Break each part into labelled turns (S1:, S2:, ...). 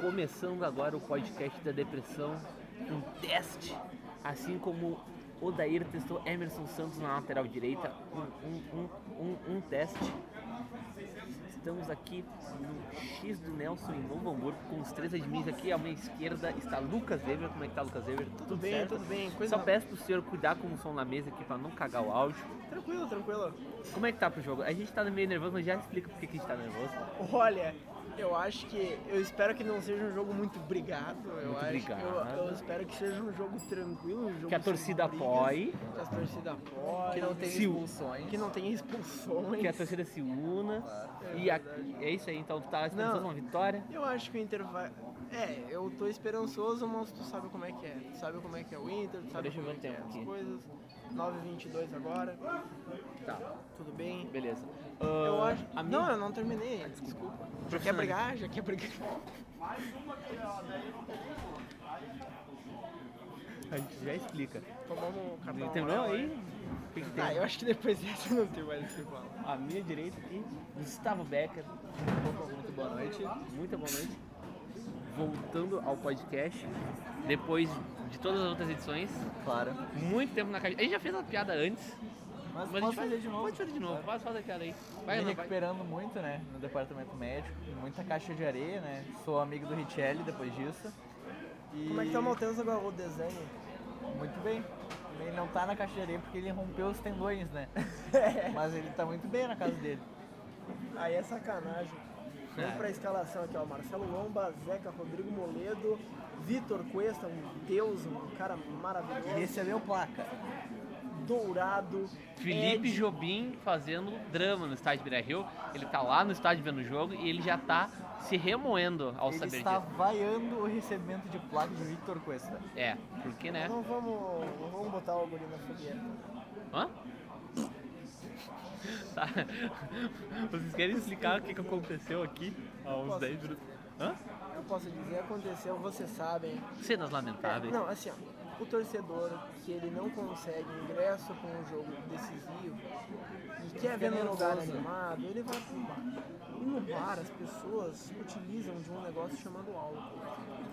S1: começando agora o podcast da depressão, um teste, assim como o Daír testou Emerson Santos na lateral direita, um, um, um, um, um teste. Estamos aqui no X do Nelson em Novo Hamburgo com os três admins aqui. À minha esquerda está Lucas Weber. Como é que tá, Lucas Weber? Tudo,
S2: Tudo bem,
S1: certo?
S2: tudo bem. Coisa
S1: Só peço pro senhor cuidar com o som na mesa aqui pra não cagar o áudio.
S2: Tranquilo, tranquilo.
S1: Como é que tá pro jogo? A gente tá meio nervoso, mas já explica por que que a gente tá nervoso.
S2: Olha, eu acho que. Eu espero que não seja um jogo muito brigado. Eu
S1: Muito
S2: acho.
S1: brigado.
S2: Eu, eu espero que seja um jogo tranquilo, um jogo
S1: Que a
S2: sem
S1: torcida
S2: brigas,
S1: apoie.
S2: Que a torcida apoie.
S3: Que não tem
S1: Se o-
S3: expulsões.
S2: que não tenha expulsões.
S1: Que é a torcida se una.
S2: É
S1: E a-
S2: verdade.
S1: é isso aí, então tá
S2: Não.
S1: esperando uma vitória.
S2: Eu acho que o Inter vai. É, eu tô esperançoso, mas tu sabe como é que é. Tu sabe como é que é o Inter, tu sabe
S1: Deixa eu ver
S2: como é
S1: o
S2: que é
S1: tempo
S2: as
S1: aqui.
S2: coisas. 9h22 agora,
S1: Tá,
S2: tudo bem.
S1: beleza.
S2: Eu
S1: Ah,
S2: acho.
S1: a minha-
S2: Não, eu não terminei. Desculpa. Já quer brigar? Já quer brigar?
S1: A gente já explica.
S2: Tomamos o cartão
S1: Terminou
S2: amarelo,
S1: aí?
S2: né?
S1: O que que tem?
S2: Ah, eu acho que depois dessa não tem mais o que falar.
S1: A minha direita aqui, Gustavo Becker. Muito boa noite. Muita boa noite. Voltando ao podcast, depois de todas as outras edições,
S3: Claro.
S1: muito tempo na caixa. A gente já fez uma piada antes,
S3: Mas,
S1: mas a
S3: pode
S1: gente
S3: fazer de novo.
S1: Pode fazer de novo, faz, faz a piada aí. Vai,
S3: Me
S1: Ana, vai.
S3: recuperando muito, né? No departamento médico. Muita caixa de areia, né? Sou amigo do Richelli depois disso. E-
S2: Como é que tá o Maltês agora, o desenho?
S3: Muito bem. Ele não tá na caixa de areia porque ele rompeu os tendões, né? Mas ele tá muito bem na casa dele.
S2: Aí é sacanagem.
S1: É.
S2: Vamos pra escalação aqui, ó. Marcelo Lomba, Zeca, Rodrigo Moledo, Vitor Cuesta, um deus, um cara maravilhoso.
S1: é
S3: Recebeu placa.
S2: Dourado.
S1: Felipe
S2: Ed,
S1: Jobim fazendo drama no estádio Beira Rio. Ele tá lá no estádio vendo o jogo e ele já tá se remoendo ao
S3: Ele
S1: saber
S3: está
S1: disso.
S3: vaiando o recebimento de placa de Victor Cuesta.
S1: É, porque né?
S2: Não vamos, não vamos botar o guri na fogueira.
S1: Hã? Tá. Vocês querem explicar o que, que aconteceu aqui há uns
S2: Posso
S1: 10 minutos? Hã?
S2: Eu posso dizer, aconteceu, vocês sabem.
S1: Cenas
S2: É,
S1: lamentáveis.
S2: não, assim, ó, o torcedor que ele não consegue ingresso com um jogo decisivo e quer ver num lugar
S3: nervoso.
S2: animado, ele vai pro bar. E no bar as pessoas utilizam de um negócio chamado álcool.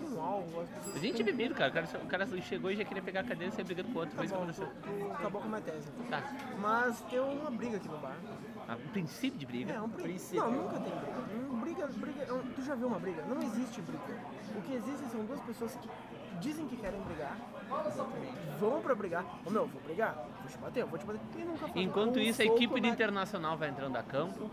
S2: E com álcool as pessoas.
S1: A gente
S2: ficam-
S1: bebido, cara. O cara. o cara chegou e já queria pegar a cadeira e sair brigando com o outro. Foi
S2: Tá
S1: isso que
S2: bom,
S1: aconteceu.
S2: tu- tu acabou com a minha tese.
S1: Tá.
S2: Mas tem uma briga aqui no bar.
S1: Ah, um princípio de briga.
S2: É, um brin-
S3: princípio.
S2: Não, nunca tem briga. Não, briga, briga. não, tu já viu uma briga? Não existe briga. O que existe são duas pessoas que dizem que querem brigar, vão pra brigar. Ô meu, vou brigar, vou te bater, eu vou te bater. E nunca faz
S1: Enquanto
S2: um
S1: isso, a
S2: soco
S1: equipe do
S2: na-
S1: Internacional vai entrando a campo.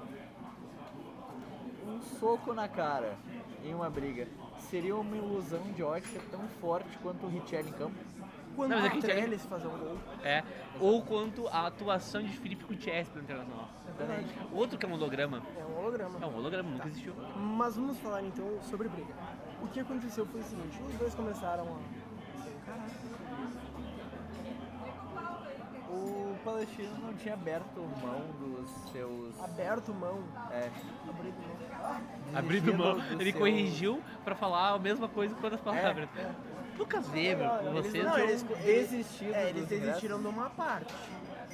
S3: Um soco na cara em uma briga seria uma ilusão de ótica tão forte quanto o Richelli em campo.
S2: Quando
S1: Não, mas
S2: o
S1: é que a gente-
S2: Trellis fazer um gol.
S1: É. Ou quanto a atuação de Felipe Gutierrez pelo Internacional.
S2: É verdade.
S1: Outro que é um holograma.
S2: É um holograma.
S1: É um holograma, nunca existiu.
S2: Mas vamos falar então sobre briga. O que aconteceu foi o seguinte, os dois começaram a. se encarar.
S3: O Palestino não tinha aberto mão dos seus.
S2: Aberto mão.
S3: É,
S2: Abrido mão.
S1: Abrindo mão,
S3: do
S1: ele
S3: seu-
S1: corrigiu pra falar a mesma coisa com outras palavras. Lucas Weber,
S2: Não, não,
S1: É, vocês
S2: É. eles, não,
S1: eu-
S2: eles,
S3: desistido
S2: É, eles
S3: dos ingressos.
S2: desistiram de uma parte.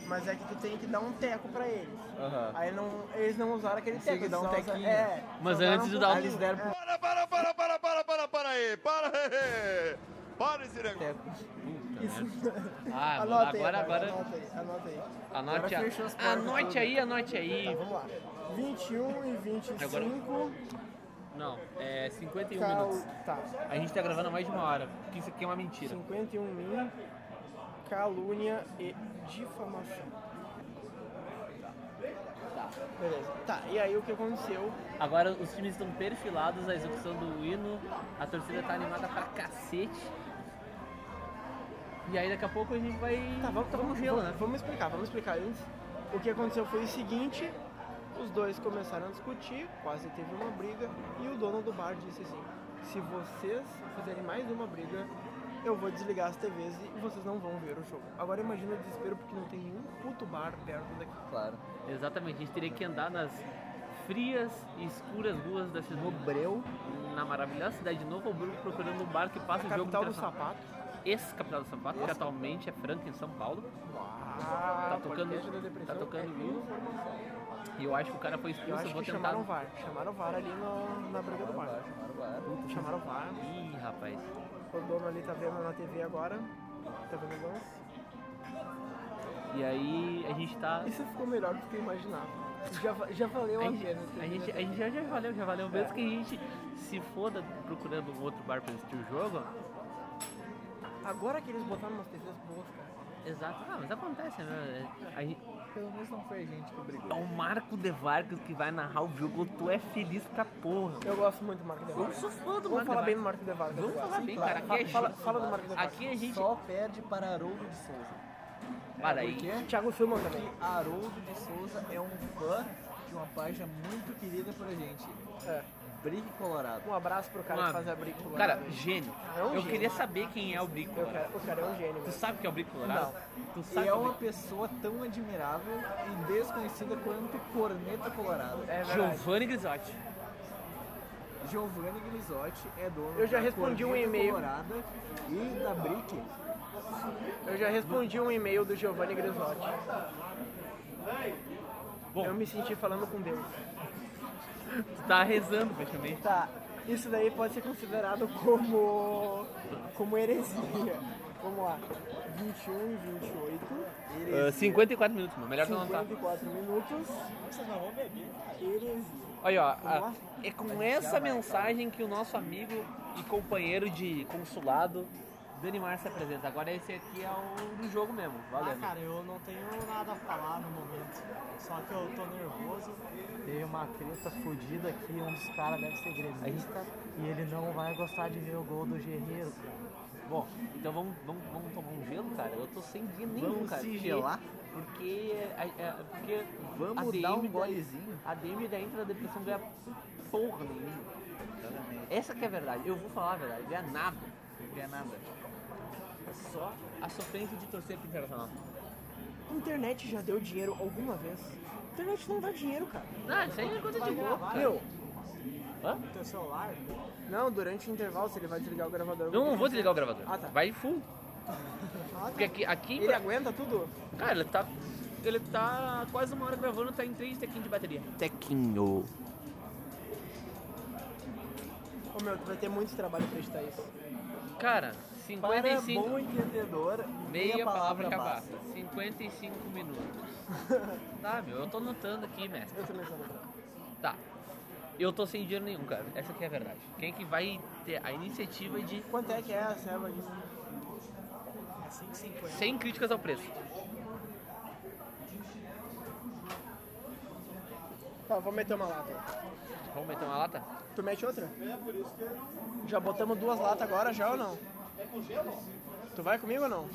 S2: Mas é que tu tem que dar um teco pra eles.
S3: Aham.
S2: Aí não, eles não usaram aquele
S3: Tem
S2: teco.
S3: que dar
S2: eles
S3: um
S2: só usaram-
S3: tequinho.
S2: É,
S1: Mas
S2: só usaram
S1: antes de
S2: um
S1: dar um-
S2: pouquinho.
S3: Eles deram
S2: É,
S4: Para, para, para, para, para, para, para aí! Para aí! Para esse negócio!
S3: até-
S2: isso.
S1: Ah, mano,
S2: anota aí,
S1: agora, agora,
S2: Anota aí, anota aí.
S1: anote,
S3: Agora
S1: a-
S3: fechou as portas
S1: anote
S3: tudo.
S1: aí, anote aí.
S2: Tá, vamos lá. 21 e 25.
S1: Agora- um Não, é 51
S2: Cal...
S1: minutos.
S2: Tá,
S1: A gente tá gravando há mais de uma hora, porque isso aqui é uma mentira.
S2: 51 mil. Calúnia e difamação.
S1: Tá.
S2: Beleza. Tá, e aí o que aconteceu?
S1: Agora os times estão perfilados, a execução do hino, a torcida tá animada pra cacete. E aí daqui a pouco a gente vai.
S2: Tá, vamos, tá,
S1: vamos
S2: vamos,
S1: gelo,
S2: vamos,
S1: né?
S2: vamos explicar, vamos explicar antes. O que aconteceu foi o seguinte, os dois começaram a discutir, quase teve uma briga, e o dono do bar disse assim, se vocês fizerem mais uma briga, eu vou desligar as TVs e vocês não vão ver o jogo. Agora imagina o desespero porque não tem nenhum puto bar perto daqui.
S3: Claro.
S1: Exatamente, a gente teria que andar nas frias e escuras ruas da cidade.
S3: No breu,
S1: na maravilhosa cidade de Novo Hamburgo procurando um bar que passa
S2: A
S1: o jogo
S2: capital do
S1: internacional.
S2: sapato.
S1: Ex-capital do Sampaio, que
S3: Ex-capital.
S1: atualmente é Franca, em São Paulo.
S2: Ah,
S1: Tá tocando-
S2: podcast da depressão
S1: tá tocando
S2: é
S1: hino.
S2: informação.
S1: E eu acho que o cara foi expulso,
S2: Eu
S1: eu,
S2: acho
S1: vou
S2: que
S1: tentar.
S2: chamaram o VAR, chamaram o VAR ali no- na briga do bar.
S3: chamaram o bar.
S1: Puta,
S2: Chamaram o VAR.
S1: Ih, rapaz.
S2: O dono ali tá vendo na TV agora. Tá vendo o lance.
S1: E aí a gente tá.
S2: Isso ficou melhor do que eu imaginava. Já, va- já valeu
S1: A
S2: a
S1: gente,
S2: pena. assim, né?
S1: a gente, a gente já, já valeu, já valeu. Mesmo que a gente se foda procurando um outro bar pra assistir o jogo.
S2: Agora que eles botaram umas TVs boas, cara.
S1: Exato. Ah, mas acontece, né? A gente-
S3: Pelo menos não foi a gente que brigou.
S1: é o Marco de Vargas que vai narrar o jogo. Tu é feliz pra porra.
S2: Eu gosto muito do Marco De
S1: Eu
S2: Vargas.
S1: sou fã do
S2: Vamos
S1: Marco
S2: falar
S1: de
S2: bem do
S1: Vargas.
S2: Marco De Vargas.
S1: Vamos falar
S3: Sim,
S1: bem,
S3: claro.
S1: cara. Aqui,
S2: Fala,
S1: é
S2: fala,
S1: gente-
S2: fala do Marco De Vargas.
S1: aqui a gente. É,
S3: Só perde para Haroldo de Souza.
S1: Para
S3: Por
S1: aí.
S3: quê?
S2: Thiago Silva também.
S3: Porque Haroldo de Souza é um fã de uma página muito querida por a gente.
S2: É.
S3: Brigue Colorado.
S2: Um abraço pro cara
S1: Uma-
S2: que faz a briga. pro
S1: Cara,
S2: Guarani.
S1: gênio.
S2: É um
S1: Eu
S2: gênio.
S1: queria saber quem é o Brico.
S2: Eu quero- o cara é um gênio.
S1: Tu
S2: velho.
S1: sabe que é o Brico Colorado? Tu
S3: E
S1: sabe
S3: é
S1: que o
S3: uma
S1: Brico-
S3: pessoa tão admirável e desconhecida quanto Corneta Colorado.
S2: É verdade.
S1: Giovanni Grisotti.
S3: Giovanni Grisotti é dono
S2: Eu já
S3: da
S2: respondi um
S3: Corneta
S2: e-mail.
S3: Colorada e da Brick.
S2: Eu já respondi um e-mail do Giovanni Grisotti.
S1: Bom.
S2: Eu me senti falando com Deus.
S1: Tu tá rezando praticamente.
S2: Tá, isso daí pode ser considerado como. como heresia. Vamos lá. 21 e 28.
S1: Ah, 54 minutos, mano. Melhor tu não tá.
S2: 54 minutos. Vocês não vão beber, Heresia.
S1: Olha, ó,
S2: Vamos
S1: a- é com essa mensagem que o nosso amigo e companheiro de consulado, Dani Mar, se apresenta. Agora esse aqui é o do jogo mesmo.
S5: Ah,
S1: Valeu.
S2: tá.
S5: cara, eu não tenho nada a falar no momento. Só que eu tô nervoso. Teve uma treta fodida aqui, um dos caras deve ser gremista. E ele não vai gostar de ver o gol do Guerreiro, cara.
S1: Bom, então vamos, vamos, vamos tomar um gelo, cara. Eu tô sem dia nenhum,
S3: Vamos
S1: cara.
S3: se
S1: porque-
S3: gelar?
S1: Porque, a- a- porque a
S3: Vamos
S1: DM
S2: tá
S3: dar um
S1: da-
S3: golezinho.
S1: A DM da entra da depressão ganha porra nenhuma. Essa que é a verdade. Eu vou falar a verdade. Ganha nada. É
S3: Não é nada.
S1: Só a sofrência de torcer pro Internacional.
S2: Internet já deu dinheiro alguma vez? Internet não dá dinheiro, cara.
S1: Não, isso aí é coisa de louco.
S2: Meu,
S1: Hã?
S5: Teu celular?
S2: não, durante o intervalo, se ele vai desligar o gravador. eu
S1: Eu não vou desligar o gravador.
S2: Ah, tá.
S1: Vai full. Porque aqui, aqui
S2: Ele
S1: pra-
S2: aguenta tudo?
S1: cara, ele tá, ele tá quase uma hora gravando, tá em 3 tequinhos de bateria. Tequinho.
S2: Ô meu, tu vai ter muito trabalho pra editar isso.
S1: Cara,
S3: Para
S1: 55.
S3: bom entendedor,
S1: Meia palavra que
S3: basta.
S1: abasta. 55 minutos. tá, meu, eu tô anotando aqui, mestre.
S2: Eu também sou natural.
S1: Tá. Eu tô sem dinheiro nenhum, cara. Essa aqui é a verdade. Quem é que vai ter a iniciativa de
S2: Quanto é que é a serva disso?
S5: É 5,50.
S1: 100 críticas ao preço?
S2: Tá, vou meter uma lata.
S1: Vamos meter uma lata?
S2: Tu mete outra? Já botamos duas latas agora, já ou não? Tu vai comigo ou não?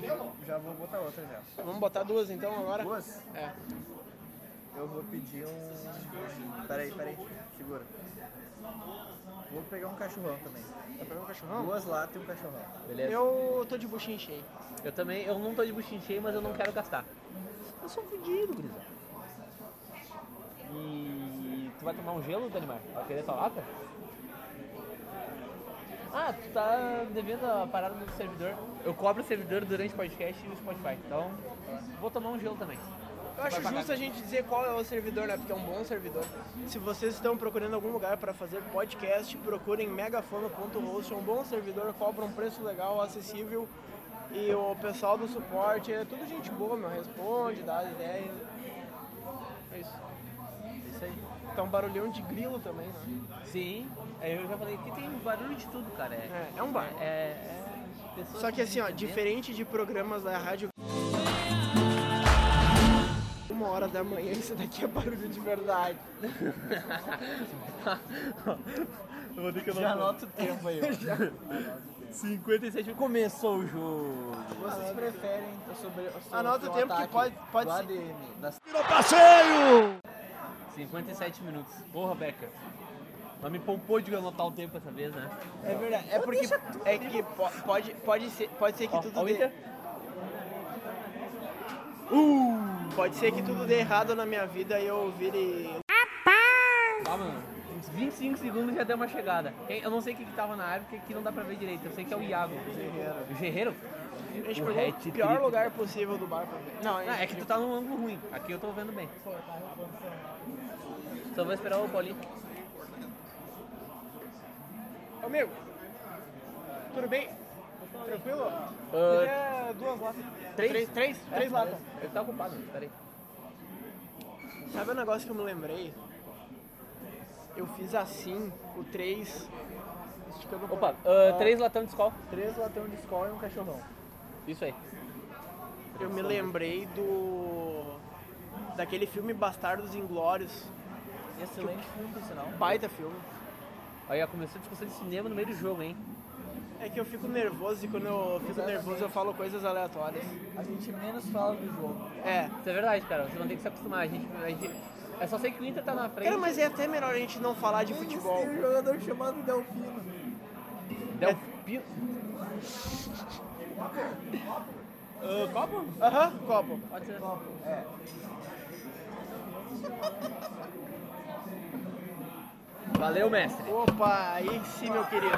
S3: Já vou botar outra já.
S2: Vamos botar duas então agora?
S3: Duas?
S2: É.
S3: Eu vou pedir um. Peraí, peraí. Segura. Vou pegar um cachorrão também.
S2: Vai pegar um cachorrão?
S3: Duas latas e um cachorrão.
S1: Beleza. Eu,
S2: Eu tô de buchinha cheia.
S1: também, eu não tô de buchinho cheio, mas eu não quero gastar. Eu sou um fudido, Grisa. E tu vai tomar um gelo, Danimar? Vai querer tua lata? Ah, tu tá devendo a parada do servidor. Eu cobro o servidor durante o podcast e o Spotify. Então, vou tomar um gelo também.
S2: Eu acho justo a gente dizer qual é o servidor, né? Porque é um bom servidor. Se vocês estão procurando algum lugar para fazer podcast, procurem megafono.host. É um bom servidor, cobra um preço legal, acessível. E o pessoal do suporte é tudo gente boa, meu. Responde, dá as ideias. É isso.
S3: É Isso aí.
S2: Tá um barulhão de grilo também, né?
S1: Sim, é, eu já falei que tem barulho de tudo, cara. É,
S2: É, é um bar.
S1: é, é- pessoas
S2: Só que assim, ó,
S1: entendem.
S2: diferente de programas da rádio. Uma hora da manhã, isso daqui é barulho de verdade.
S1: eu vou ter que
S3: Já
S1: anotar.
S3: anota o tempo aí. ó.
S1: 57 começou o jogo.
S3: Vocês preferem. Eu sou, eu sou
S2: Anota o
S3: sou
S2: tempo que
S3: ataque
S2: pode- pode
S3: do
S2: ser.
S3: ADM. Da...
S1: 57 minutos. Porra, Becker. Mas me poupou de anotar o tempo essa vez, né?
S2: É verdade. É porque é que po- pode, pode, ser, pode ser que
S1: Ó,
S2: tudo
S1: ó o
S2: dê.
S1: Inter.
S2: Pode ser que tudo dê errado na minha vida e eu vire.
S1: Tá, mano. Uns 25 segundos já deu uma chegada. Quem- Eu não sei o que, que tava na área, porque aqui não dá pra ver direito. Eu sei que é o Iago. O Guerreiro?
S2: A gente
S1: O
S2: pegou
S1: hat-trick.
S2: o pior lugar possível do bar pra ver. Não,
S1: Ah, é que tu tá num ângulo ruim. Aqui eu tô vendo bem. Só vou esperar o Paulinho.
S2: é, Ô, Ô, amigo, tudo bem? Tranquilo? Queria duas latas.
S1: Ah, três?
S2: Três, três, três latas.
S1: Ele tá ocupado, peraí.
S2: Sabe um negócio que eu me lembrei? Eu fiz assim, o três, esticando o
S1: Opa,
S2: pau.
S1: ah, três latão de escola.
S3: Três latão de escola e um cachorrão.
S1: Isso aí.
S2: Eu me lembrei do... Daquele filme Bastardos Inglórios.
S3: Excelente filme, por sinal.
S2: Baita filme.
S1: Aí, ó, começou a discussão de cinema no meio do jogo, hein?
S2: É que eu fico nervoso e quando eu fico nervoso eu falo coisas aleatórias.
S3: A gente menos fala do jogo.
S2: É.
S1: Isso é verdade, cara. Você não tem que se acostumar. A gente. A gente... Eu só sei que o Inter tá na frente.
S2: Cara, mas é até melhor a gente não falar de futebol.
S3: Tem um jogador chamado Delfino.
S2: é
S1: Deu um pi-
S2: Aham, copo.
S1: Pode ser.
S3: É.
S1: Valeu, mestre.
S2: Opa, aí sim, meu querido.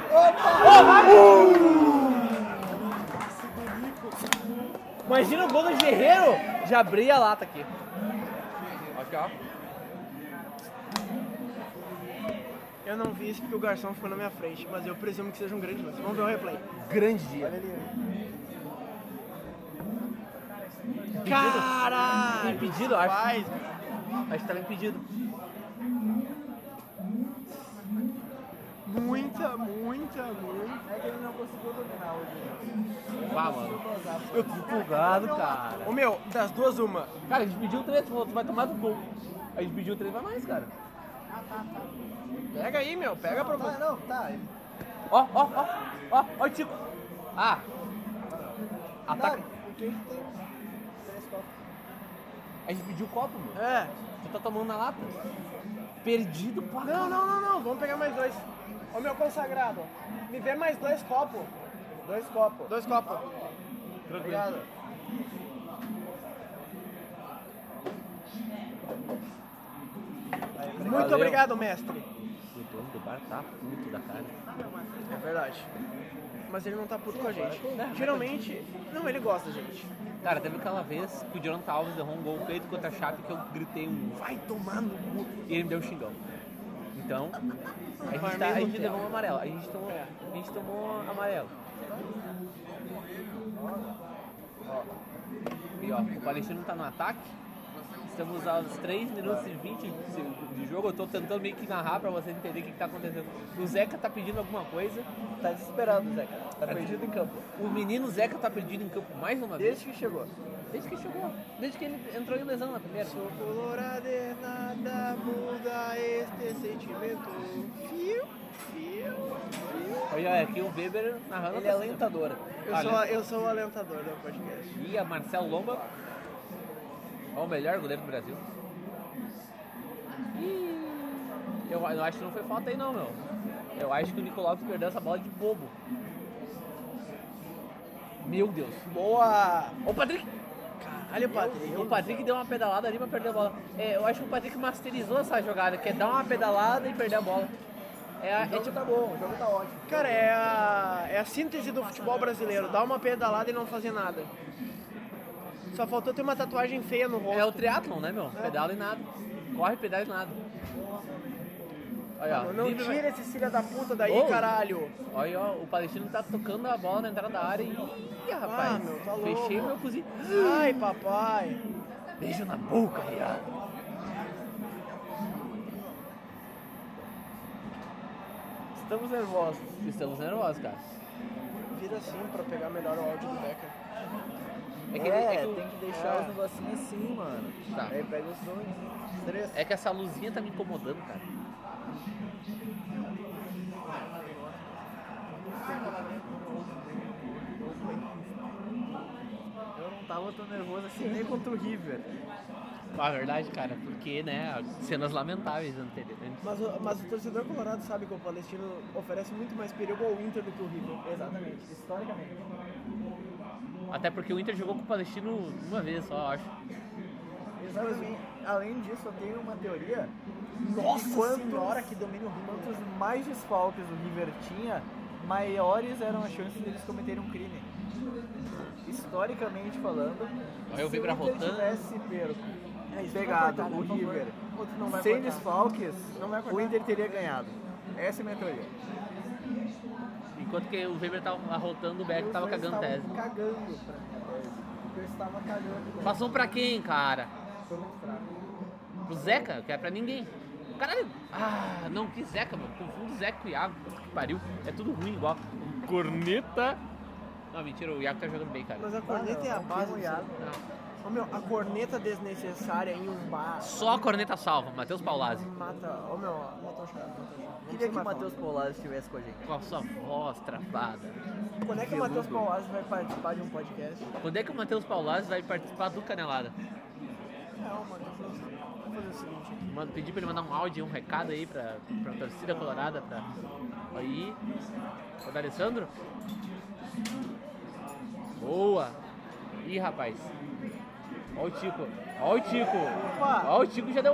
S1: Imagina o gol do Guerreiro. Já abri a lata aqui. Aqui, ó.
S2: Eu não vi isso porque o garçom ficou na minha frente, mas eu presumo que seja um grande lance. Vamos ver o replay.
S1: Grande dia.
S2: Olha ali. Caralho!
S1: Impedido, eu acho.
S2: Rapaz,
S1: Acho que tava impedido.
S2: muita, muita, muita.
S3: É que ele não conseguiu dominar hoje. né?
S1: Uau, mano. Eu tô empolgado, cara.
S2: Ô meu, das duas, uma.
S1: Cara, a gente pediu três, tu falou, tu vai tomar do gol. A gente pediu três, vai mais, cara.
S2: Pega aí, meu, pega a
S3: Tá,
S2: proposta.
S3: não, tá. Ele-
S1: Ó, ó, ó, ó, ó, o Tico. Ah. Ataca.
S3: Não, porque ele tem três copos.
S1: A gente pediu copo, mano.
S2: É.
S1: Tu tá tomando na lata. Perdido pra
S2: Não, não, não, não, vamos pegar mais dois. Ô meu consagrado, me vê mais dois copos.
S3: Dois copos.
S2: Dois copos.
S3: Obrigado.
S2: Muito
S1: Valeu.
S2: obrigado, mestre.
S1: O dono do bar tá puto da cara.
S2: É verdade. Mas ele não tá puto com a gente.
S3: é
S2: Geralmente, não, ele gosta, gente.
S1: Cara, teve aquela vez que o Jonathan Alves errou um gol feito contra a Chape que eu gritei um vai tomar no cu e ele me deu um xingão. Então, a gente, tá, a gente levou um amarelo. A gente tomou, a gente tomou amarelo. E ó, o Palestino tá no ataque. Estamos aos 3 minutos e 20 de- de jogo. Eu tô tentando meio que narrar pra vocês entenderem o que, que tá acontecendo. O Zeca tá pedindo alguma coisa.
S3: Tá desesperado, Zeca.
S2: É.
S3: Tá perdido em campo.
S1: O menino Zeca tá perdido em campo mais uma vez.
S3: Desde que chegou.
S1: Desde que chegou. Desde que ele entrou em lesão na primeira.
S2: Sou colorado e nada muda este sentimento. Fio, fio, fio.
S1: Olha, é aqui o Weber narrando.
S3: Ele é alentador.
S2: Eu
S1: Ah,
S2: sou, eu sou o alentador do podcast.
S1: E a Marcelo Lomba. É o melhor goleiro do Brasil. Ih, Eu, eu acho que não foi falta aí não, meu. Eu acho que o Nicolau perdeu essa bola de bobo. Meu Deus.
S2: Boa!
S1: Ô Patrick!
S2: Olha o Patrick.
S1: O Patrick deu uma pedalada ali pra perder a bola. É, eu acho que o Patrick masterizou essa jogada, que é dar uma pedalada e perder a bola. É, a-
S3: O
S1: é
S3: jogo
S1: tipo.
S3: tá bom, o jogo tá ótimo.
S2: Cara, é a, é a síntese do futebol brasileiro. Dar uma pedalada e não fazer nada. Só faltou ter uma tatuagem feia no rosto.
S1: É o triatlon, né, meu? Pedala e nada. Corre, pedala e nada. Olha, ó,
S2: Não
S1: livre-
S2: tira esse filho da puta daí,
S1: É Ô.
S2: caralho.
S1: Olha, ó, o Palestino tá tocando a bola na entrada da área e. Ih, rapaz,
S2: meu, tá
S1: fechei
S2: louco.
S1: meu cozinho.
S2: Ai, papai.
S1: Beijo na boca, viado.
S3: Estamos nervosos.
S1: Estamos nervosos, cara.
S2: Vira assim pra pegar melhor o áudio do Becker.
S1: É
S3: É,
S1: que, é que o-
S3: tem que deixar os negocinhos assim, mano.
S1: Tá.
S3: Aí pega os dois. Três.
S1: é que essa luzinha tá me incomodando, cara.
S3: Eu não tava tão nervoso assim nem contra o River.
S1: Na verdade, cara, porque, né, cenas lamentáveis né, anteriormente.
S2: Mas, o- mas o torcedor colorado sabe que o Palestino oferece muito mais perigo ao Inter do que o River.
S3: Exatamente, historicamente.
S1: Até porque o Inter jogou com o Palestino uma vez só, eu acho.
S3: E sabe assim, além disso, eu tenho uma teoria.
S2: Nossa
S3: de quantos,
S2: senhora, que domínio horrível.
S3: Quantos mais desfalques o River tinha, maiores eram as chances deles cometerem um crime. Historicamente falando,
S1: Olha o
S3: se o
S1: Vibra
S3: Inter
S1: rotando.
S3: tivesse perco,
S2: É, isso não vai
S3: pegado
S2: cortar, né,
S3: o
S2: por favor.
S3: River
S2: Outro não vai
S3: sem
S2: cortar.
S3: desfalques,
S2: Não vai cortar.
S3: o Inter teria ganhado. Essa é a minha teoria.
S1: Enquanto que o Weber tava arrotando o Beck,
S3: Os
S1: tava
S3: dois
S1: cagando
S3: estavam
S1: tese.
S3: cagando pra minha tese. Eu estava cagando.
S1: Passou pra quem, cara?
S3: Foi muito fraco.
S1: Pro Zeca, que é pra ninguém. Caralho, ah, não, que Zeca, mano. Confundo Zeca com o Iago. Puta Que pariu. É tudo ruim igual. Corneta. Não, mentira, o Iago tá jogando bem, cara.
S2: Mas a corneta é a base. do ser-
S1: Não.
S2: Ô, meu, a corneta desnecessária em um bar
S1: Só a corneta salva, Matheus Paulazzi.
S2: mata. Ô, meu, matou o chato, matou o chato.
S3: Queria que o Matheus Polazzi estivesse com a gente.
S1: Com a sua voz travada.
S2: Quando é que o Matheus Paulazzi vai participar de um podcast?
S1: Quando é que o Matheus Paulazzi vai participar do Canelada?
S2: Não, mano, eu vou- vou fazer o seguinte.
S1: Mano, pedi pra ele mandar um áudio, um recado aí pra, pra torcida colorada, pra. Aí. O da Alessandro? Boa! Ih, rapaz! Ó o Tico! Ó o Tico!
S2: Opa!
S1: Ó o Tico já deu.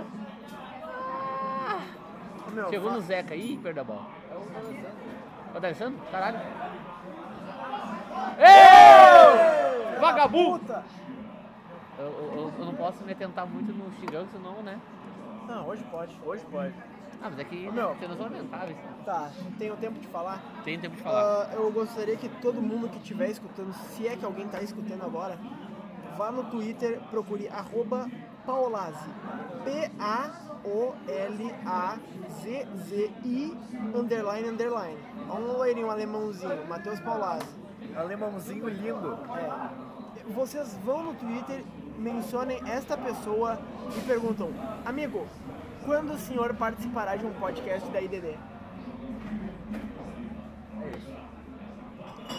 S2: Ô, meu,
S1: Chegou
S2: fa-
S1: no Zeca aí, perdeu a bola.
S3: É o Alessandro.
S1: Ó o da Alessandro? Caralho! Eu! Vagabundo!
S2: Puta!
S1: Eu, eu- eu não posso me atentar muito no xingão, senão, né?
S2: Não, hoje pode, hoje pode.
S1: Ah, mas é que
S2: Ô, meu.
S1: cenas lamentáveis.
S2: Tá, tem o tempo de falar?
S1: Tem tempo de falar.
S2: Ah, eu gostaria que todo mundo que estiver escutando, se é que alguém está escutando agora, vá no Twitter, procure arroba Paolazzi. P-A-O-L-A-Z-Z-I underline underline. É Um loirinho alemãozinho, Matheus Paolazzi.
S3: Alemãozinho lindo.
S2: É. Vocês vão no Twitter, mencionem esta pessoa e perguntam, amigo, quando o senhor participará de um podcast da IDD?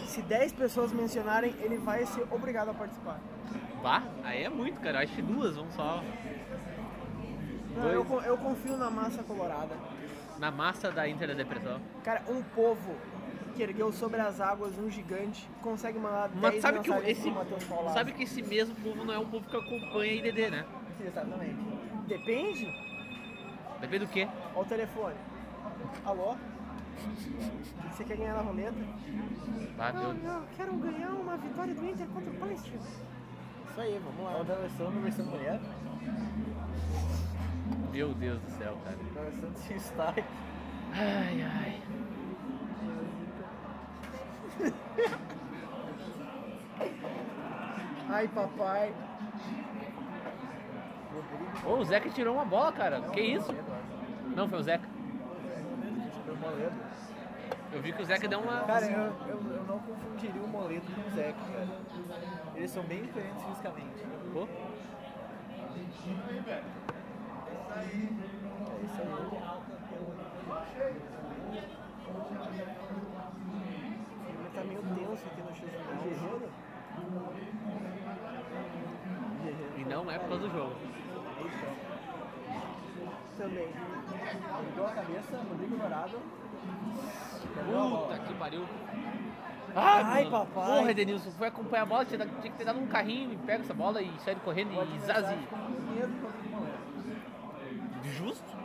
S2: Se 10 pessoas mencionarem, ele vai ser obrigado a participar.
S1: Bah, aí é muito, cara. Eu acho que duas, vamos só.
S2: Não, eu, con- eu confio na massa colorada.
S1: Na massa da Inter da Depressão.
S2: Cara, um povo que ergueu sobre as águas um gigante consegue mandar 10
S1: Mas sabe que o-
S2: mensagens
S1: esse.
S2: pro Matheus Paulazzi.
S1: Sabe que esse mesmo povo não é um povo que acompanha a IDD, né?
S2: Exatamente. Depende.
S1: Depende do quê?
S2: Ó o telefone. Alô? Você quer ganhar na roleta?
S1: Ah, meu Deus.
S2: não, quero ganhar uma vitória do Inter contra o Palestino. Isso aí, vamos
S3: É o
S2: lá.
S3: da Alessandro versão mulher.
S1: Meu Deus do céu, cara.
S3: O da Alessandro se está
S1: Ai, ai.
S2: Ai, papai.
S1: Ô, o Zeca tirou uma bola, cara. que isso? Não, foi o Zeca.
S3: Foi o Moledo.
S1: Eu vi que o Zeca deu uma.
S3: Cara, eu, eu, eu não confundiria o Moledo com o Zeca, cara. Eles são bem diferentes fisicamente.
S1: Pô,
S3: É isso aí.
S2: Mas tá meio tenso aqui no X.
S3: Guerreiro?
S1: e não é por causa do jogo.
S2: Também.
S3: Ligou a cabeça, Rodrigo Dourado.
S1: Puta que pariu. Ai,
S2: Ai,
S1: mano.
S2: papai.
S1: Porra, Edenilson, foi acompanhar a bola, tinha, dado- tinha que ter dado um carrinho e pega essa bola e sai correndo e zazi. Justo?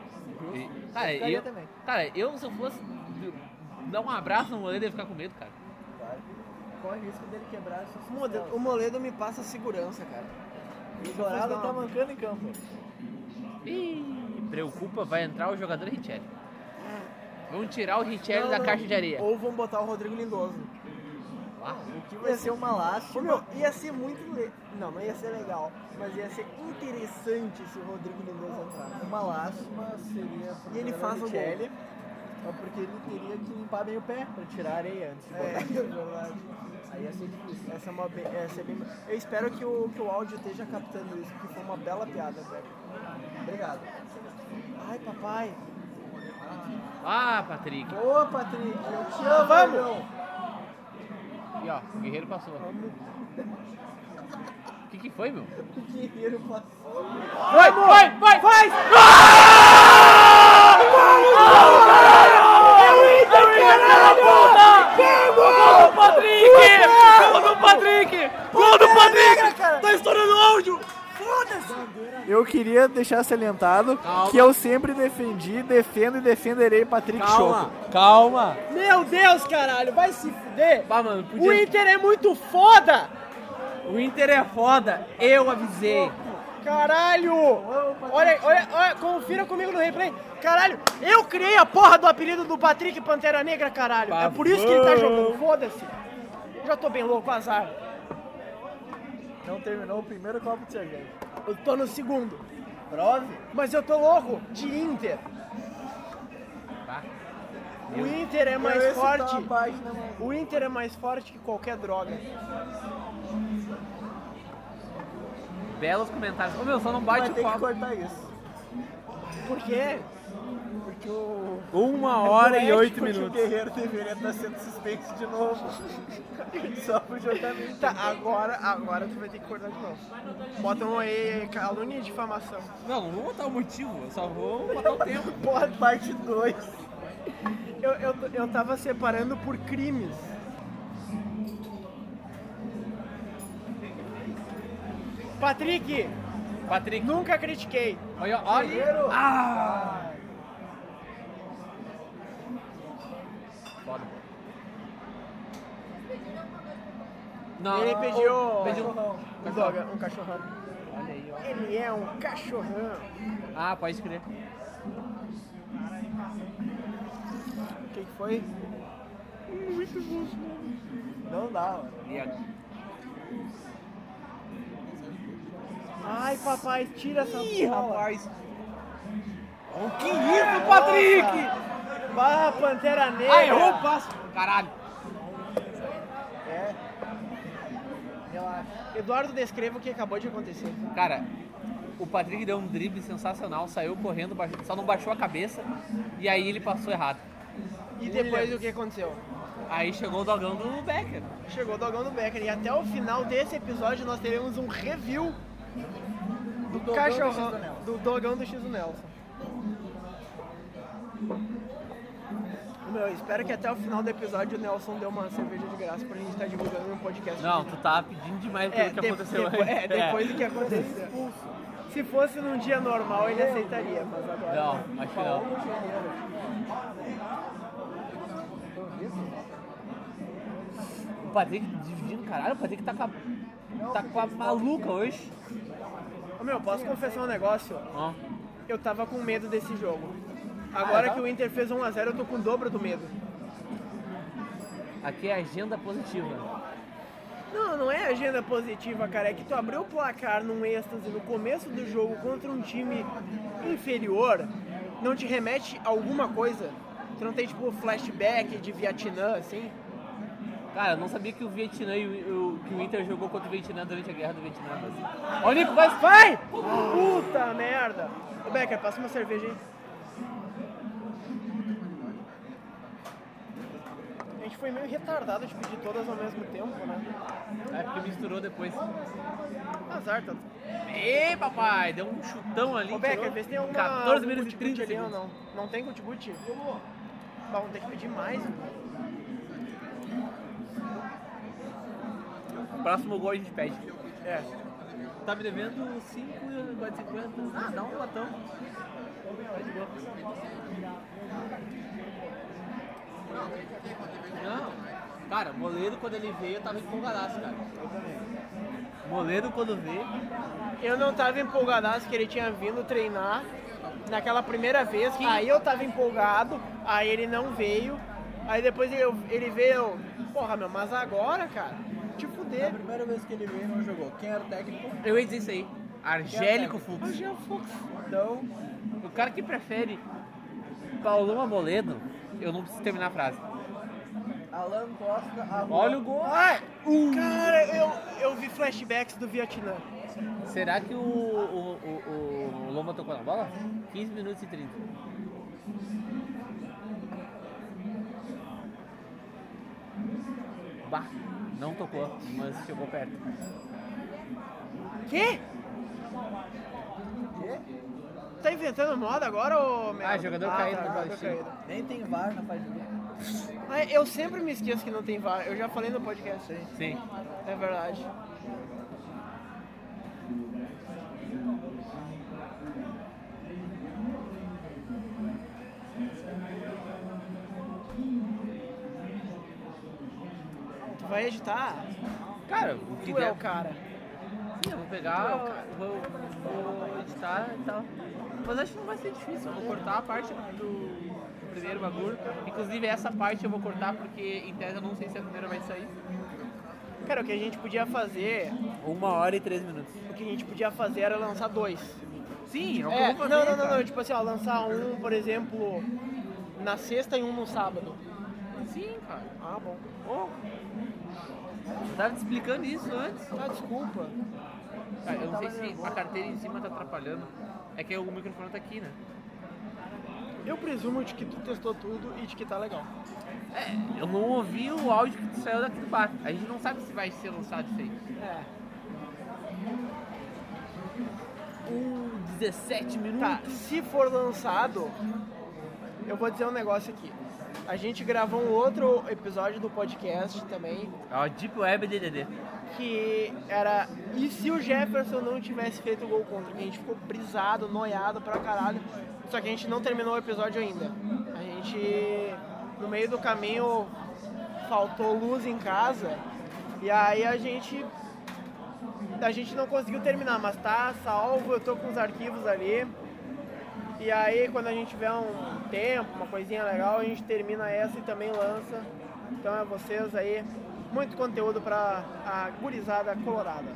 S1: E- Cara,
S3: Ficaria
S1: eu,
S3: também.
S1: cara, eu se eu fosse dar um abraço no moleiro, eu ia ficar com medo, cara.
S3: Corre o risco dele quebrar essas
S2: O Moledo, o Moledo me passa segurança, cara.
S3: O Dourado tá
S2: Não.
S3: mancando em campo.
S1: Ih, preocupa, vai entrar o jogador Richelli. Vão tirar o Richelli da caixa de areia.
S2: Ou vão botar o Rodrigo Lindoso.
S1: Ah,
S3: O que vai ser uma
S2: Ô,
S3: lástima.
S2: meu, ia ser muito. Le... Não, não ia ser legal. Mas ia ser interessante se o Rodrigo Lindoso entrasse.
S3: Uma lástima seria pro
S2: E ele faz o gol.
S3: Michele, é porque ele teria que limpar bem o pé pra tirar a areia antes de
S2: É,
S3: botar.
S2: verdade.
S3: Aí ia ser difícil.
S2: Essa é uma be- essa é bem... Eu espero que o, que o áudio esteja captando isso, porque foi uma bela piada, velho.
S3: Obrigado.
S2: Ai, papai.
S1: ah, Patrick.
S2: Ô, Patrick, eu te
S3: Ah,
S2: amo.
S3: vamos!
S2: irmão.
S1: E ó, o Guerreiro passou. O que, que foi, meu?
S2: O guerreiro passou.
S1: Vai, vai, vai, vai! Gol do Patrick! Gol do Patrick! Gol do Patrick!
S2: Cara,
S1: estourando o áudio!
S3: Eu queria deixar salientado
S1: Calma.
S3: que eu sempre defendi, defendo e defenderei Patrick Choco.
S1: calma!
S2: meu Deus, caralho, vai se fuder.
S1: Bah, mano,
S2: O
S1: podia...
S2: Inter é muito foda.
S1: o Inter é foda, eu avisei.
S2: Caralho! Olha, olha, olha, confira comigo no replay. Caralho, eu criei a porra do apelido do Patrick Pantera Negra, caralho. É por isso que ele tá jogando, foda-se. Já tô bem louco, azar.
S3: Não terminou o primeiro copo de cerveja.
S2: Eu tô no segundo.
S3: Prove?
S2: Mas eu tô louco de Inter.
S1: Tá?
S2: O Inter é mais
S3: Eu ia citar
S2: forte.
S3: uma tá página, mas-
S2: O Inter é mais forte que qualquer droga.
S1: Belos comentários. Ô meu, só não
S3: Vai
S1: bate
S3: ter
S1: o
S3: que
S1: copo.
S3: cortar É isso.
S2: Por quê?
S3: Porque o.
S6: Uma hora e
S3: o
S6: oito
S3: ético que O
S6: minutos.
S3: guerreiro deveria
S2: tá
S3: estar sendo suspenso de novo. Só por julgamento.
S2: Tá, agora, agora tu vai ter que cortar de novo. Botam aí calúnia e difamação.
S1: Não, não vou botar o motivo, eu só vou botar o tempo.
S3: Porra, parte 2.
S2: Eu, eu, eu tava separando por crimes. Patrick,
S1: Patrick,
S2: nunca critiquei.
S1: olha, olha. Ah! Foda. Não,
S2: Ele pediu,
S1: pediu um-
S2: um doga, um cachorrão.
S1: Olha aí, ó.
S2: Ele é um cachorrão.
S1: Ah, pode escrever.
S2: O que que foi?
S3: Não dá, mano.
S2: Ai, papai, tira essa Ih,
S1: Rapaz,
S2: Que isso, Patrick! Bah, Pantera Negra.
S1: ah, errou o passo. Caralho.
S2: Eduardo, descreva o que acabou de acontecer.
S1: Cara, o Patrick deu um drible sensacional, saiu correndo, baixou- só não baixou a cabeça e aí ele passou errado.
S2: E depois o que aconteceu?
S1: Aí chegou o dogão do Becker.
S2: Chegou o Dogão do Becker e até o final desse episódio nós teremos um review do, cachorrão
S3: né?
S2: do, Dogão do X do Nelson. Meu, eu espero que até o final do episódio o Nelson dê uma cerveja de graça pra gente estar divulgando um podcast.
S1: Não, tu tá pedindo demais pelo
S2: é,
S1: que
S2: de-
S1: aconteceu
S2: depois,
S1: aí.
S2: é, depois do que aconteceu. Se fosse num dia normal, ele aceitaria, mas agora.
S1: Não, acho que não. O Patrick dividindo, caralho, o Patrick tá com a, tá com a maluca hoje.
S2: Ô, meu, posso confessar um negócio?
S1: Ó,
S2: Eu tava com medo desse jogo. Agora
S1: Ah, é?
S2: que o Inter fez 1x0, eu tô com o dobro do medo.
S1: aqui é agenda positiva.
S2: Não, não é agenda positiva, cara. É que tu abriu o placar num êxtase no começo do jogo contra um time inferior, não te remete a alguma coisa? Tu não tem, tipo, flashback de Vietnã, assim?
S1: Cara, eu não sabia que o Vietnã e o, o- que o Inter jogou contra o Vietnã durante a guerra do Vietnã. Mas... Ó, o Nico, vai, vai! É
S2: Puta merda! Ô, Becker, passa uma cerveja aí. A gente foi meio retardado de pedir todas ao mesmo tempo, né?
S1: É porque misturou depois.
S2: Azar, tá
S1: Ei, papai, deu um chutão ali.
S2: Ô, Becker,
S1: tirou
S2: vê se tem alguma
S1: 14 minutos e
S2: algum
S1: 30
S2: guti-guti ali ou
S1: segundos.
S2: não. Não tem guti-guti? Bah, vamos ter que pedir mais. né?
S1: Próximo gol a gente pede.
S2: É.
S1: Tá me devendo 5 agora 50. Ah, dá um latão. Faz de boa. Não, cara, Moledo quando ele veio eu tava empolgadaço, cara. Eu também. Moledo quando veio.
S2: Eu não tava empolgadaço que ele tinha vindo treinar naquela primeira vez. Aí eu tava empolgado, aí ele não veio. Aí depois eu- ele veio, eu, porra, meu, mas agora, cara, te
S3: É A
S2: fuder.
S3: primeira vez que ele veio não jogou. Quem era o técnico?
S1: Eu ia dizer isso aí. Argélico Fux.
S2: Hoje é o Fux.
S3: Então,
S1: O cara que prefere Paulão a Moledo, eu não preciso terminar a frase.
S3: Alan Costa, Arrua.
S1: Olha o gol.
S2: um. Cara, eu, eu vi flashbacks do Vietnã.
S1: Será que o, o, o, o Lomba tocou na bola? 15 minutos e 30. Bah, não tocou, mas chegou perto.
S2: Quê? Tá inventando moda agora, ô merda?
S1: Ah, jogador caído
S2: tá,
S1: na
S2: jogador
S1: Palestina.
S2: caído.
S3: Nem tem VAR na página dele.
S2: Ah, Eu sempre me esqueço que não tem VAR. Eu já falei no podcast.
S1: Sim.
S2: É verdade. Tu vai editar?
S1: Cara, o que
S2: Tu é
S1: der.
S2: o cara.
S6: é
S2: é
S1: Sim, eu-
S6: pegar, vou, vou editar e tal. Mas acho que não vai ser difícil, eu vou cortar a parte do, do primeiro bagulho. Inclusive essa parte eu vou cortar porque em tese eu não sei se a primeira vai sair.
S2: Cara, o que a gente podia fazer,
S1: Uma hora e três minutos.
S2: o que a gente podia fazer era lançar dois.
S6: Sim, é o que
S2: É,
S6: eu vou
S2: não,
S6: fazer,
S2: não, não,
S6: cara.
S2: não, tipo assim, ó, lançar um, por exemplo, na sexta e um no sábado.
S6: Sim, cara.
S2: Ah, bom.
S6: Eu tava te explicando isso antes.
S2: Ah, desculpa.
S6: Cara, eu não sei se a carteira em cima tá atrapalhando. É que o microfone tá aqui, né?
S2: Eu presumo de que tu testou tudo e de que tá legal.
S6: Eu não ouvi o áudio que saiu daqui do bar. A gente não sabe se vai ser lançado isso aí.
S2: É.
S1: Um 17 minutos.
S2: Tá, se for lançado, eu vou dizer um negócio aqui. A gente gravou um outro episódio do podcast também,
S1: É o Deep Web DDD.
S2: que era e se o Jefferson não tivesse feito o gol contra, que a gente ficou brisado, noiado pra caralho. Só que a gente não terminou o episódio ainda. A gente no meio do caminho faltou luz em casa e aí a gente a gente não conseguiu terminar, mas tá salvo, eu tô com os arquivos ali. E aí quando a gente tiver um tempo, uma coisinha legal, a gente termina essa e também lança. Então é vocês aí, muito conteúdo pra a gurizada colorada.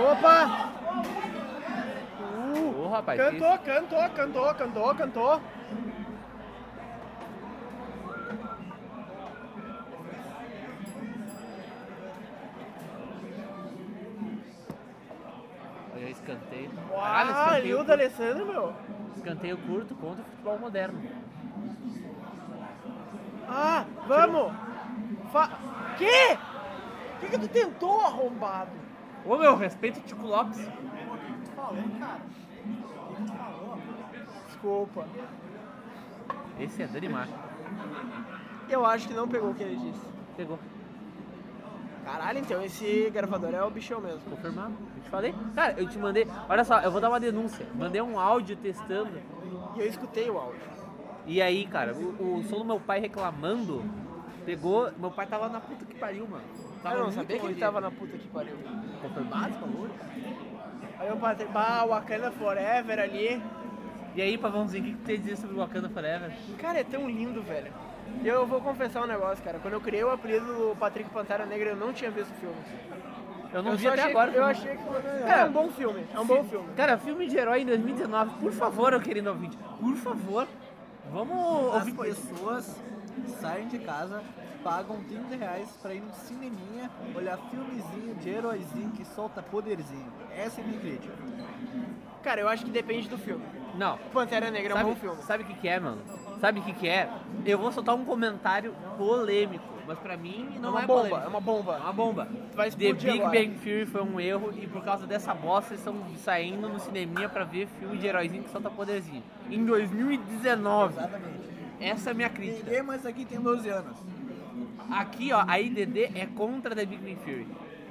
S2: Opa! Uh,
S1: Ô, rapaz,
S2: cantou, cantou, cantou, cantou, cantou.
S1: Eu escanteio.
S2: Uau, Ah, Lil da
S1: escanteio,
S2: Alessandro, meu.
S1: escanteio curto contra o futebol moderno.
S2: Ah, vamos! Fa... Que? Por que, que tu tentou, arrombado?
S6: Ô meu, respeito o Tico Lopes.
S2: Desculpa.
S1: Esse é Danimar.
S2: Eu acho que não pegou o que ele disse.
S1: Pegou.
S2: Caralho, então esse gravador é o bichão mesmo.
S1: Confirmado. Eu te falei. Cara, eu te mandei. Olha só, eu vou dar uma denúncia. Mandei um áudio testando.
S2: E eu escutei o áudio.
S1: E aí, cara, o, o som do meu pai reclamando pegou. Meu pai tava na puta que pariu, mano. Tava
S2: eu não
S1: muito
S2: sabia que ele
S1: longe.
S2: tava na puta que pariu.
S1: confirmado, falou? cara?
S2: Aí eu passei, bah, Wakanda Forever ali.
S1: E aí, Pavãozinho, o que, que você diz sobre o Wakanda Forever?
S2: Cara, é tão lindo, velho. E eu vou confessar um negócio, cara. Quando eu criei o apelido do Patrick Pantera Negra, eu não tinha visto o filme.
S1: Eu não
S2: eu
S1: vi
S2: só
S1: até
S2: achei,
S1: agora.
S2: Eu
S1: filme.
S2: achei que é
S1: Cara,
S2: um bom filme. É um bom filme.
S1: Cara, filme de herói em 2019, por favor, eu querendo ouvinte, por favor, vamos
S3: As
S1: ouvir coisa.
S3: pessoas saem de casa, pagam 30 reais pra ir no cineminha olhar filmezinho de heróizinho que solta poderzinho. Essa é minha crítica.
S2: Cara, eu acho que depende do filme.
S1: Não,
S2: Pantera Negra é um bom
S1: sabe,
S2: filme.
S1: sabe o que, que é, mano? Sabe o que, que é? Eu vou soltar um comentário polêmico, mas pra mim não
S2: é uma
S1: é
S2: bomba,
S1: polêmico.
S2: é uma bomba.
S1: É uma bomba.
S2: vai
S1: The
S2: explodir
S1: Big
S2: agora.
S1: Bang Theory foi um erro e por causa dessa bosta eles estão saindo no cineminha pra ver filme de heróizinho que solta poderzinho. Em 2019.
S3: Exatamente.
S1: Essa é a minha crítica.
S3: Ninguém mais aqui tem 12 anos.
S1: Aqui, ó, a IDD é contra The Big Bang Theory.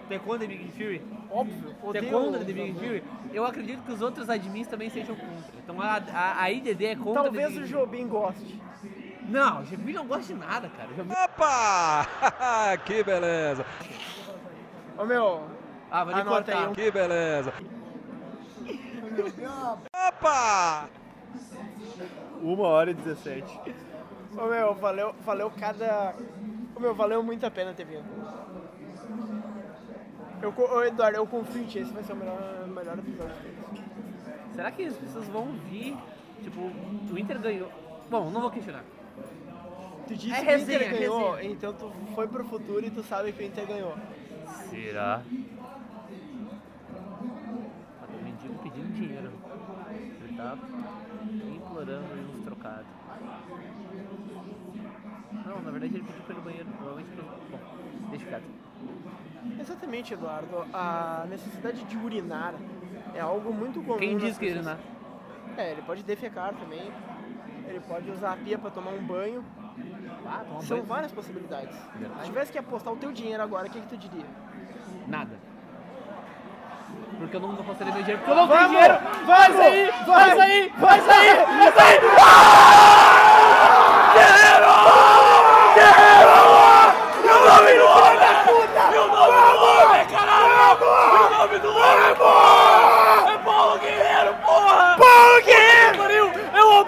S1: Tu é contra The Big Bang Theory?
S2: Óbvio.
S1: Você é
S2: odeio
S1: contra
S2: o-
S1: The Big Bang Theory? Eu acredito que os outros admins também sejam contra. Então a, a, a IDD é contra The
S2: Talvez
S1: Big
S2: o
S1: Bang
S2: Jobim goste.
S1: Theory. Não, o Jamil não gosta de nada, cara. O Jamil-
S4: Opa! que beleza!
S2: Ô meu,
S1: Ah, vou ter que
S2: Anota
S1: cortar.
S2: aí
S4: Que beleza! Opa!
S3: Uma hora e 17.
S2: ô meu, valeu, valeu cada. Ô meu, valeu muito a pena ter vindo. Eu, co- ô, Eduardo, eu confio em ti, esse vai ser o melhor, melhor episódio deles.
S1: Será que as pessoas vão vir? Tipo, o Inter ganhou. Bom, não vou questionar.
S2: Tu disse
S1: É
S2: que o Inter
S1: resenha,
S2: ganhou, então tu foi pro futuro e tu sabe que o Inter ganhou.
S1: Será? O mendigo pedindo dinheiro. Ele tá implorando ali uns trocados. Não, na verdade ele pediu pelo banheiro. Provavelmente pelo. Bom, deixa quieto.
S2: Exatamente, Eduardo. A necessidade de urinar é algo muito comum.
S1: Quem
S2: nas
S1: diz que ele
S2: pessoas.
S1: não?
S2: É, ele pode defecar também. Ele pode usar a pia pra tomar um banho.
S1: Ah, toma
S2: São
S1: banho.
S2: várias possibilidades.
S1: Verdade.
S2: Se tivesse que apostar o teu dinheiro agora, o que, que tu diria?
S1: Nada. Porque eu não vou fazer meu dinheiro, porque eu não tenho
S2: Vamos!
S1: dinheiro!
S2: Vamos!
S1: Faz aí! Faz
S2: Vai!
S1: aí! Faz aí! Faz aí!
S4: Meu nome do
S1: é?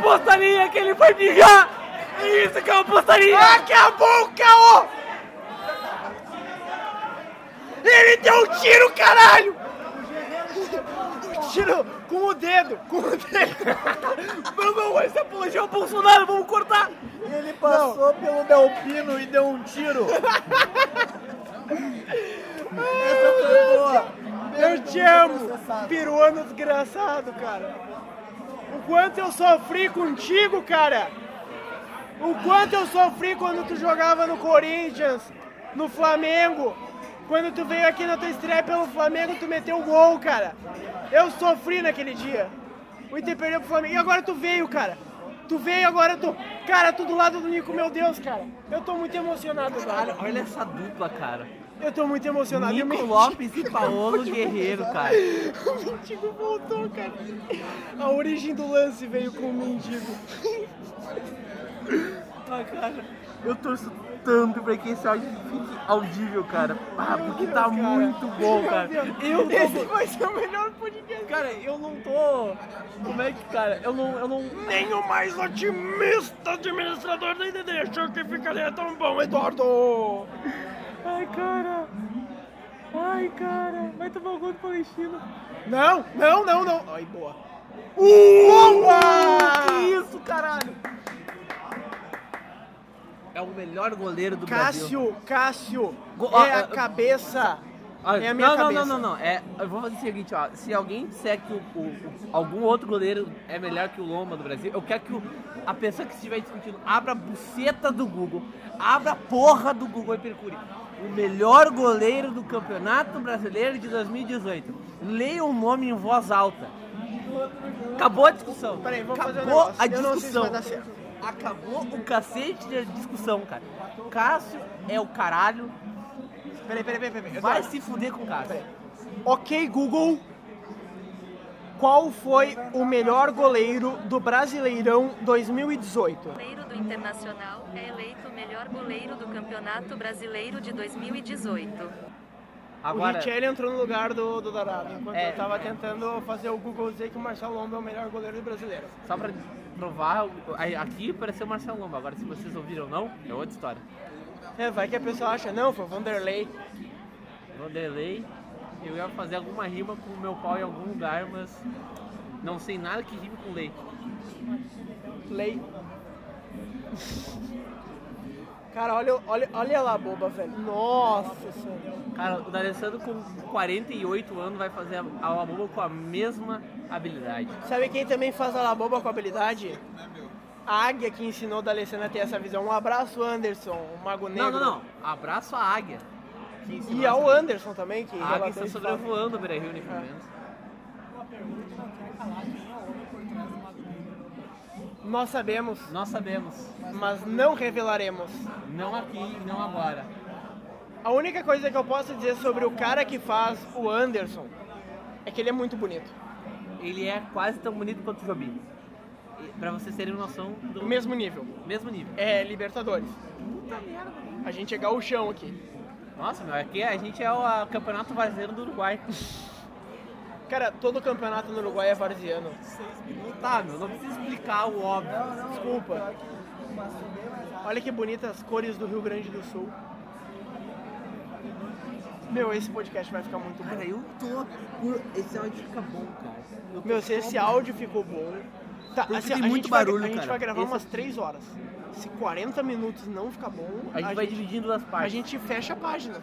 S5: passarinho que ele foi mijar! É isso que é um passarinho!
S3: Acabou o caô! Ele deu um tiro, caralho!
S2: Tirou Um com o dedo, com o dedo.
S5: Vamos, vamos, esse apologia
S2: é
S5: ao Bolsonaro, vamos cortar!
S3: Ele passou pelo Delpino e deu um tiro. Essa foi boa.
S2: Eu te amo, peruano desgraçado, cara. O quanto eu sofri contigo, cara. O quanto eu sofri quando tu jogava no Corinthians, no Flamengo. Quando tu veio aqui na tua estreia pelo Flamengo, tu meteu o gol, cara. Eu sofri naquele dia. O Inter perdeu pro Flamengo. E agora tu veio, cara. Tu veio agora, tu. Cara, tu do lado do Nico, meu Deus, cara. Eu tô muito emocionado, cara.
S1: Olha essa dupla, cara.
S2: Eu tô muito emocionado. Eu
S1: Nico
S2: menti.
S1: Lopes e Paolo Guerreiro, cara.
S2: O mendigo voltou, cara. A origem do lance veio com o mendigo.
S1: Eu torço tanto pra que esse áudio fique audível, cara. Ah,
S2: Meu
S1: porque
S2: Deus,
S1: tá
S2: cara.
S1: muito bom, cara.
S2: Meu Deus,
S1: Eu tô-
S2: Esse vai ser o melhor podcast.
S1: Cara, eu não tô. Como é que, cara? Eu não. Eu não...
S2: Nem o mais otimista administrador da IDD achou que ficaria tão bom, Eduardo. Ai, cara. Ai, cara. Vai tomar o gol do Palestino. Não, não, não, não. Ai, boa. Uh! Boa!
S1: Que isso, caralho! É o melhor goleiro do Brasil.
S2: Cássio, Cássio.
S1: Go-
S2: é
S1: ah,
S2: a
S1: ah,
S2: cabeça.
S1: Ah,
S2: é a minha
S1: não,
S2: cabeça.
S1: não, não, não, não. É, eu vou fazer o seguinte, ó. Se alguém disser que o, o- o- algum outro goleiro é melhor que o Loma do Brasil, eu quero que o- a pessoa que estiver discutindo abra a buceta do Google, abra a porra do Google e percure. O melhor goleiro do Campeonato Brasileiro de 2018. Leia o nome em voz alta. Acabou a discussão.
S2: Peraí, vamos fazer um
S1: Acabou
S2: negócio.
S1: a
S2: Eu não sei se
S1: discussão.
S2: vai dar certo.
S1: Acabou o cacete da discussão, cara. Cássio é o caralho.
S2: Peraí, peraí, peraí. peraí.
S1: Vai se fuder com o Cássio.
S2: Ok, Google. Qual foi o melhor goleiro do Brasileirão 2018?
S7: goleiro do Internacional é eleito o melhor goleiro do Campeonato Brasileiro de 2018.
S2: o Richelli entrou no lugar do, do Dourado, enquanto
S1: É.
S2: eu tava tentando fazer o Google dizer que o Marcelo Lomba é o melhor goleiro do brasileiro.
S1: Só pra provar, aí aqui pareceu o Marcelo Lomba. Agora, se vocês ouviram ou não, é outra história.
S2: É, vai que a pessoa acha, não, foi o Vanderlei.
S1: Vanderlei, eu ia fazer alguma rima com o meu pau em algum lugar, mas não sei nada que rime com lei.
S2: Lei. Cara, olha, olha, olha lá, boba, velho. Nossa senhora.
S1: Cara, o D'Alessandro com 48 anos vai fazer a Labuba com a mesma habilidade.
S2: Sabe quem também faz a laboba com habilidade? A águia que ensinou da Alessandra a ter essa visão. Um abraço, Anderson, o Mago Negro.
S1: Não, não, não. Abraço à águia. Que ensinou
S2: E ao tá
S1: essa-
S2: Anderson também, que
S1: A águia
S2: relatou
S1: está
S2: isso.
S1: sobrevoando o Beira Rio,
S2: É.
S1: pelo menos.
S2: Nós sabemos,
S1: Nós sabemos.
S2: mas não revelaremos.
S1: Não aqui, não agora.
S2: A única coisa que eu posso dizer sobre o cara que faz o Anderson é que ele é muito bonito.
S1: Ele é quase tão bonito quanto o Jobim. E- Pra vocês terem noção do
S2: O mesmo nível.
S1: mesmo nível.
S2: É Libertadores. A gente é gaúchão aqui.
S1: Nossa, meu, aqui a gente é o a, campeonato brasileiro do Uruguai.
S2: Cara, todo campeonato no Uruguai é varziano.
S1: Não tá, meu, não precisa explicar o óbvio.
S2: Desculpa. Olha que bonitas as cores do Rio Grande do Sul. Meu, esse podcast vai ficar muito bom.
S1: Cara, eu tô. Esse áudio fica bom, cara.
S2: Meu, se esse áudio ficou bom. Tá,
S1: Porque
S2: assim,
S1: tem
S2: a
S1: muito
S2: gente
S1: barulho,
S2: vai, A gente
S1: cara.
S2: vai gravar
S1: Esse-
S2: umas 3 horas. Se 40 minutos não ficar bom,
S1: A gente vai dividir em duas
S2: a
S1: partes.
S2: gente fecha a página.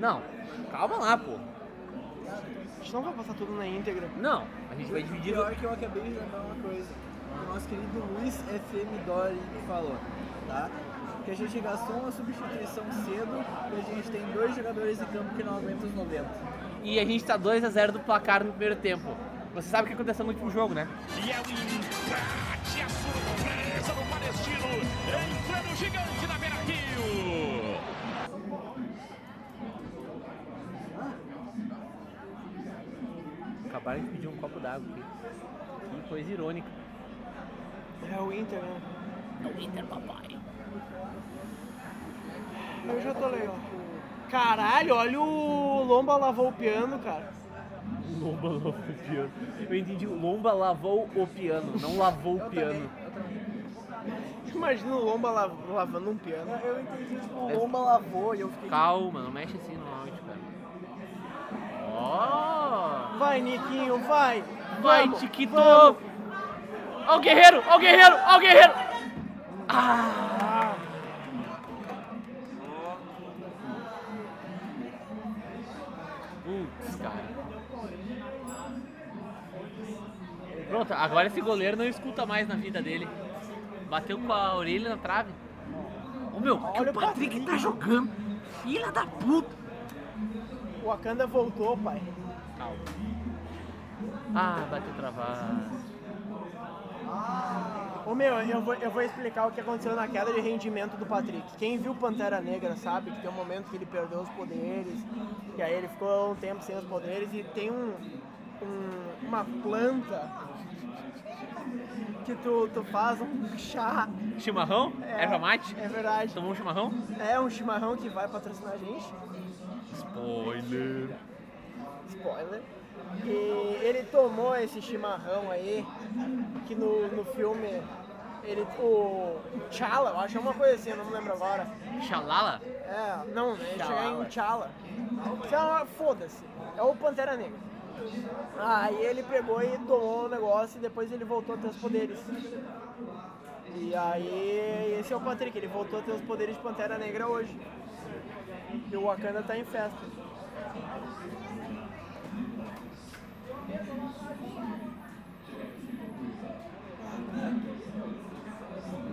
S1: Não, calma lá, pô.
S2: A gente não vai passar tudo na íntegra.
S1: Não, a gente vai dividir.
S3: Pior que eu acabei de lembrar uma coisa. O nosso querido Luiz FM Dori falou, tá? Que a gente gastou uma substituição cedo e a gente tem dois jogadores em campo que não aguentam os 90.
S1: E a gente tá 2x0 do placar no primeiro tempo. Você sabe o que aconteceu no último jogo, né?
S8: E é o empate, a surpresa do Palestino, entrando gigante na beira-rio.
S1: Acabaram de pedir um copo d'água aqui. Que coisa irônica.
S2: É o Inter, né? É o Inter, papai. Eu já tô legal. Caralho, olha o Lomba lavou o piano, cara.
S1: Lomba lavou o piano. Eu entendi, o Lomba lavou o piano, não lavou o piano.
S3: Eu também.
S2: Imagina o Lomba la- lavando um piano.
S3: Eu entendi,
S2: É.
S3: tipo, o Lomba lavou e eu fiquei.
S1: Calma, não mexe assim no áudio, cara. Ó!
S2: Vai, Niquinho, vai!
S1: Vai,
S2: Vamos,
S1: Tiquito! Ó
S2: vamos.
S1: o guerreiro! Ó o guerreiro! Ó o guerreiro! Ah! Putz, cara. Pronto, agora esse goleiro não escuta mais na vida dele. Bateu com a orelha na trave. Ô meu, que
S2: Olha
S1: o
S2: o
S1: Patrick tá jogando! Filha da puta!
S2: O Wakanda voltou, pai.
S1: Calma. Ah, bateu travado.
S2: Ô meu, eu vou, eu vou explicar o que aconteceu na queda de rendimento do Patrick. Quem viu Pantera Negra sabe que tem um momento que ele perdeu os poderes, e aí ele ficou um tempo sem os poderes, e tem um, um- uma planta que tu, tu faz um chá.
S1: Chimarrão?
S2: É,
S1: Erva mate?
S2: É verdade.
S1: Tomou um chimarrão?
S2: É um chimarrão que vai patrocinar a gente.
S1: Spoiler.
S2: spoiler. E ele tomou esse chimarrão aí, que no, no filme. Ele, o Chala, eu acho é uma coisa assim, eu não me lembro agora.
S1: Xalala?
S2: É, não, ele chega em Chala. Chala, foda-se. É o Pantera Negra. Aí ele pegou e tomou o negócio e depois ele voltou a ter os poderes. E aí, esse é o Patrick, ele voltou a ter os poderes de Pantera Negra hoje. E o Wakanda tá em festa.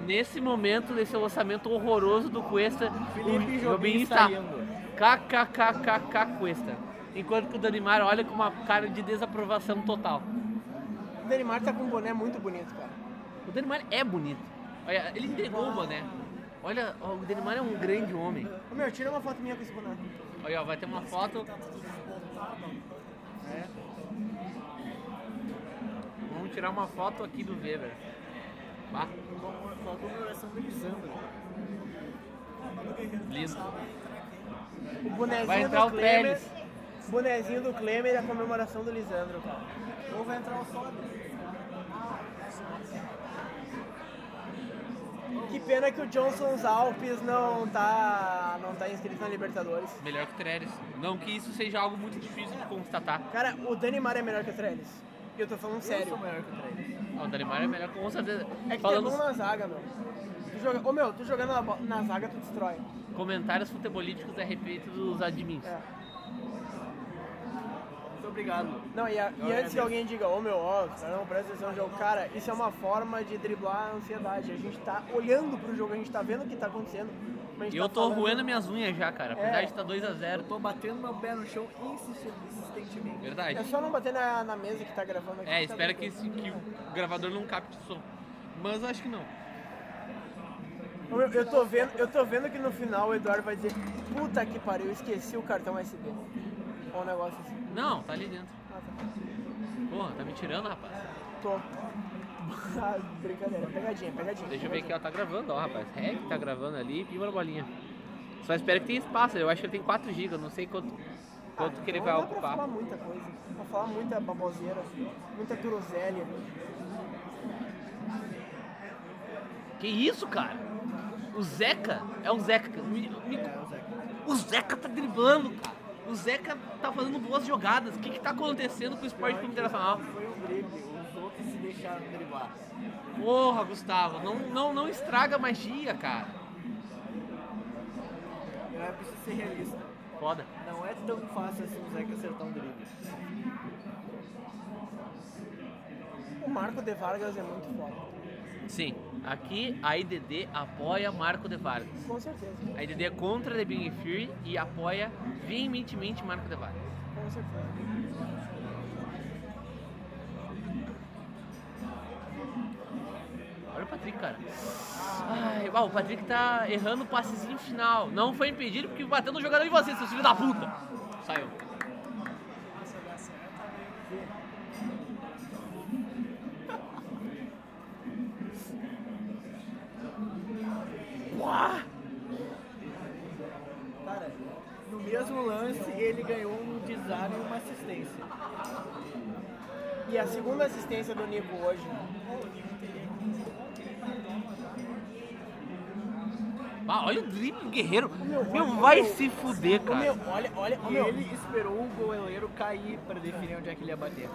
S1: Nesse momento, desse lançamento horroroso do Cuesta,
S3: Felipe
S1: o
S3: Jobim
S1: está
S3: está indo.
S1: kkkk Cuesta. Enquanto que o Danimar olha com uma cara de desaprovação total.
S2: O Neymar tá com um boné muito bonito, cara.
S1: O Danimar é bonito. Olha, ele entregou o boné. Olha, ó, o Danimar é um grande homem.
S2: Ô, meu, tira uma foto minha com esse boné.
S1: Olha, ó, vai ter uma foto. É. Vamos tirar uma foto aqui do Weber. Bah,
S3: Com a comemoração do Lisandro.
S1: lindo.
S2: O bonezinho
S1: Vai entrar
S2: do
S1: o
S2: Klemer.
S1: Teles.
S2: Bonezinho do Klemer e a comemoração do Lisandro, cara.
S3: Ou vai entrar o Sobe.
S2: Que pena que o Johnson Alpes não tá, não tá inscrito na Libertadores.
S1: Melhor que o Trellis. Não que isso seja algo muito difícil de constatar.
S2: Cara, o Danimar é melhor que o Trellis. E eu tô falando sério.
S1: Ah, O Danimar é melhor com certeza.
S2: É que
S1: Falando
S2: tem bom na zaga, meu. Tu joga... Ô, meu, tu jogando na, bo- na zaga, tu destrói.
S1: comentários futebolísticos a respeito dos admins.
S2: É.
S3: Muito obrigado.
S2: Não, e, a- e antes que alguém diga, ô meu, ó, cara, não presta atenção no jogo. Cara, isso é uma forma de driblar a ansiedade. A gente tá olhando pro jogo, a gente tá vendo o que tá acontecendo. mas a gente
S1: E eu
S2: tá
S1: tô
S2: falando-
S1: roendo minhas unhas já, cara. Apesar de tá 2x0.
S3: Tô batendo meu pé no chão insistentemente.
S1: Verdade.
S2: É só não bater na, na mesa que tá gravando aqui.
S1: É,
S2: tá
S1: espero que,
S2: tranquilo.
S1: esse- que o gravador não capte o som. Mas acho que não.
S2: Ô, meu, Eu tô, vendo, eu tô vendo que no final o Eduardo vai dizer, puta que pariu, esqueci o cartão SD. Ou um negócio assim.
S1: Não, tá ali dentro.
S2: Ah, tá.
S1: Porra, tá me tirando, rapaz.
S2: Tô. Ah, Brincadeira, pegadinha, pegadinha.
S1: Deixa eu ver aqui, ó. Tá gravando, ó, rapaz. É que tá gravando ali. Pima na bolinha. Só espero que tenha espaço. Eu acho que ele tem 4 GB. Não sei quanto, quanto que ele vai
S2: Não dá pra
S1: ocupar.
S2: falar muita coisa. Pra falar muita baboseira, muita groselha.
S1: Que isso, cara? O Zeca é o Zeca. Me- me- É, o Zeca tá driblando, cara. O Zeca tá fazendo boas jogadas. O que, que tá acontecendo com o esporte clube internacional?
S3: Foi um drible, os outros se deixaram driblar.
S1: Porra, Gustavo, não, não, não estraga a magia, cara.
S3: Eu preciso é ser realista.
S1: Foda.
S3: Não é tão fácil assim o Zeca acertar um drible.
S2: O Marco de Vargas é muito foda.
S1: Sim, aqui a IDD apoia Marco de Vargas.
S2: Com certeza,
S1: A IDD é contra The Big Fury e apoia veementemente Marco de Vargas.
S2: com certeza.
S1: Olha o Patrick, cara. Ai, uau, o Patrick tá errando o passezinho final. Não foi impedido porque bateu no jogador de vocês, seus filhos da puta. Saiu.
S3: Cara, no mesmo lance ele ganhou um desarme e uma assistência.
S2: E a segunda assistência do Nico hoje.
S1: Ah, olha o drible do Guerreiro. Meu, vai se fuder,
S3: Ô,
S1: cara.
S3: meu, olha, olha, ô,
S2: E
S3: meu.
S2: ele
S3: ele esperou o goleiro cair pra definir onde é que ele ia bater.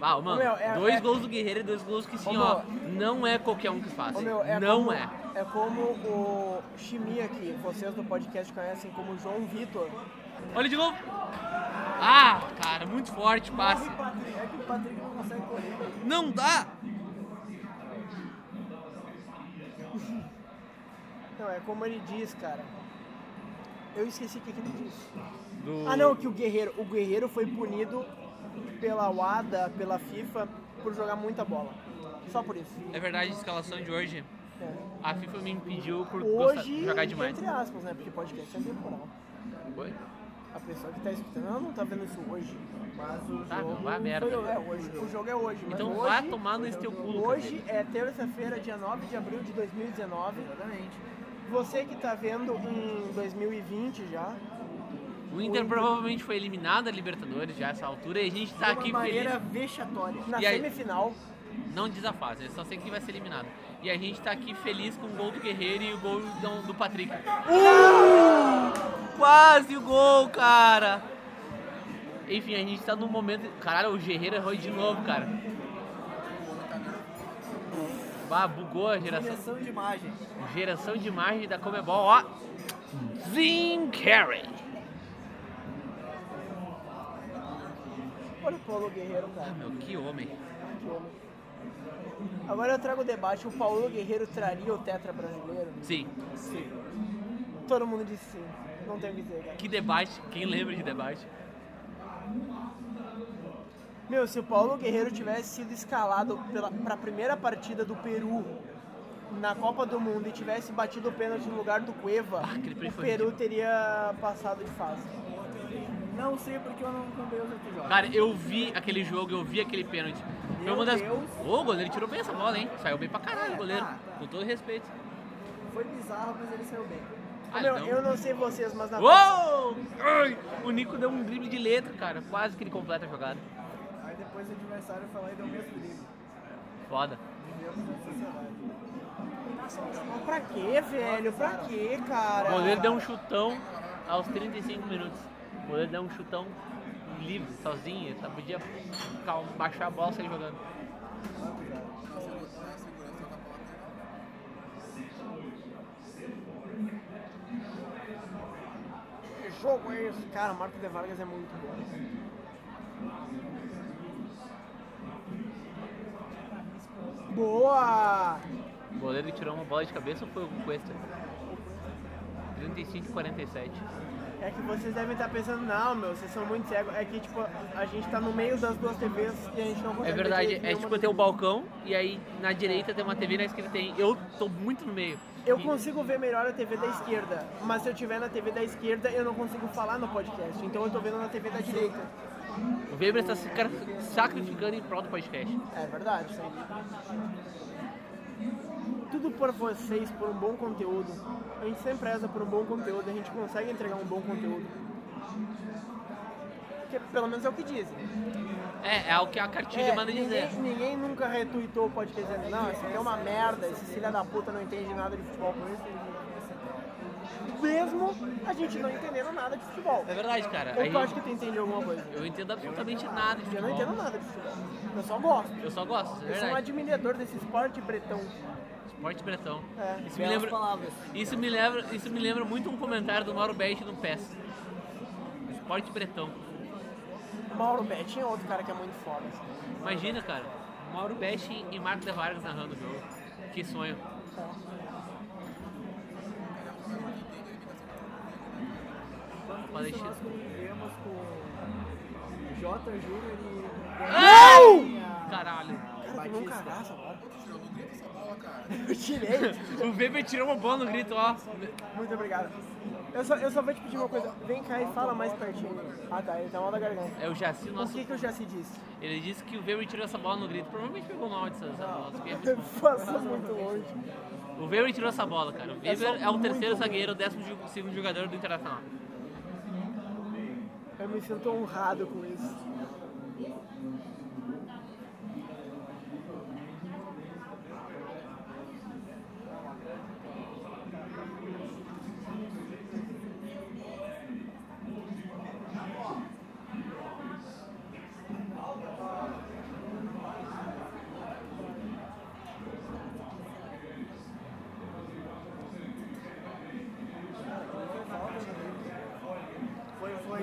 S1: Ah, mano,
S2: meu, é-
S1: dois
S2: é-
S1: gols do Guerreiro e dois gols que sim,
S2: Ô,
S1: ó. Não é qualquer um que faz.
S2: Ô, meu, é
S1: não
S2: como,
S1: é.
S2: É como o Chimia aqui, vocês do podcast conhecem como João Vitor.
S1: Olha de novo. Ah, cara, muito forte o passe.
S3: É que o Patrick não consegue correr.
S1: Não dá.
S2: Não, é como ele diz, cara. Eu esqueci o que que ele disse.
S1: Do-
S2: Ah não, que o Guerreiro. O Guerreiro foi punido pela WADA, pela FIFA, por jogar muita bola. Só por isso.
S1: É verdade, a escalação de hoje.
S2: É.
S1: A FIFA me impediu por gostar
S2: Hoje,
S1: de jogar demais.
S2: entre aspas, né? Porque podcast é temporal.
S1: Oi?
S2: A pessoa que tá escutando, ela não tá vendo isso hoje. Mas o
S1: Tá,
S2: jogo
S1: não, vai a merda.
S2: foi- é hoje. O jogo é hoje. mas
S1: Então
S2: hoje,
S1: vá tomar nesse teu culo,
S2: Hoje é terça-feira, dia 9 de abril de 2019. Exatamente. Você que tá vendo em 2020 já,
S1: O Inter provavelmente foi eliminado da Libertadores já a essa altura e a gente tá aqui
S3: de uma
S1: feliz.
S3: maneira vexatória.
S2: na
S1: E aí?
S2: semifinal,
S1: Não diz a fase, eu só sei que vai ser eliminado. E a gente tá aqui feliz com o gol do Guerreiro e o gol do, do Patrick. Uh! Quase o gol, cara! Enfim, a gente tá num momento. Caralho, o Guerreiro errou de novo, cara. Bah, bugou a geração.
S3: Direção de imagem.
S1: Geração de imagem da Comebol, ó. Jim Carrey.
S2: olha o Paulo Guerreiro, cara.
S1: Ah, meu, que homem.
S2: Que homem. Agora eu trago o debate, o Paulo Guerreiro traria o Tetra brasileiro?
S1: Sim,
S2: Todo mundo disse sim. Não tem o que dizer, cara.
S1: que debate. Quem lembra de debate?
S2: Meu, se o Paulo Guerreiro tivesse sido escalado pela, pra primeira partida do Peru na Copa do Mundo e tivesse batido o pênalti no lugar do Cueva,
S1: Ah, aquele
S2: o
S1: pênalti foi
S2: Peru teria passado de fase.
S3: Não sei porque eu não comprei os outros jogos.
S1: Cara, eu vi aquele jogo, eu vi aquele pênalti. Foi
S3: Meu
S1: uma das.
S3: Deus.
S1: Ô, o goleiro tirou bem essa bola, hein? Saiu bem pra caralho o goleiro.
S3: Ah, tá.
S1: Com todo respeito.
S3: Foi bizarro, mas ele saiu bem.
S1: Ah,
S2: Meu,
S1: então-
S2: eu não sei vocês, mas
S3: Tá
S2: na
S1: Uou! Ai, O Nico deu um drible de letra, cara. Quase que ele completa a jogada.
S3: Aí depois o adversário foi lá e deu o mesmo livro.
S1: Foda.
S3: Vivemos na sociedade.
S2: Mas Pra quê, velho? Pra quê, cara?
S1: O goleiro deu um chutão aos 35 minutos. O goleiro deu um chutão livre, sozinho. Ele só podia cal- baixar a bola e sair jogando.
S2: Que jogo é esse? Cara, o Marco de Vargas é muito bom. Boa!
S1: O goleiro tirou uma bola de cabeça ou foi o Cuesta? 35 47.
S2: É que vocês devem estar pensando, não, meu, vocês são muito cegos. É que, tipo, a gente tá no meio das duas TVs e a gente não consegue.
S1: É verdade,
S2: ver
S1: é
S2: nenhuma
S1: tipo
S2: das
S1: tem o
S2: duas.
S1: balcão e aí na direita tem uma TV na esquerda tem. Eu tô muito no meio.
S2: Eu
S1: E-
S2: consigo ver melhor a TV da esquerda, mas se eu tiver na TV da esquerda, eu não consigo falar no podcast. Então eu tô vendo na TV da direita.
S1: O Weber está se car- sacrificando em prol do podcast.
S2: É verdade, sim. Tudo por vocês, por um bom conteúdo. A gente sempre preza por um bom conteúdo, a gente consegue entregar um bom conteúdo. Que pelo menos é o que dizem.
S1: É, é o que a cartilha
S2: É,
S1: manda dizer.
S2: ninguém, ninguém nunca retweetou o podcast dizendo, não, isso aqui é uma merda, esse filho da puta não entende nada de futebol. Mesmo a gente não entendendo nada de futebol.
S1: É verdade, cara.
S2: Ou
S1: A
S2: tu acha
S1: gente-
S2: que tu entende alguma coisa?
S1: Eu entendo absolutamente nada de
S2: Eu não entendo
S1: futebol.
S2: nada de futebol. Eu só gosto.
S1: Eu só gosto, é
S2: Eu sou um
S1: verdade.
S2: admirador desse esporte bretão.
S1: Esporte bretão.
S2: É,
S1: Isso me
S3: Belas
S1: lembra.
S3: palavras.
S1: Isso me lembra, isso me lembra muito um comentário do Mauro Betti no PES. Esporte bretão.
S2: Mauro Betti é outro cara que é muito foda. assim.
S1: Imagina, cara, Mauro Betti e Marco de Vargas narrando o jogo. Que sonho. Palestina.
S3: Nós convivemos com J. Júnior e
S1: Caralho.
S2: Cara, tomou um cagaço agora. Eu tirei.
S1: O Weber tirou uma bola no grito, ó.
S2: Muito obrigado. Eu só, eu só vou te pedir uma coisa. Vem cá e fala mais pertinho. Ah tá, ele tá mal da garganta.
S1: É o Jaci, o
S2: O
S1: nosso.
S2: que que eu já se disse?
S1: Ele disse que o Weber tirou essa bola no grito. Provavelmente pegou no áudio essa essa bola. porque é muito bom.
S2: Passou muito longe.
S1: O Weber tirou essa bola, cara. O Weber é o terceiro zagueiro, o décimo ju- segundo jogador do Internacional.
S2: Eu me sinto honrado com isso.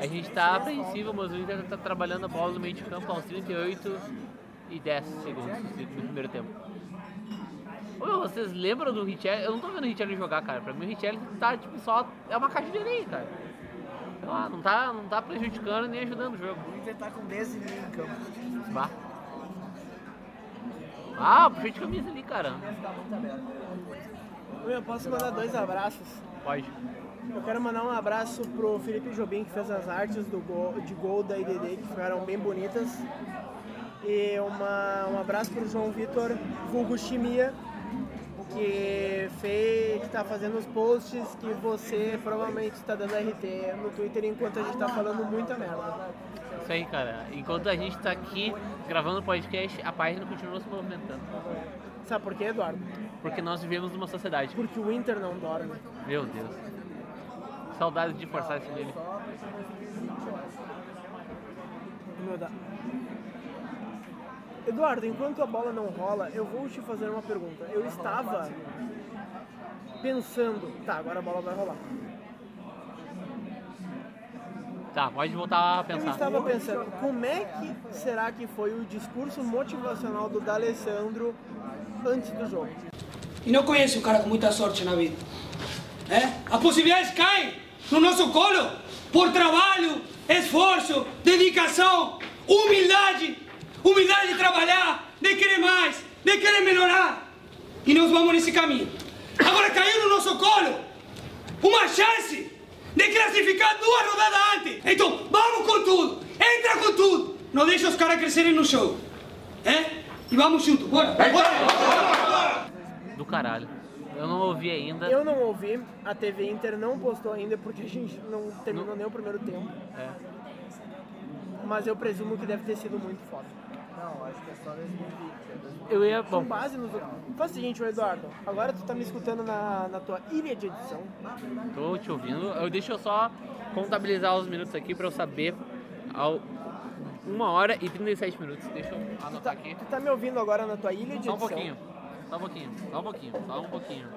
S1: A gente tá apreensivo, mas o Inter tá trabalhando a bola no meio de campo aos 38 e 10 segundos do primeiro tempo. Ô, meu, vocês lembram do Richelli? Eu não tô vendo o Richelli jogar, cara. Pra mim o Richelli tá, tipo, só... É uma caixa de areia, cara. Sei lá, não tá, não tá prejudicando nem ajudando o jogo.
S9: O Inter tá com 10 mil em campo.
S1: Bah. Ah, puxei de camisa ali, cara.
S2: Eu posso mandar dois abraços?
S1: Pode.
S2: Eu quero mandar um abraço pro Felipe Jobim, que fez as artes do gol, de gol da IDD, que ficaram bem bonitas. E uma, um abraço pro João Vitor, vulgo Chimia, que fez, que tá fazendo os posts que você provavelmente está dando RT no Twitter enquanto a gente tá falando muita merda.
S1: Isso aí, cara. Enquanto a gente tá aqui gravando o podcast, a página continua se movimentando.
S2: Sabe por quê, Eduardo?
S1: Porque nós vivemos numa sociedade.
S2: Porque o Inter não dorme.
S1: Meu Deus. Saudades de forçar esse meme.
S2: Meu da- Eduardo, enquanto a bola não rola, eu vou te fazer uma pergunta. Eu estava pensando, tá, agora a bola vai rolar.
S1: Tá, pode voltar a
S2: Eu
S1: pensar.
S2: estava pensando, como é que será que foi o discurso motivacional do D'Alessandro antes do jogo?
S10: E não conheço um cara com muita sorte na vida. né? As possibilidades caem no nosso colo por trabalho, esforço, dedicação, humildade. Humildade de trabalhar, de querer mais, de querer melhorar. E nós vamos nesse caminho. Agora caiu no nosso colo uma chance de classificar duas rodadas antes. Então, vamos com tudo. Entra com tudo. Não deixa os caras crescerem no jogo. É? E vamos junto. Bora. bora.
S1: Do caralho. Eu não ouvi ainda.
S2: Eu não ouvi, a TV Inter não postou ainda porque a gente não terminou nem o primeiro tempo,
S1: É.
S2: mas eu presumo que deve ter sido muito foda.
S9: Não, acho que é só 2020. é 2020.
S1: Eu ia.
S2: Com
S1: Bom,
S2: base nos outros. Faz o seguinte, ô Eduardo, agora tu tá me escutando na, na tua ilha de edição.
S1: tô te ouvindo. Eu, deixa eu só contabilizar os minutos aqui pra eu saber. Ao... 1 hora e 37 minutos. Deixa eu
S2: Tu
S1: anotar
S2: tá,
S1: aqui.
S2: tu tá me ouvindo agora na tua ilha de
S1: Só
S2: edição.
S1: um pouquinho. Só um pouquinho. Só um pouquinho. Só um pouquinho.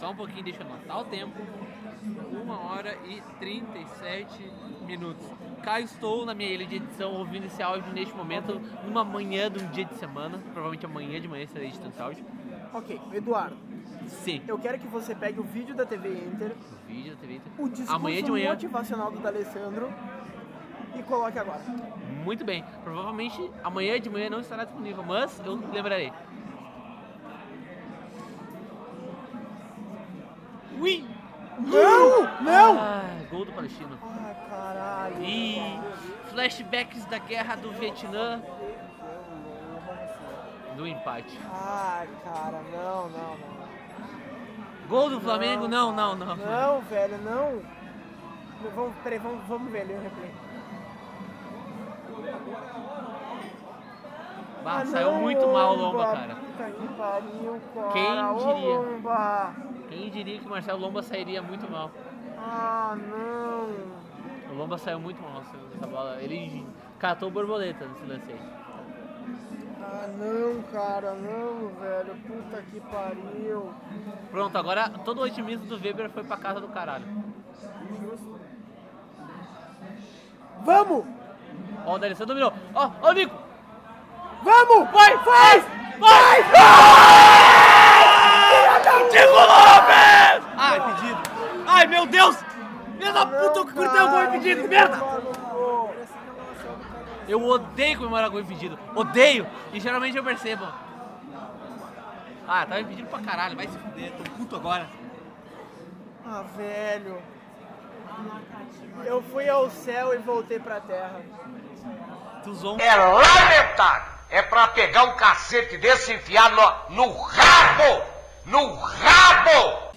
S1: Só um pouquinho, deixa eu anotar o tempo. 1 hora e 37 minutos. Cá estou na minha ilha de edição, ouvindo esse áudio neste momento, numa manhã de um dia de semana. Provavelmente amanhã de manhã estarei editando esse áudio.
S2: Ok, Eduardo,
S1: Sim.
S2: eu quero que você pegue o vídeo da TV Inter,
S1: O vídeo da TV.
S2: o discurso é um
S1: Amanhã de manhã.
S2: motivacional do D'Alessandro e coloque agora.
S1: Muito bem. Provavelmente amanhã de manhã não estará disponível, mas eu lembrarei. Ui!
S2: Não! Não!
S1: Ah, gol do Palestino.
S2: Ah, caralho.
S1: E flashbacks da guerra do Vietnã. Do empate.
S2: Ah, cara, não, não, não.
S1: Gol do Flamengo? Não, não, não.
S2: Não, velho, não. Vamos, peraí, vamos, vamos ver ali o replay.
S1: Bah,
S2: Ah,
S1: saiu
S2: não,
S1: muito mal o Lomba,
S2: Lomba,
S1: cara.
S2: Puta que pariu, cara.
S1: Quem
S2: Ô,
S1: diria?
S2: Lomba.
S1: Quem diria que o Marcelo Lomba sairia muito mal?
S2: Ah, não.
S1: O Lomba saiu muito mal nessa bola. Ele catou borboleta nesse lance aí.
S2: Ah, não, cara, não, velho. Puta que pariu.
S1: Pronto, agora todo o otimismo do Weber foi pra casa do caralho.
S2: Vamos!
S1: Ó, o D'Alessandro dominou. Ó, ó o Nico.
S2: Vamos! Vai, faz! Vai!
S10: Ai, pedido. Ai, meu Deus! Filha da puta, eu curtei o gol impedido, merda!
S1: Eu odeio comemorar gol impedido. Odeio. E geralmente eu percebo. Ah, tava impedido pra caralho. Vai se fuder. Tô puto agora.
S2: Ah, velho. Eu fui ao céu e voltei pra terra.
S1: Tu zomba.
S11: É lamentável. É pra pegar um cacete desse e enfiar no, no rabo. No rabo.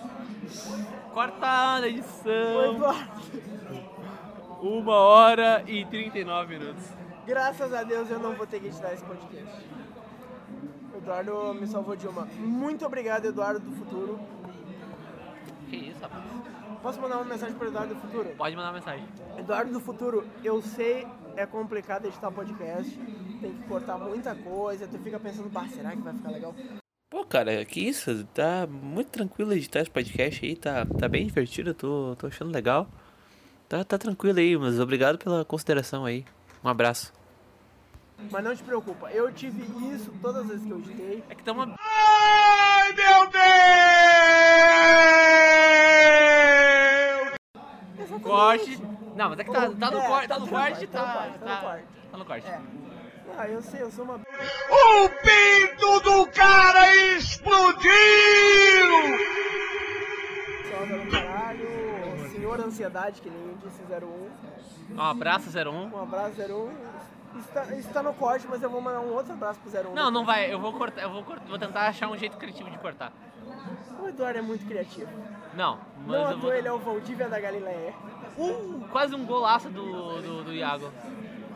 S1: Corta a edição.
S2: Eduardo,
S1: Uma hora e 39 minutos.
S2: graças a Deus eu não vou ter que editar esse podcast. Eduardo me salvou de uma. Muito obrigado, Eduardo do Futuro.
S1: Que isso, rapaz?
S2: Posso mandar uma mensagem pro Eduardo do Futuro?
S1: Pode mandar mensagem.
S2: Eduardo do Futuro, eu sei, é complicado editar podcast, tem que cortar muita coisa, tu fica pensando, bah, será que vai ficar legal?
S12: Pô, cara, que isso? Tá muito tranquilo editar esse podcast aí, tá, tá bem divertido, tô, tô achando legal.
S13: Tá, tá tranquilo aí, mas obrigado pela consideração aí. Um abraço.
S2: Mas não te preocupa, eu tive isso todas as vezes que eu editei.
S1: É que tá uma.
S2: Ai, meu Deus!
S1: Corte. Não, mas é que tá, tá no
S2: É,
S1: corte, tá
S2: tá
S1: no
S2: no
S1: corte,
S2: corte, tá no
S1: tá.
S2: corte, tá no
S1: Tá
S2: corte.
S1: tá no corte.
S2: Ah, eu sei, eu sou uma.
S8: O pinto do cara explodiu!
S2: Salva no caralho, senhor ansiedade, que nem disse 01.
S1: Um abraço, 01.
S2: Um abraço, 01. Isso tá, isso tá no corte, mas eu vou mandar um outro abraço pro 01.
S1: Não, não vai, eu vou cortar, eu vou cortar, vou tentar achar um jeito criativo de cortar.
S2: O Eduardo é muito criativo.
S1: Não, mas
S2: não à
S1: eu vou.
S2: toa ele é o Valdívia da Galileia.
S1: Uh, quase um golaço do, do, do Iago.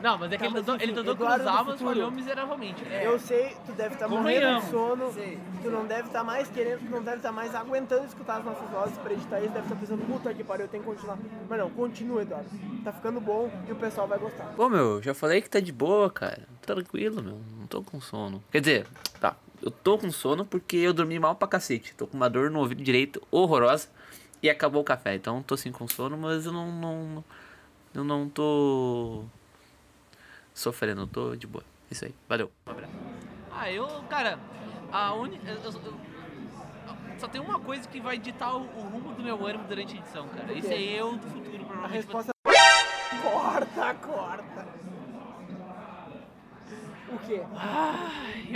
S1: Não, mas é que
S2: Tá,
S1: ele
S2: mas
S1: tentou, ele
S2: enfim,
S1: tentou
S2: Eduardo
S1: cruzar,
S2: do
S1: mas
S2: futuro.
S1: falhou miseravelmente. É.
S2: Eu sei, tu deve estar morrendo
S1: Convenhamos.
S2: de sono, tu não deve estar mais querendo, tu não deve estar mais aguentando escutar as nossas vozes pra editar isso, deve estar pensando, puta que pariu, eu tenho que continuar. Mas não, continua, Eduardo. Tá ficando bom e o pessoal vai gostar.
S13: Pô, meu, já falei que tá de boa, cara. Tranquilo, meu. Não tô com sono. Quer dizer, tá. Eu tô com sono porque eu dormi mal pra cacete. Tô com uma dor no ouvido direito horrorosa e acabou o café. Então tô sim com sono, mas eu não. não eu não tô. sofrendo. Eu tô de boa. Isso aí. Valeu. Um abraço.
S1: Ah, eu, cara, a uni... eu- eu- eu- só tem uma coisa que vai ditar o, o rumo do meu ânimo durante a edição, cara. Isso é eu do futuro, provavelmente.
S2: A
S1: vai-
S2: resposta Corta, corta. O quê?
S1: eu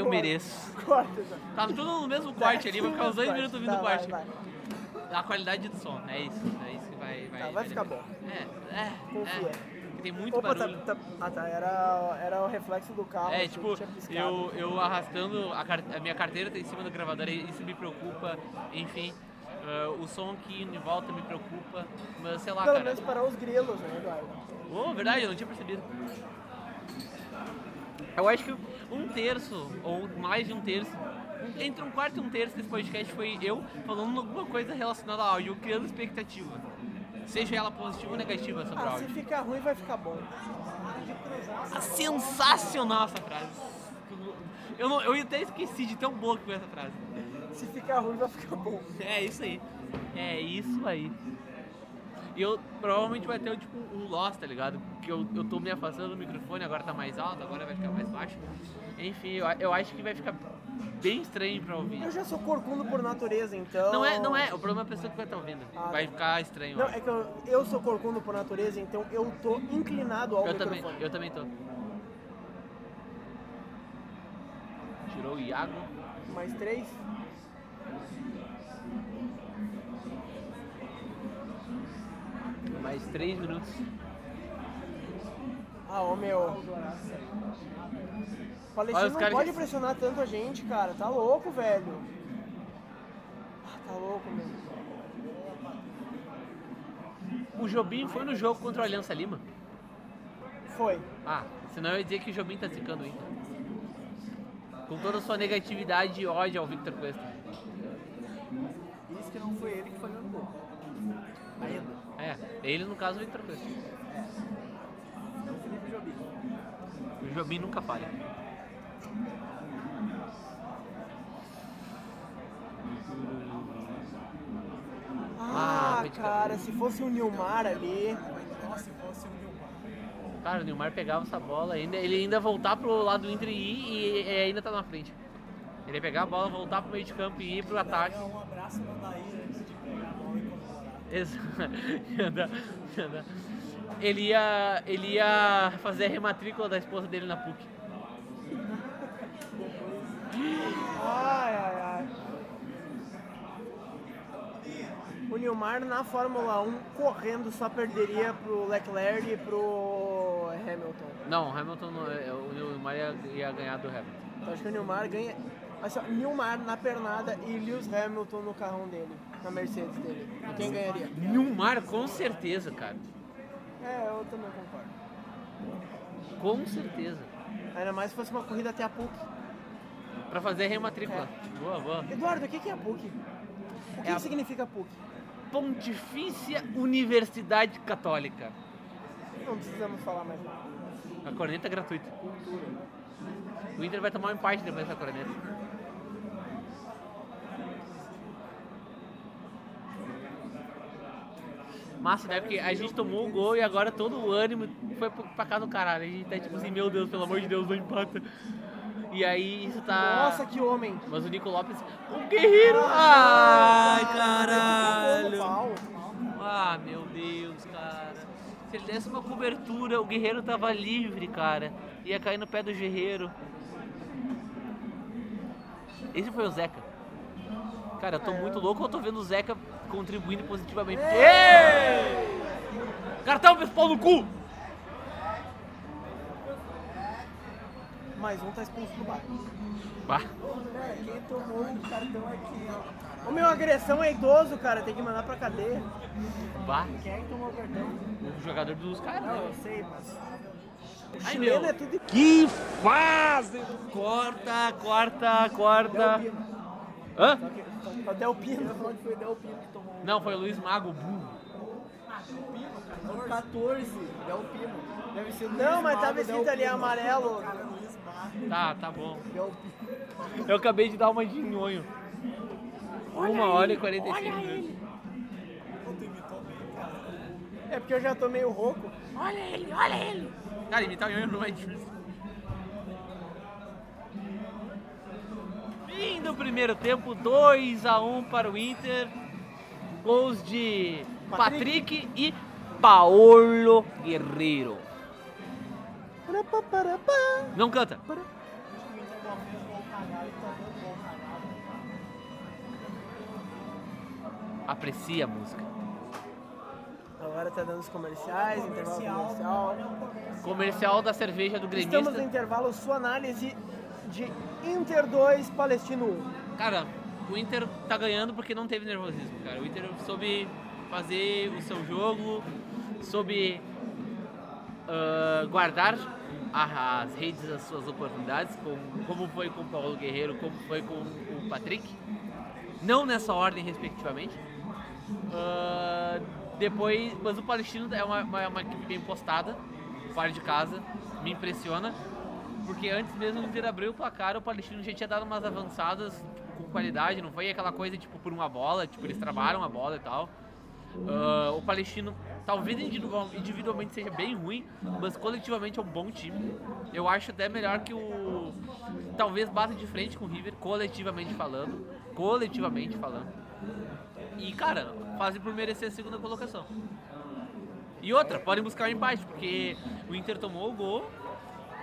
S2: Corta.
S1: mereço.
S2: Corta, Eduardo.
S1: Tá tudo no mesmo corte ali, vai ficar uns dois
S2: Corte.
S1: minutos ouvindo
S2: Tá,
S1: o
S2: vai,
S1: corte.
S2: vai.
S1: A qualidade do som, é isso. É isso que vai. Vai,
S2: Tá, vai ficar bom.
S1: É, é.
S2: Confia.
S1: é. Tem muito
S2: Opa, tá,
S1: barulho.
S2: tá- Ah tá, era, era o reflexo do carro.
S1: É,
S2: assim,
S1: tipo,
S2: tinha piscado.
S1: eu, eu arrastando a, car- a minha carteira tá em cima do gravador, e isso me preocupa, enfim. ah, o som aqui em volta me preocupa, mas sei lá,
S2: Pelo
S1: cara.
S2: menos parar os grelos, né, Eduardo?
S1: Oh, verdade, eu não tinha percebido. Eu acho que um terço, ou mais de um terço, entre um quarto e um terço desse podcast foi eu falando alguma coisa relacionada ao áudio, criando expectativa. Seja ela positiva ou negativa sobre o
S2: Ah, se
S1: áudio.
S2: ficar ruim, vai ficar bom.
S1: Ah, Sensacional essa frase. Eu, não- eu até esqueci de tão boa que foi essa frase.
S2: Se ficar ruim, vai ficar bom.
S1: É isso aí. É isso aí. E eu provavelmente vai ter tipo um loss, tá ligado? Porque eu, eu tô me afastando do microfone, agora tá mais alto, agora vai ficar mais baixo. Enfim, eu, a- eu acho que vai ficar bem estranho pra ouvir.
S2: Eu já sou corcunda por natureza, então.
S1: Não é, não é, o problema é a pessoa que vai estar ouvindo. Vai ficar estranho.
S2: Ah, Não,
S1: eu acho.
S2: é que eu, eu sou corcunda por natureza, então eu tô inclinado ao
S1: eu
S2: microfone.
S1: também, eu também tô. Tirou o Iago.
S2: Mais três?
S1: Mais três minutos.
S2: Ah, ô meu. O Palestino
S1: Olha, os
S2: não
S1: caras
S2: pode
S1: que-
S2: pressionar tanto a gente, cara. Tá louco, velho. Ah, tá louco, meu.
S1: O Jobim foi no jogo contra o Aliança Lima?
S2: Foi.
S1: Ah, senão eu ia dizer que o Jobim tá secando o Inter. Com toda a sua negatividade e ódio ao Victor Cuesta.
S3: Isso que não foi ele que falhou no gol. Ainda.
S1: É, ele no caso o Victor Cuesta.
S3: Não, Felipe Jobim.
S1: O Jobim nunca falha. Ah,
S2: Ah,
S1: foi de
S2: cara, se fosse o Nilmar ali.
S3: Nossa, se fosse o Nilmar.
S1: Cara, o Neymar pegava essa bola, ainda, ele ainda voltar pro lado do Inter e ir e, e ainda tá na frente. Ele ia pegar a bola, voltar pro meio de campo e ir pro ataque.
S3: Um abraço no Daí antes de pegar a bola e comemorar.
S1: Ex- Ia dar- ia dar. ele, ia, ele ia fazer a rematrícula da esposa dele na PUC.
S2: Ai, ai, ai. O Nilmar na Fórmula 1 correndo só perderia pro Leclerc e pro Hamilton.
S1: Não, o Hamilton, não- é, o Neymar ia, ia ganhar do Hamilton.
S2: Então acho que o Nilmar ganha. Olha só, Nilmar na pernada e Lewis Hamilton no carrão dele, na Mercedes dele. Quem ganharia?
S1: Neymar, com certeza, cara.
S2: É, eu também concordo.
S1: Com certeza.
S2: Ainda mais se fosse uma corrida até a PUC.
S1: Pra fazer a rematrícula. Boa, boa.
S2: Eduardo, o que que é a PUC? O que,
S1: É a-
S2: que significa PUC?
S1: Pontifícia Universidade Católica.
S2: Não precisamos falar mais nada.
S1: A corneta é gratuita. O Inter vai tomar um empate depois dessa corneta. massa, né? Porque a gente tomou o gol e agora todo o ânimo foi pro- pra cá do caralho. A gente tá tipo assim, meu Deus, pelo amor de Deus, não empata. E aí isso tá.
S2: Nossa, que homem!
S1: Mas o Nico Lopes, um guerreiro! Ai, caralho! Ah, meu Deus, cara. Se ele desse uma cobertura, o guerreiro tava livre, cara. Ia cair no pé do guerreiro. Esse foi o Zeca. Cara, eu tô muito louco ou eu tô vendo o Zeca contribuindo positivamente? Ei! Cartão, pessoal, no cu!
S2: Mais um tá expulso do bar.
S1: Bah.
S3: Quem tomou o cartão aqui, ó.
S2: O meu agressão é idoso, cara, tem que mandar pra cadeia.
S1: Bah.
S3: Quem tomou o cartão?
S1: O jogador dos caras,
S3: Não, eu
S1: né?
S3: sei, mas.
S1: Ai,
S3: chileno
S1: meu.
S3: é tudo
S1: Que fase! Corta, corta, corta. Hã?
S2: O Del Pino.
S3: Eu falo que foi o Del Pino que tomou.
S1: Não, foi o Luiz Mago, burro.
S3: o 14, Del Pino. Deve ser o
S2: Não,
S3: Luiz
S2: mas tava
S3: Mago,
S2: escrito
S3: Del
S2: ali
S3: Pino.
S2: amarelo.
S3: Cara, Luiz Mago,
S1: Tá, tá bom.
S3: Del Pino.
S1: Eu acabei de dar uma de nhonho. Uma hora e 45
S2: olha
S1: minutos.
S2: É porque eu já tô meio rouco.
S1: Cara, imitar o nhonho não é difícil. Fim do primeiro tempo, 2x1 para o Inter. Gols de Patrick, e Paolo Guerreiro. Não canta. Aprecia a música.
S2: Agora tá dando os comerciais, intervalo comercial.
S1: Comercial da cerveja do gremista.
S2: Estamos no intervalo, sua análise de Inter 2, Palestino 1.
S1: Cara, o Inter tá ganhando porque não teve nervosismo, cara. O Inter soube fazer o seu jogo, soube ah, guardar a- as redes, as suas oportunidades, como, como foi com o Paulo Guerreiro, como foi com o Patrick. Não nessa ordem, respectivamente. Ah, depois, mas o Palestino é uma, uma- uma equipe bem postada, fora de casa, me impressiona. Porque antes mesmo do Inter abrir o placar, o Palestino já tinha dado umas avançadas tipo, com qualidade, não foi aquela coisa tipo por uma bola, tipo eles trabalham a bola e tal. Ah, o Palestino talvez individual- individualmente seja bem ruim, mas coletivamente é um bom time. Eu acho até melhor que o. Talvez bata de frente com o River, coletivamente falando. Coletivamente falando. E cara, fazem por merecer a segunda colocação. E outra, podem buscar o empate, porque o Inter tomou o gol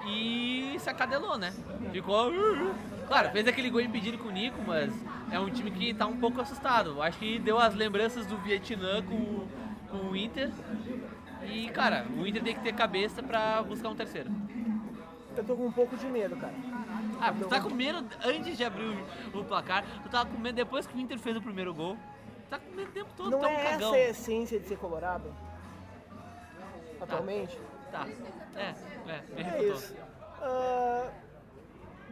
S1: e se acadelou, né? Ficou. uh, Claro, fez aquele gol impedido com o Nico, mas é um time que tá um pouco assustado. Acho que deu as lembranças do Vietnã com, com o Inter. E, cara, o Inter tem que ter cabeça pra buscar um terceiro.
S2: Eu tô com um pouco de medo, cara.
S1: Ah, tu tá com medo antes de abrir o, o placar, tu tava com medo depois que o Inter fez o primeiro gol. Tá com medo o tempo todo,
S2: Não
S1: tá um
S2: é
S1: cagão.
S2: essa a essência de ser colorado? Atualmente?
S1: Tá. É, é, me
S2: É
S1: refutou.
S2: isso. Ah,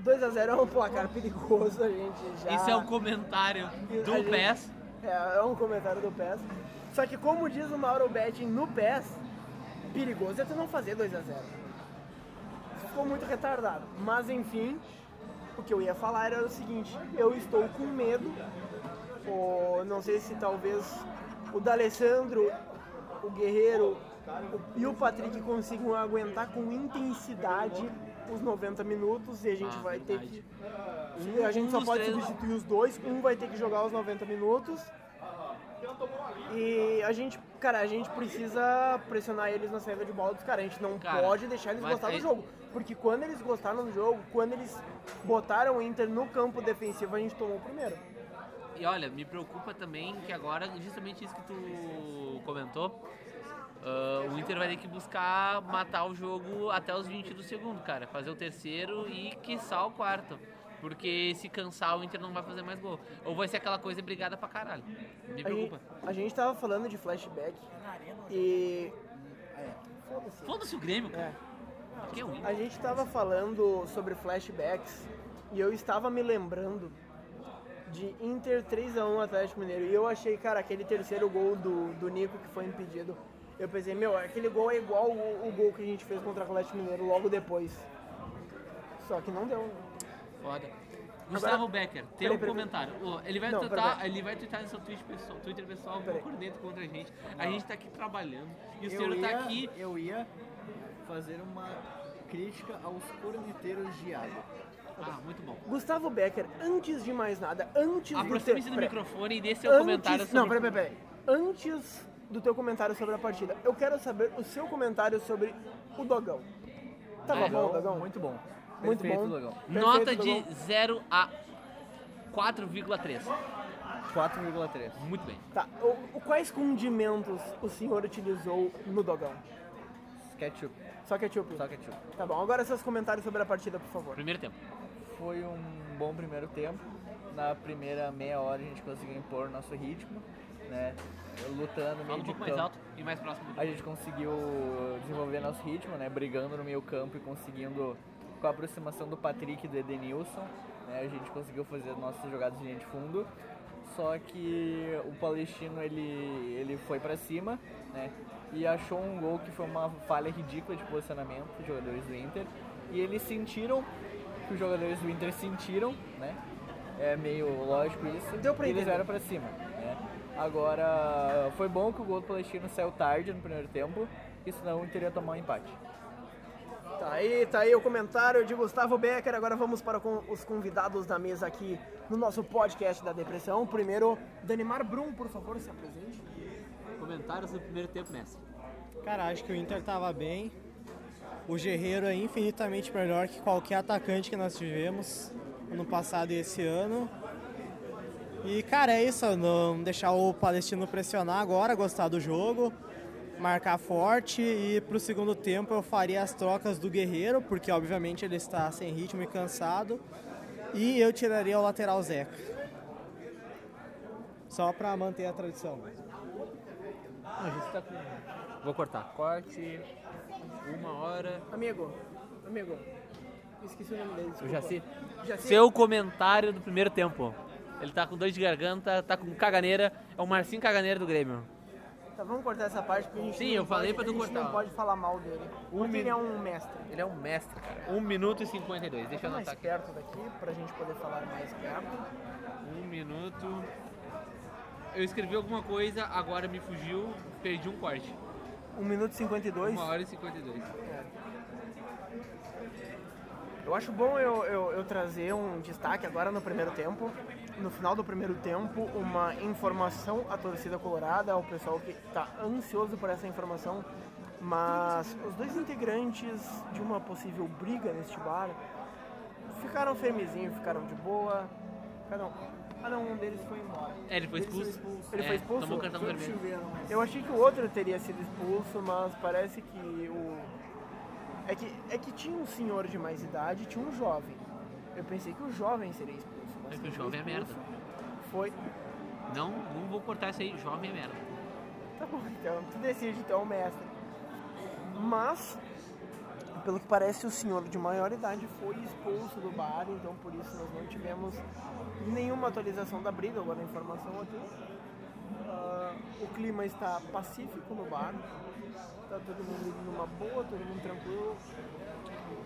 S2: 2x0 é um placar perigoso, a gente já...
S1: Isso é um comentário do
S2: A gente-
S1: PES.
S2: É, é um comentário do PES. Só que como diz o Mauro Betting no PES, perigoso é tu não fazer 2x0. Ficou muito retardado. Mas enfim, o que eu ia falar era o seguinte, eu estou com medo, ou não sei se talvez o D'Alessandro, o Guerreiro o- e o Patrick consigam aguentar com intensidade os 90 minutos e a gente
S1: Ah,
S2: vai ter
S1: verdade.
S2: que e a gente
S1: Um
S2: só
S1: dos
S2: pode
S1: três-
S2: substituir os dois, um vai ter que jogar os 90 minutos. E a gente, cara, a gente precisa pressionar eles na saída de bola dos caras. A gente não
S1: Cara,
S2: pode deixar eles
S1: mas
S2: gostar
S1: aí-
S2: do jogo. Porque quando eles gostaram do jogo, quando eles botaram o Inter no campo defensivo, a gente tomou o primeiro.
S1: E olha, me preocupa também que agora, justamente isso que tu comentou, ah, o Inter vai ter que buscar matar o jogo até os 20 do segundo, cara. Fazer o terceiro e quiçá o quarto. Porque se cansar, o Inter não vai fazer mais gol. Ou vai ser aquela coisa brigada pra caralho. Me
S2: A gente,
S1: preocupa.
S2: a gente tava falando de flashback e
S1: Foda-se o Grêmio, cara. é um Que ruim.
S2: A gente estava falando sobre flashbacks e eu estava me lembrando de Inter 3x1 Atlético Mineiro. E eu achei, cara, aquele terceiro gol do, do Nico que foi impedido. Eu pensei, meu, aquele gol é igual o, o gol que a gente fez contra o Atlético Mineiro logo depois. Só que não deu. né?
S1: Foda. Gustavo Becker, tem
S2: Peraí,
S1: um
S2: peraí,
S1: comentário. Ô, ele vai
S2: Não,
S1: tentar,
S2: peraí.
S1: ele vai twittar no seu Twitch pessoal, Twitter pessoal, uma
S2: Peraí.
S1: corneta contra a gente. A
S3: Não.
S1: gente tá aqui trabalhando e o
S3: Eu
S1: senhor tá
S3: ia-
S1: aqui.
S3: Eu ia fazer uma crítica aos corneteiros de água.
S1: Ah, muito bom.
S2: Gustavo Becker, antes de mais nada, antes
S1: Aproxime-se
S2: de
S1: do
S2: ter...
S1: microfone e dê seu comentário sobre.
S2: Não, peraí, peraí, peraí. Antes do teu comentário sobre a partida, eu quero saber o seu comentário sobre o Dogão. Tava
S1: É.
S2: bom, Dogão? Muito
S3: bom.
S2: Muito
S1: Perfeito,
S2: bom.
S1: Dogão.
S2: Perfeito,
S1: Nota
S2: Dogão.
S1: de 0 a 4,3.
S3: 4,3.
S1: Muito bem.
S2: Tá, o, o- quais condimentos o senhor utilizou no Dogão?
S3: Ketchup.
S2: Só ketchup?
S3: Só ketchup.
S2: Tá bom, agora seus comentários sobre a partida, por favor.
S1: Primeiro tempo.
S3: Foi um bom primeiro tempo. Na primeira meia hora a gente conseguiu impor o nosso ritmo, né? Lutando
S1: Fala
S3: no
S1: um
S3: meio de
S1: pouco mais
S3: campo.
S1: alto e mais próximo. do
S3: A gente conseguiu desenvolver nosso ritmo, né? Brigando no meio campo e conseguindo, com a aproximação do Patrick e do Edenilson, né? A gente conseguiu fazer nossas jogadas de linha de fundo. Só que o palestino ele, ele foi pra cima, né? E achou um gol que foi uma falha ridícula de posicionamento dos jogadores do Inter. E eles sentiram, que os jogadores do Inter sentiram, né? É meio lógico isso.
S2: Deu pra
S3: e eles
S2: entender.
S3: vieram pra cima, né? Agora, foi bom que o gol do Palestino saiu tarde no primeiro tempo, que senão o Inter ia tomar um empate.
S2: Tá aí, tá aí o comentário de Gustavo Becker. Agora vamos para com- os convidados da mesa aqui no nosso podcast da depressão. Primeiro, Danimar Brum, por favor, se apresente.
S1: Comentários do primeiro tempo, Messi.
S5: Cara, acho que o Inter tava bem. O Guerreiro é infinitamente melhor que qualquer atacante que nós tivemos ano passado e esse ano. E, cara, é isso. Não deixar o Palestino pressionar agora, gostar do jogo, marcar forte. E pro segundo tempo eu faria as trocas do Guerreiro, porque obviamente ele está sem ritmo e cansado. E eu tiraria o lateral Zeca. Só pra manter a tradição.
S1: A gente tá com. Vou cortar. Corte. Uma hora.
S2: Amigo, amigo, esqueci o nome dele.
S1: Eu
S2: desculpa.
S1: já sei.
S2: Jaci.
S1: Seu comentário do primeiro tempo. Ele tá com dor de garganta, tá com caganeira. É o Marcinho Caganeira do Grêmio.
S2: Tá, vamos cortar essa parte porque a gente
S1: Sim,
S2: não
S1: eu falei pra
S2: pode,
S1: tu
S2: a gente
S1: cortar.
S2: não pode falar mal dele. porque
S1: min-
S2: ele é um mestre.
S1: Ele é um mestre, cara. 1 minuto e 52. Deixa
S2: Deixa
S1: eu
S2: mais
S1: anotar aqui.
S2: perto daqui pra gente poder falar mais perto.
S1: 1 minuto. Eu escrevi alguma coisa, agora me fugiu, perdi um corte.
S2: 1 minuto e 52.
S1: 1 hora e 52.
S2: Eu acho bom eu, eu, eu trazer um destaque agora no primeiro tempo. No final do primeiro tempo, uma informação à torcida colorada, ao pessoal que está ansioso por essa informação. Mas os dois integrantes de uma possível briga neste bar ficaram firmezinhos, ficaram de boa. Cada um, cada um deles foi embora.
S1: É, ele foi expulso.
S2: Ele
S1: É,
S2: foi expulso?
S1: Tomou cartão vermelho.
S2: Eu achei que o outro teria sido expulso, mas parece que o. É que, é que tinha um senhor de mais idade e tinha um jovem. Eu pensei que o jovem seria expulso. Mas
S1: É que
S2: quem
S1: o
S2: foi
S1: jovem é merda.
S2: expulso Foi.
S1: Não, não vou cortar isso aí, jovem é merda.
S2: Tá bom, então. Tu decide, então, mestre. Mas, pelo que parece, o senhor de maior idade foi expulso do bar, então por isso nós não tivemos nenhuma atualização da briga, agora a informação aqui. Ah, o clima está pacífico no bar, tá todo mundo numa boa, todo mundo tranquilo.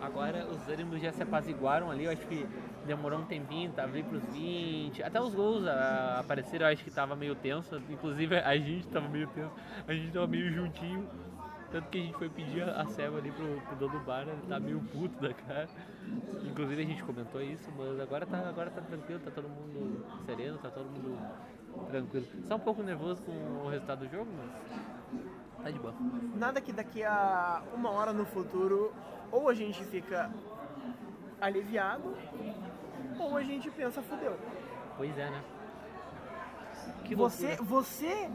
S1: Agora os ânimos já se apaziguaram ali, eu acho que demorou um tempinho, tava ali pros 20. Até os gols ah, apareceram, eu acho que tava meio tenso. Inclusive a gente tava meio tenso, a gente tava meio juntinho. Tanto que a gente foi pedir a ceva ali pro, pro dono do bar, ele tá meio puto da cara. Inclusive a gente comentou isso, mas agora tá, agora tá tranquilo, tá todo mundo sereno, tá todo mundo tranquilo. Só um pouco nervoso com o resultado do jogo, mas tá de boa.
S2: Nada que daqui a uma hora no futuro, ou a gente fica aliviado, ou a gente pensa, fudeu.
S1: Pois é, né? Que
S2: você,
S1: loucura.
S2: você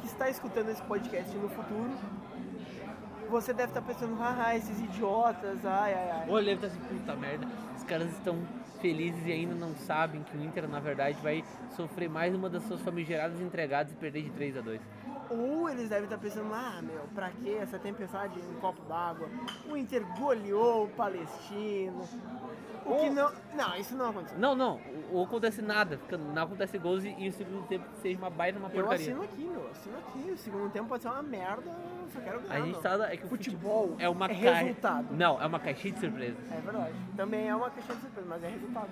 S2: que está escutando esse podcast no futuro, você deve estar pensando, haha, esses idiotas, ai, ai, ai.
S1: Olha, ele tá assim, puta merda, os caras estão felizes e ainda não sabem que o Inter, na verdade, vai sofrer mais uma das suas famigeradas entregadas e perder de 3 a 2
S2: Ou eles devem estar pensando, ah, meu, pra que essa tempestade em um copo d'água? O Inter goleou o Palestino. O que não... Não, isso não aconteceu.
S1: Não, não, ou acontece nada, fica- não acontece gols e, e o segundo tempo seja uma baita, uma
S2: Eu
S1: porcaria.
S2: assino aqui, meu, assino aqui. O segundo tempo pode ser uma merda, eu só quero ganhar.
S1: A gente
S2: meu.
S1: tá. É que o
S2: Futebol
S1: é uma
S2: é
S1: ca-
S2: resultado.
S1: Não, é uma caixinha de surpresas.
S2: É verdade. Também é uma questão de surpresa, mas é resultado.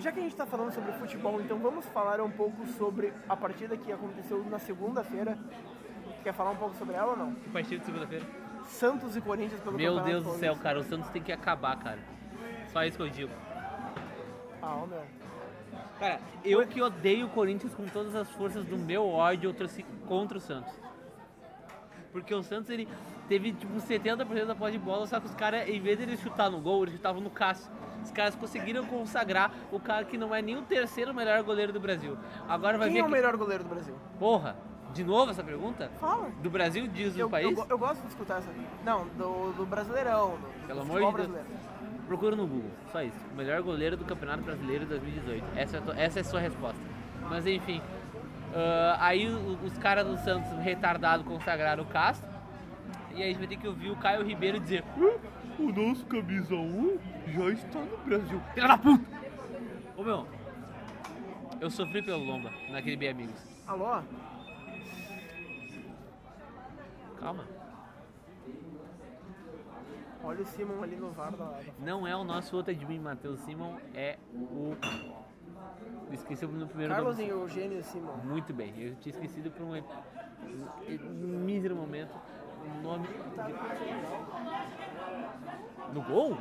S2: Já que a gente está falando sobre futebol, então vamos falar um pouco sobre a partida que aconteceu na segunda-feira. Quer falar um pouco sobre ela ou não?
S1: Que partida de segunda-feira?
S2: Santos e Corinthians pelo
S1: Meu
S2: Campeonato
S1: Deus do céu,
S2: Paulista.
S1: cara, o Santos tem que acabar, cara. Só isso que eu digo.
S2: Ah, ô, meu.
S1: Cara, eu que odeio o Corinthians com todas as forças do meu ódio eu torci contra o Santos. Porque o Santos ele teve tipo 70% da posse de bola, só que os caras, em vez de eles chutar no gol, eles chutavam no Cássio. Os caras conseguiram consagrar o cara que não é nem o terceiro melhor goleiro do Brasil. Agora vai
S2: Quem
S1: ver
S2: é o
S1: que-
S2: melhor goleiro do Brasil?
S1: Porra, de novo essa pergunta?
S2: Fala.
S1: Do Brasil diz o
S2: Eu, eu,
S1: país?
S2: go- eu gosto de escutar essa. Não, do, do Brasileirão. do- do
S1: Pelo amor
S2: futebol
S1: de Deus.
S2: brasileiro.
S1: Procura no Google, só isso. O melhor goleiro do Campeonato Brasileiro de 2018. Essa é, a tua- essa é a sua resposta. Mas enfim. ah, aí o- os caras do Santos retardado consagraram o Castro. E aí a gente vai ter que ouvir o Caio Ribeiro dizer: "Ah, O nosso camisa 1 já está no Brasil. Filha da puta! Ô meu, eu sofri pelo Lomba naquele Bem Amigos.
S2: Alô?
S1: Calma.
S2: Olha o Simon ali no VAR da da-
S1: Não é o nosso outro admin, Matheus Simon, é o. Esqueci o primeiro
S2: Carlos
S1: nome.
S2: e Eugênio Simon.
S1: Muito bem, eu tinha esquecido por um, ep- um mísero momento o nome. de- No gol?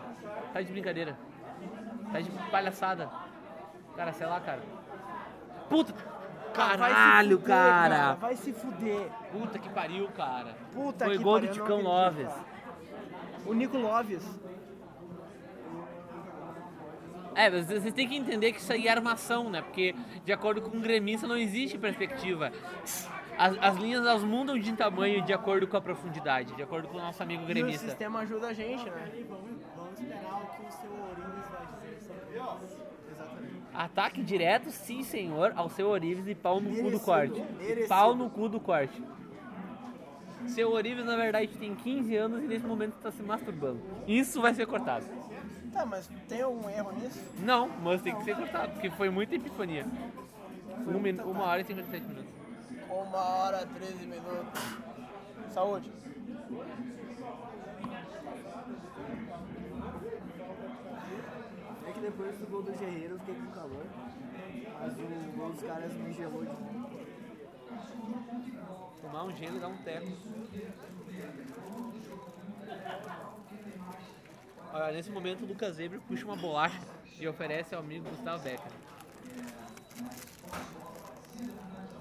S1: Tá de brincadeira. Tá de palhaçada. Cara, sei lá, cara. Puta! Caralho, cara!
S2: Vai se fuder.
S1: Puta que pariu, cara.
S2: Puta
S1: Foi
S2: que
S1: gol
S2: pariu,
S1: do
S2: eu não
S1: Ticão
S2: acredito,
S1: Loves.
S2: cara. O Nico Loves.
S1: É, mas vocês têm que entender que isso aí é armação, né? Porque, de acordo com o gremista, não existe perspectiva. As, as linhas elas mudam de tamanho de acordo com a profundidade, de acordo com o nosso amigo
S2: E o
S1: gremista.
S2: sistema ajuda a gente, né?
S5: Vamos esperar o que o seu Orives vai dizer sobre isso. Exatamente.
S1: Ataque direto, sim senhor, ao seu Orives e pau no cu do
S5: Merecido,
S1: corte.
S5: merecido.
S1: Pau no cu do corte. Seu Orives, na verdade, tem 15 anos e nesse momento está se masturbando. Isso vai ser cortado.
S2: Tá, mas tem algum erro nisso?
S1: Não, mas tem que ser cortado, porque foi muita epifania. Um minu- uma hora e 57 minutos.
S2: Uma hora, 13 minutos. Saúde.
S3: É que depois do gol do Guerreiro eu fiquei com calor, mas o gol dos caras me gelou de novo.
S1: Tomar um gelo e dar um teco. Olha, nesse momento o Lucas Ebre puxa uma bolacha e oferece ao amigo Gustavo Becker.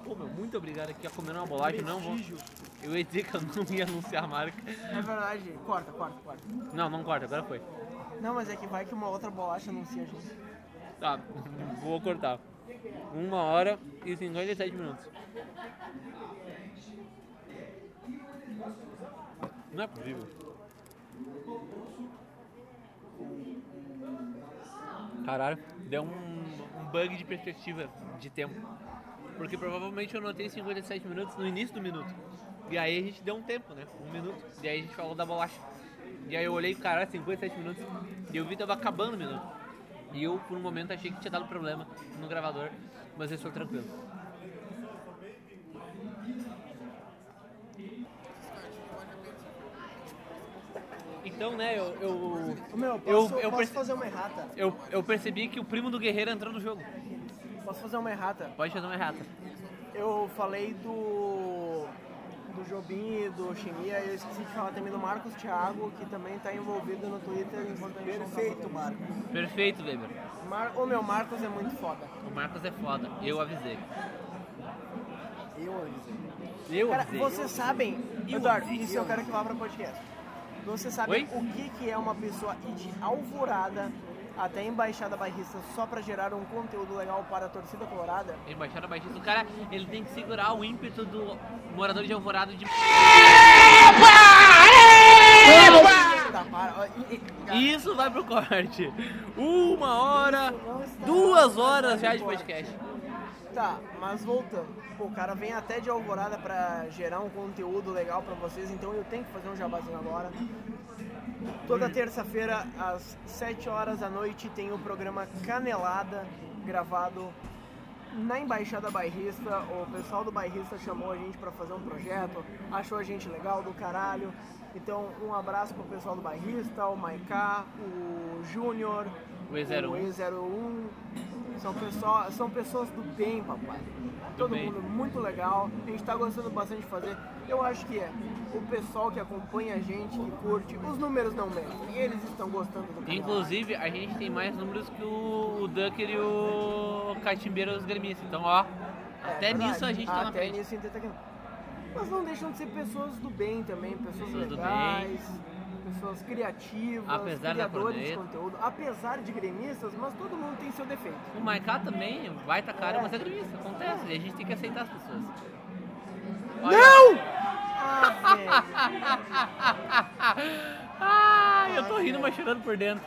S1: Pô, meu, muito obrigado aqui. Comendo uma bolacha, não vou.
S2: Prestígio.
S1: Eu ia dizer que eu não ia anunciar a marca.
S2: É verdade. Corta, corta, corta.
S1: Não, não corta, agora foi.
S2: Não, mas é que vai que uma outra bolacha anuncia a gente.
S1: Tá, vou cortar. Uma hora e 57 minutos. Não é possível. Caralho, deu um, um bug de perspectiva de tempo. Porque provavelmente eu notei 57 minutos no início do minuto. E aí a gente deu um tempo, né? Um minuto. E aí a gente falou da bolacha. E aí eu olhei, caralho, 57 minutos. E eu vi que tava acabando o minuto. E eu, por um momento, achei que tinha dado problema no gravador, mas eu estou tranquilo. Então, né, eu. eu
S2: Ô, Meu, posso,
S1: eu, eu,
S2: posso
S1: perce-
S2: fazer uma errata?
S1: eu, eu percebi que o primo do Guerreiro entrou no jogo.
S2: Posso fazer uma errata?
S1: Pode fazer uma errata.
S2: Eu falei do. do Jobim e do Chimia, eu esqueci de falar também do Marcos Thiago, que também tá envolvido no Twitter. enquanto a gente não tá
S3: Perfeito,
S2: sabendo.
S3: Marcos.
S1: Perfeito, Weber.
S2: Mar... Ô meu, Marcos é muito foda.
S1: O Marcos é foda. Eu avisei.
S3: Eu avisei.
S1: Eu
S2: Cara,
S1: avisei.
S2: vocês sabem,
S1: Eu
S2: Eduardo,
S1: avisei.
S2: isso eu quero que vá para podcast. Vocês sabem
S1: Oi?
S2: o que, que é uma pessoa ir de alvorada até a embaixada bairrista só para gerar um conteúdo legal para a torcida colorada?
S1: Embaixada baixista. O cara, ele tem que segurar o ímpeto do morador de Alvorada de...
S2: Tá, para. Ó, e- e-
S1: Isso vai pro corte. Uma hora, duas horas já de podcast.
S2: Tá, mas voltando. Pô, o cara vem até de alvorada pra gerar um conteúdo legal pra vocês, então eu tenho que fazer um jabazinho agora. Toda terça-feira, às 7 horas da noite, tem o programa Canelada, gravado na Embaixada Bairrista. O pessoal do Bairrista chamou a gente pra fazer um projeto, achou a gente legal do caralho. Então, um abraço pro pessoal do
S1: um.
S2: Bairrista, o Maiká, o Júnior,
S1: O E01.
S2: o E01, São, pessoa, são pessoas do bem, papai. Todo
S1: bem.
S2: mundo muito legal. A gente tá gostando bastante de fazer. Eu acho que é. O pessoal que acompanha a gente, que curte, os números não mentem. Eles estão gostando do canal.
S1: Inclusive, a gente tem mais números que o, o Ducker e o Catimbeiro os gremistas. Então, ó,
S2: É,
S1: até
S2: verdade.
S1: nisso a gente tá
S2: até
S1: na frente.
S2: Nisso a gente tá aqui. Mas não deixam de ser pessoas do bem também, pessoas,
S1: Pessoas do
S2: legais, pessoas criativas,
S1: Apesar da
S2: criadores de
S1: corneta.
S2: conteúdo. Apesar de gremistas, mas todo mundo tem seu defeito.
S1: O Maiká também vai tá cara, mas é gremista. Acontece, e a gente tem que aceitar as pessoas.
S2: Não!
S1: Ah, é. Ai, eu tô rindo, mas chorando por dentro.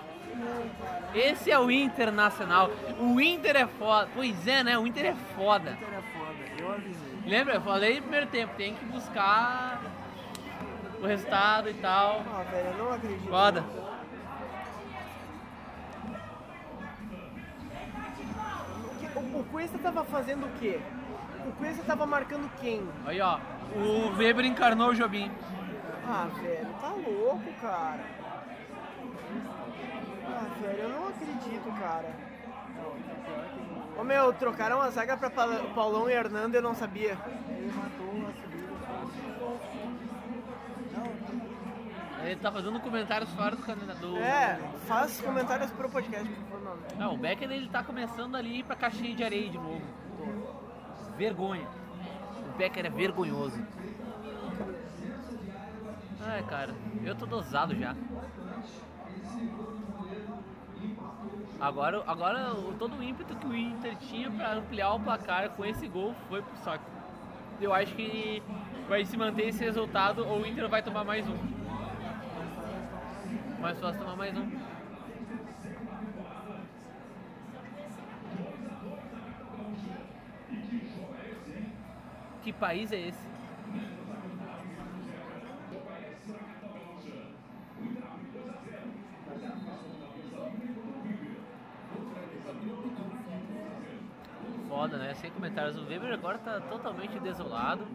S1: Esse é o Internacional. O Inter é foda. Pois é, né? O Inter é foda.
S2: Era foda, eu avisei.
S1: Lembra? Eu falei no primeiro tempo, tem que buscar o resultado e tal.
S2: Ah, velho, eu não acredito.
S1: Foda.
S2: O que- O, o Cuesta tava fazendo o quê? O Cuesta tava marcando quem?
S1: Aí, ó. O Weber encarnou o Jobim.
S2: Ah, velho, tá louco, cara. Ah, velho, eu não acredito, cara. Ô meu, trocaram a zaga pra Pala- Paulão e Hernando, eu não sabia.
S1: Ele tá fazendo comentários fora do canal do.
S2: É, faz comentários pro podcast, por favor, mano.
S1: Não, o Becker ele tá começando ali pra caixinha de areia de novo. Vergonha. O Becker é vergonhoso. Ai, cara, eu tô dosado já. Agora, agora o- todo o ímpeto que o Inter tinha pra ampliar o placar com esse gol foi pro saco. Eu acho que vai se manter esse resultado ou o Inter vai tomar mais um. Mais fácil tomar mais um. Que país é esse? Foda, né? Sem comentários. O Weber agora tá totalmente desolado.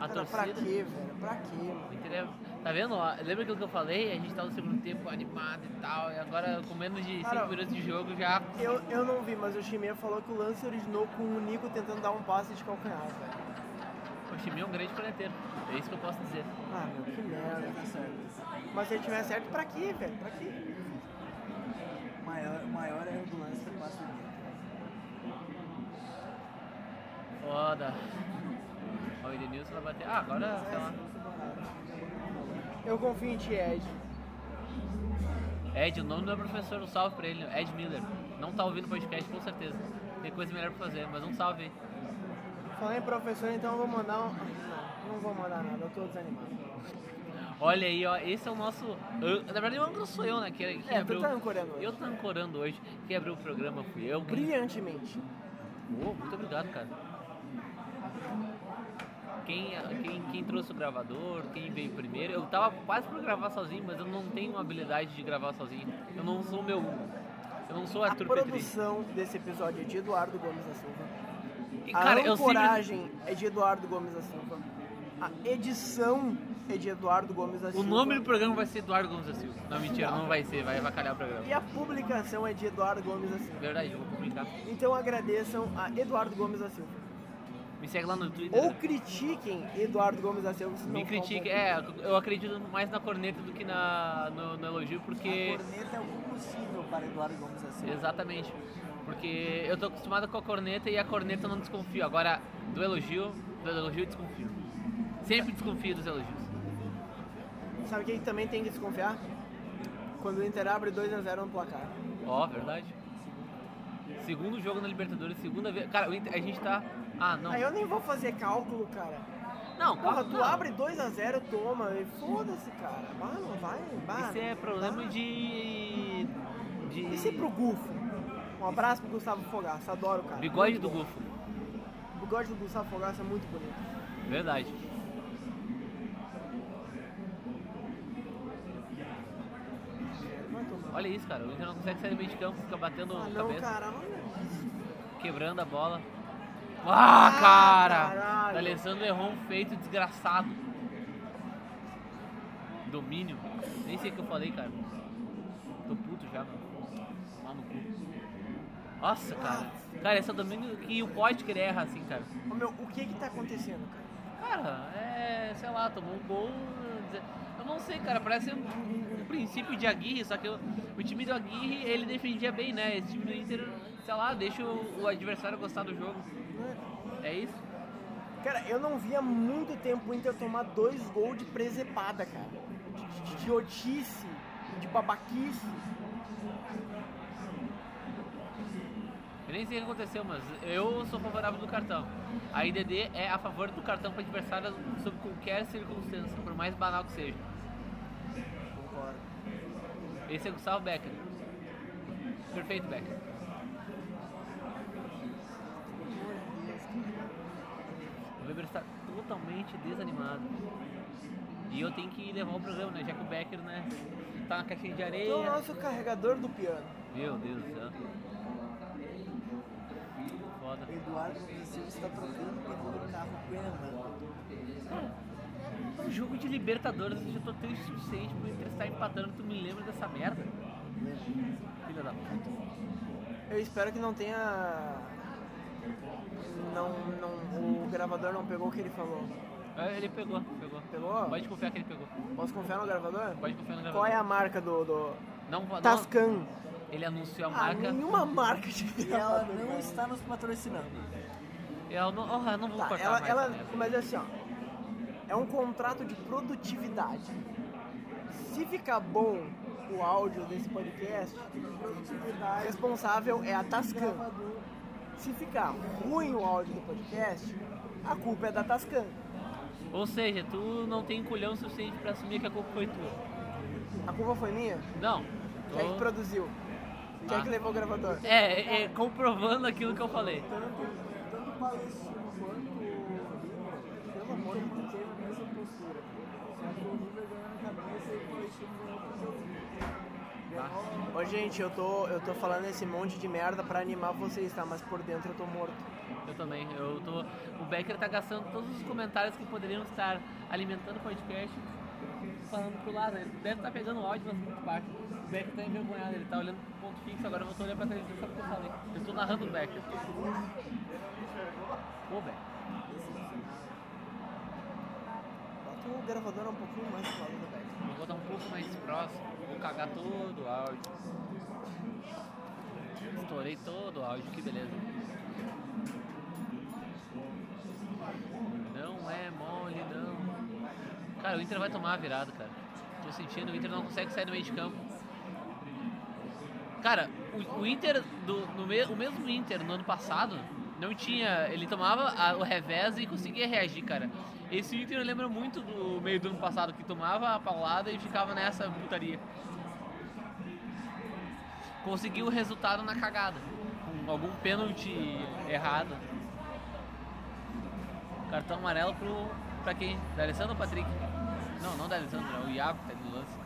S1: A
S2: Cara,
S1: torcida.
S2: pra quê, velho? Pra quê, mano?
S1: Entendeu? Tá vendo? ó? Lembra aquilo que eu falei? A gente tá no segundo tempo animado e tal. E agora, com menos de 5
S2: Cara,
S1: minutos de jogo, já.
S2: Eu, eu não vi, mas o Chimia falou que o lance originou com o Nico tentando dar um passe de calcanhar, velho.
S1: O time é um grande planeteiro. É isso que eu posso dizer.
S2: Ah, meu, que merda. Mas se ele tiver certo, pra quê, velho? Pra quê?
S14: Maior, maior erro do lance foi o passe do Neto.
S1: Foda. Ó, O Edenilson vai bater. Ah, agora, sei lá.
S2: Eu confio em ti, Ed.
S1: Ed, o nome do meu professor, um salve pra ele, Ed Miller. Não tá ouvindo o podcast, com certeza. Tem coisa melhor pra fazer, mas um salve aí.
S2: Falando em professor, então eu vou mandar um. Não, não vou mandar nada, eu tô desanimado.
S1: Olha aí, ó, esse é o nosso. an- Na verdade, o âncora sou eu, né? Que, que
S2: É, tu
S1: abriu...
S2: tá ancorando hoje.
S1: Eu tô ancorando hoje. Quem abriu o programa fui eu. Quem...
S2: Brilhantemente.
S1: Pô, muito obrigado, cara. Quem, quem, quem trouxe o gravador, quem veio primeiro. Eu tava quase pra gravar sozinho, mas eu não tenho habilidade de gravar sozinho. Eu não sou meu. Eu não sou
S2: A
S1: Arthur Petri.
S2: produção desse episódio é de Eduardo Gomes da Silva.
S1: E,
S2: A
S1: cara, eu sempre-
S2: ancoragem é de Eduardo Gomes da Silva. A edição é de Eduardo Gomes da
S1: O
S2: Silva.
S1: nome do programa vai ser Eduardo Gomes da Silva. Não, mentira, não vai ser, vai avacalhar o programa.
S2: E a publicação é de Eduardo Gomes da Silva.
S1: Verdade, eu vou publicar.
S2: Então agradeçam a Eduardo Gomes da Silva.
S1: Me segue lá no Twitter. né?
S2: Ou critiquem Eduardo Gomes da Silva. se
S1: Me
S2: não for um
S1: critique,
S2: bom.
S1: é, eu acredito mais na corneta do que na, no, no elogio, porque.
S14: A corneta é o impossível para Eduardo Gomes assim. da Silva.
S1: Exatamente. Porque eu tô acostumado com a corneta e a corneta eu não desconfio. Agora, do elogio, do elogio eu desconfio. Sempre desconfio dos elogios.
S2: Sabe quem também tem que desconfiar? Quando o Inter abre 2x0 no placar.
S1: Ó, verdade. Segundo jogo na Libertadores, segunda vez. Cara, o Inter- a gente tá. Ah, não.
S2: Aí eu nem vou fazer cálculo, cara.
S1: Não,
S2: Porra,
S1: calma.
S2: tu
S1: não.
S2: abre 2x0, toma, e foda-se, cara. Vai, não vai, vai.
S1: Isso é problema de. de...
S2: Isso é pro Gufo. Um abraço pro Gustavo Fogaça, adoro, cara.
S1: Bigode
S2: Muito
S1: do
S2: bom.
S1: Gufo.
S2: O bigode do Gustavo Fogaça é muito bonito.
S1: Verdade.
S2: Vai tomar.
S1: Olha isso, cara. O Inter não consegue sair do meio de campo, fica batendo
S2: Ah, não,
S1: cabeça,
S2: cara, olha isso.
S1: quebrando a bola. Ah, cara!
S2: caralho.
S1: O Alessandro errou um feito desgraçado. Domínio. Nem sei o que eu falei, cara. Tô puto já, mano. Lá no cu. Nossa, cara. Cara, esse é o domingo que o Potker erra, assim, cara.
S2: Ô, meu, o que que tá acontecendo, cara?
S1: Cara, é. sei lá, tomou um gol. dizer- Eu não sei, cara, parece um, um- um princípio de Aguirre, só que o- o time do Aguirre, ele defendia bem, né? Esse time do Inter, sei lá, deixa o, o adversário gostar do jogo. É isso?
S2: Cara, eu não via há muito tempo o Inter tomar dois gols de presepada, cara. De, de idiotice, de babaquice.
S1: Eu nem sei o que aconteceu, mas eu sou favorável do cartão. A IDD é a favor do cartão para adversário sob qualquer circunstância, por mais banal que seja.
S2: Concordo.
S1: Esse é Gustavo Becker. Perfeito, Becker. O Weber está totalmente desanimado. E eu tenho que levar o programa, né? Já que o Becker, né? Tá na caixinha de
S2: Tu é o
S1: areia.
S2: nosso carregador do piano.
S1: Meu Deus do céu. Foda.
S3: Eduardo Vinicius está trocando pelo carro Guerra.
S1: Um jogo de Libertadores, eu já tô triste o suficiente por ele estar empatando, tu me lembra dessa merda? Filha da puta.
S2: Eu espero que não tenha. Não, não, o gravador não pegou o que ele falou.
S1: É, Ele pegou, pegou.
S2: Pegou?
S1: Pode confiar que ele pegou.
S2: Posso confiar no gravador?
S1: Pode confiar no gravador.
S2: Qual é a marca do. do...
S1: Não, não-
S2: Tascam.
S1: Ele anunciou a
S2: Ah,
S1: marca.
S2: nenhuma marca de
S3: E ela
S2: gravador.
S3: não está nos patrocinando.
S1: Eu não, oh, eu não vou
S2: Tá,
S1: cortar
S2: ela,
S1: mais né?
S2: ela,
S1: essa merda.
S2: mas é assim, ó. É um contrato de produtividade. Se ficar bom o áudio desse podcast,
S3: Produtividade.
S2: responsável é a Tascam.
S3: Gravador.
S2: Se ficar ruim o áudio do podcast, a culpa é da Tascam.
S1: Ou seja, tu não tem culhão suficiente pra assumir que a culpa foi tua.
S2: A culpa foi minha?
S1: Não.
S2: Quem é que
S1: Tô-
S2: produziu? Quem é que
S1: Ah.
S2: levou o gravador?
S1: É, é, é, comprovando aquilo que eu falei.
S3: Tanto, tanto o Palestino quanto o River, pelo amor de Deus, teve a mesma postura. Só que o River ganhou na cabeça e o Palestino ganhou com seu
S2: Ô gente, eu tô, eu tô falando esse monte de merda pra animar vocês, tá? Mas por dentro eu tô morto.
S1: Eu também. Eu tô. O Becker tá gastando todos os comentários que poderiam estar alimentando o podcast falando pro lado. Ele deve estar pegando o áudio, mas muito baixo. O Becker tá envergonhado, ele tá olhando pro ponto fixo, agora eu tô olhando pra televisão só porque eu falei. Eu tô narrando o Becker. Pô, Becker.
S2: Bota o gravador um pouquinho mais pro lado do Beck.
S1: Vou botar um pouco mais próximo, vou cagar todo o áudio. Estourei todo o áudio, que beleza. Não é mole, não. Cara, o Inter vai tomar a virada, cara. Tô sentindo, o Inter não consegue sair do meio de campo. Cara, o, o Inter, do, no me- o mesmo Inter no ano passado, não tinha. Ele tomava a- o revés e conseguia reagir, cara. Esse Inter lembra muito do meio do ano passado, que tomava a paulada e ficava nessa putaria. Conseguiu o resultado na cagada. Com algum pênalti errado. Cartão amarelo pro. pra quem? Da Alessandro ou Patrick? Não, não da Alessandro, é o Iago que tá no lance.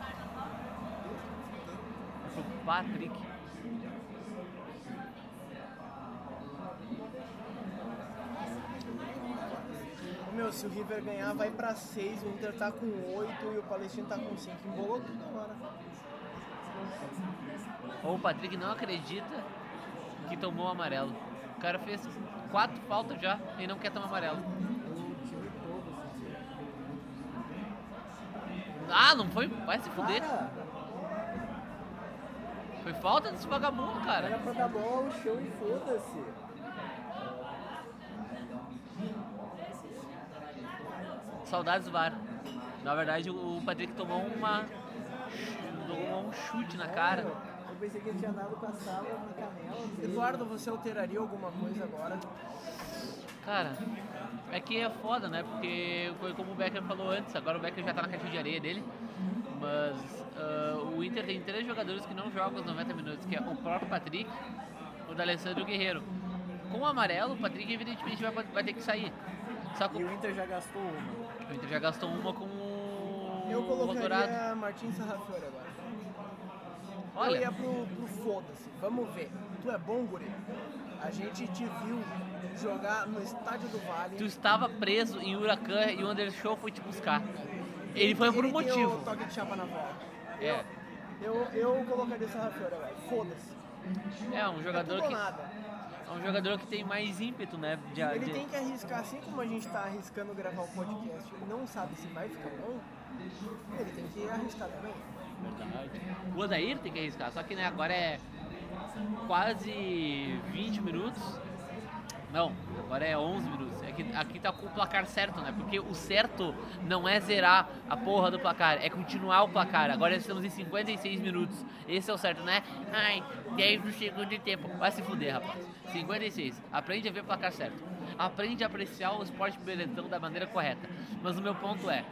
S1: É pro Patrick.
S2: Ô, Meu, se o River ganhar, vai pra 6, o Inter tá com 8 e o Palestino tá com 5. Embolou tudo agora.
S1: Ou o Patrick não acredita que tomou o amarelo. O cara fez quatro faltas já e não quer tomar amarelo. Ah, não foi? Vai se fuder. Foi falta desse vagabundo,
S3: Era
S1: cara.
S3: pra dar bola no chão e foda-se.
S1: Saudades do VAR. Na verdade, o Patrick tomou uma. tomou um chute na cara.
S3: Eu pensei que ele tinha dado com a sala na canela. assim.
S2: Eduardo, você alteraria alguma coisa agora?
S1: Cara, é que é foda, né? Porque foi como o Becker falou antes, agora o Becker já tá na caixa de areia dele. Mas ah, o Inter tem três jogadores que não jogam os 90 minutos, que é o próprio Patrick, o D'Alessandro e o Guerreiro. Com o amarelo, o Patrick evidentemente vai, vai ter que sair. Só que
S3: E o
S1: o
S3: Inter já gastou uma.
S1: Inter já gastou uma com o
S2: Eu
S1: Dourado.
S2: colocaria Martins Sarrafiore agora.
S1: Olha.
S2: Eu ia pro, pro foda-se. Vamos ver. Tu é bom, guri? A gente te viu jogar no estádio do Vale.
S1: Tu estava preso em Huracan e o Undershow foi te buscar. Ele foi por um
S2: Ele tem o
S1: motivo.
S2: toque de chapa na volta.
S1: É.
S2: Eu, eu colocaria o Sarrafiore agora. Foda-se.
S1: É, um jogador
S2: tudo ou
S1: que.
S2: nada.
S1: É um jogador que tem mais ímpeto, né? De,
S2: Ele
S1: de-
S2: tem que arriscar, assim como a gente tá arriscando gravar o podcast e não sabe se vai ficar bom, ele tem que arriscar também.
S1: Verdade. O Odair tem que arriscar, só que né, agora é quase 20 minutos. Não, agora é 11 minutos. É que aqui tá com o placar certo, né? Porque o certo não é zerar a porra do placar, é continuar o placar. Agora estamos em 56 minutos. Esse é o certo, né? Ai, 10 não chegou de tempo. Vai se fuder, rapaz. 56. Aprende a ver o placar certo. Aprende a apreciar o esporte beletão da maneira correta. Mas o meu ponto é,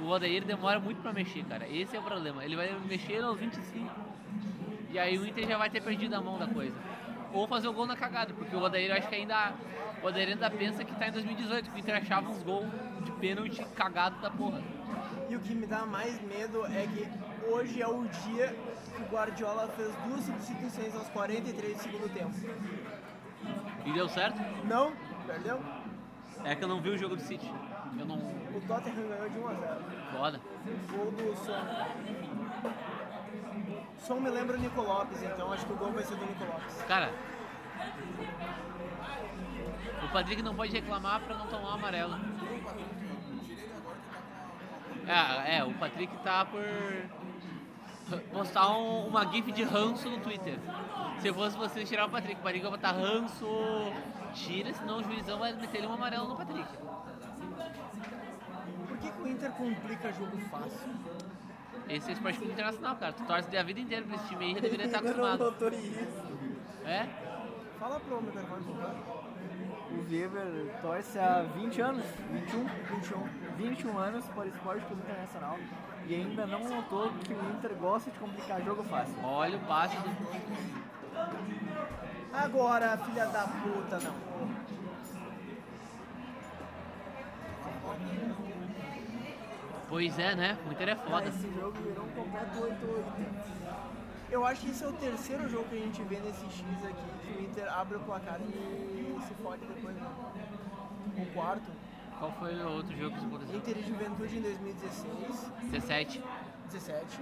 S1: o Odair demora muito pra mexer, cara. Esse é o problema. Ele vai mexer aos 25. E aí o Inter já vai ter perdido a mão da coisa. Ou fazer o gol na cagada, porque o Odair eu acho que ainda. O Odair ainda pensa que tá em 2018, que o Inter achava uns gols de pênalti cagado da porra.
S2: E o que me dá mais medo é que hoje é o dia que o Guardiola fez duas substituições aos 43 do segundo tempo.
S1: E deu certo?
S2: Não, perdeu.
S1: É que eu não vi o jogo do City. Eu não.
S2: O Tottenham ganhou de 1 a 0.
S1: Foda.
S2: Gol do Son. Som me lembra o Nico Lopes, então acho que o gol vai ser do Nico Lopes.
S1: Cara. O Patrick não pode reclamar pra não tomar o amarelo. É, é, o Patrick tá por postar um- uma gif de ranço no Twitter. Se eu fosse você tirar o Patrick, o Patrick vai botar ranço, tira, senão o juizão vai meter ele um amarelo no Patrick.
S2: Por que, que o Inter complica jogo fácil?
S1: Esse é o esporte clube internacional, cara. Tu torce a vida inteira pra esse time aí, já deveria estar
S2: Ainda não
S1: acostumado.
S2: notou isso.
S1: É?
S2: Fala pro microfone, por favor.
S3: O Weber torce há 20 anos, 21,
S2: 21,
S3: 21 anos para o Esporte Clube Internacional e ainda não notou que o Inter gosta de complicar jogo fácil.
S1: Olha o passe do
S2: Agora, filha da puta, não.
S1: Pois é, né? O Inter é foda.
S3: Esse jogo virou um completo 8-8.
S2: Eu acho que esse é o terceiro jogo que a gente vê nesse X aqui, que o Inter abre o placar e se fode depois, né? O quarto.
S1: Qual foi o outro jogo que isso aconteceu?
S2: Inter e Juventude em 2016,
S1: 17.
S2: 17.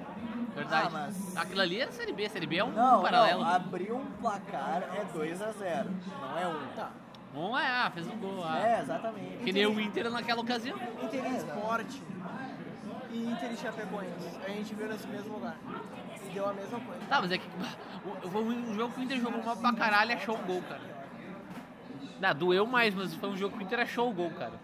S1: Verdade.
S3: Ah, mas-
S1: Aquilo ali era Série B, Série B é um
S3: Não,
S1: paralelo.
S3: não, abriu um placar é 2x0, não é 1.
S2: Tá.
S1: Um é, ah, fez um gol. Ah.
S3: É, exatamente.
S1: Que nem o Inter naquela ocasião.
S2: Inter
S3: É.
S2: e Esporte e Inter e Chapecoense. A gente viu nesse mesmo lugar. E deu a mesma coisa.
S1: Tá, mas é que o- foi um jogo que o Inter jogou mal pra caralho e achou o gol, cara. Não, doeu mais, mas foi um jogo que o Inter achou o gol, cara.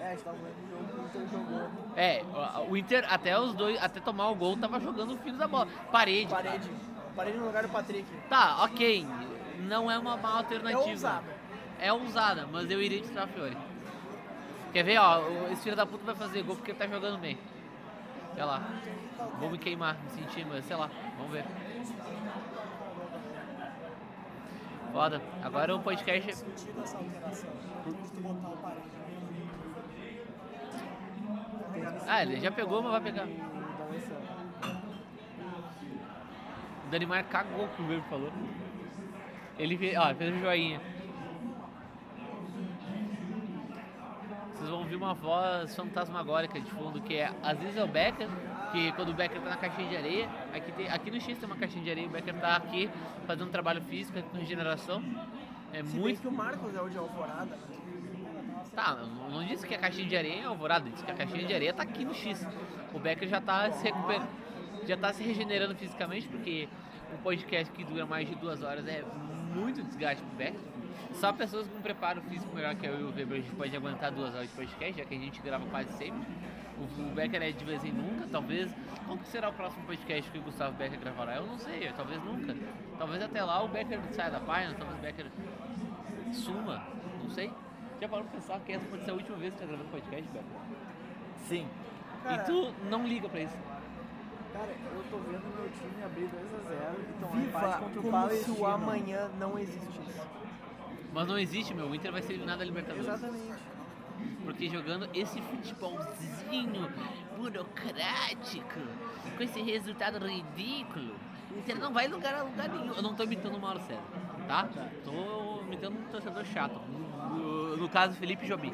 S3: É, a gente tava falando do jogo que o Inter jogou.
S1: É, o- o Inter até os dois, até tomar o gol, tava jogando o filho da bola. Parede. cara.
S2: Parede. Parede no lugar do Patrick.
S1: Tá, ok. Não é uma má alternativa.
S2: É ousada.
S1: É ousada, mas eu iria de Trafiore. Quer ver, ó? o- Esse filho da puta vai fazer gol porque ele tá jogando bem. Sei lá. Vou me queimar, me sentir, mas sei lá. Vamos ver. Foda. Agora o podcast. é-
S5: Sentido essa alteração. De tu botar o parede. né?
S1: Ah, ele já pegou, mas vai pegar. O Danimar cagou que o Weber falou. Ele fez, ó, fez um joinha. Vocês vão ouvir uma voz fantasmagórica de fundo, que é às vezes é o Becker, que quando o Becker tá na caixinha de areia, aqui, tem, aqui no X tem uma caixinha de areia, o Becker tá aqui fazendo trabalho físico com regeneração. É
S2: Se bem
S1: muito.
S2: que o Marcos é o de Alvorada.
S1: Tá, eu não disse que a caixinha de areia é alvorada, disse que a caixinha de areia tá aqui no X. O Becker já tá se recuperando, já tá se regenerando fisicamente, porque um podcast que dura mais de duas horas é muito desgaste pro Becker. Só pessoas com preparo físico melhor que eu e o Weber, a gente pode aguentar duas horas de podcast, já que a gente grava quase sempre. O o Becker é de vez em nunca, talvez. Qual que será o próximo podcast que o Gustavo Becker gravará? Eu não sei, talvez nunca. Talvez até lá o Becker saia da página, talvez o Becker suma, não sei. Já parou pra pensar que essa pode ser a última vez que tá gravando podcast, Beto?
S3: Sim.
S1: E tu não liga pra isso.
S3: Cara, eu tô vendo meu time abrir 2x0 e tomar então é empate
S2: Viva
S3: contra o
S2: como se
S3: Palestino.
S2: o amanhã não existisse.
S1: Mas não existe, meu. O Inter vai ser eliminado da Libertadores.
S3: Exatamente.
S1: Porque jogando esse futebolzinho burocrático, com esse resultado ridículo, o Inter não vai lugar a lugar nenhum. Eu não tô imitando o Mauro César, tá? Tô imitando um torcedor chato. No- No caso, Felipe Jobim.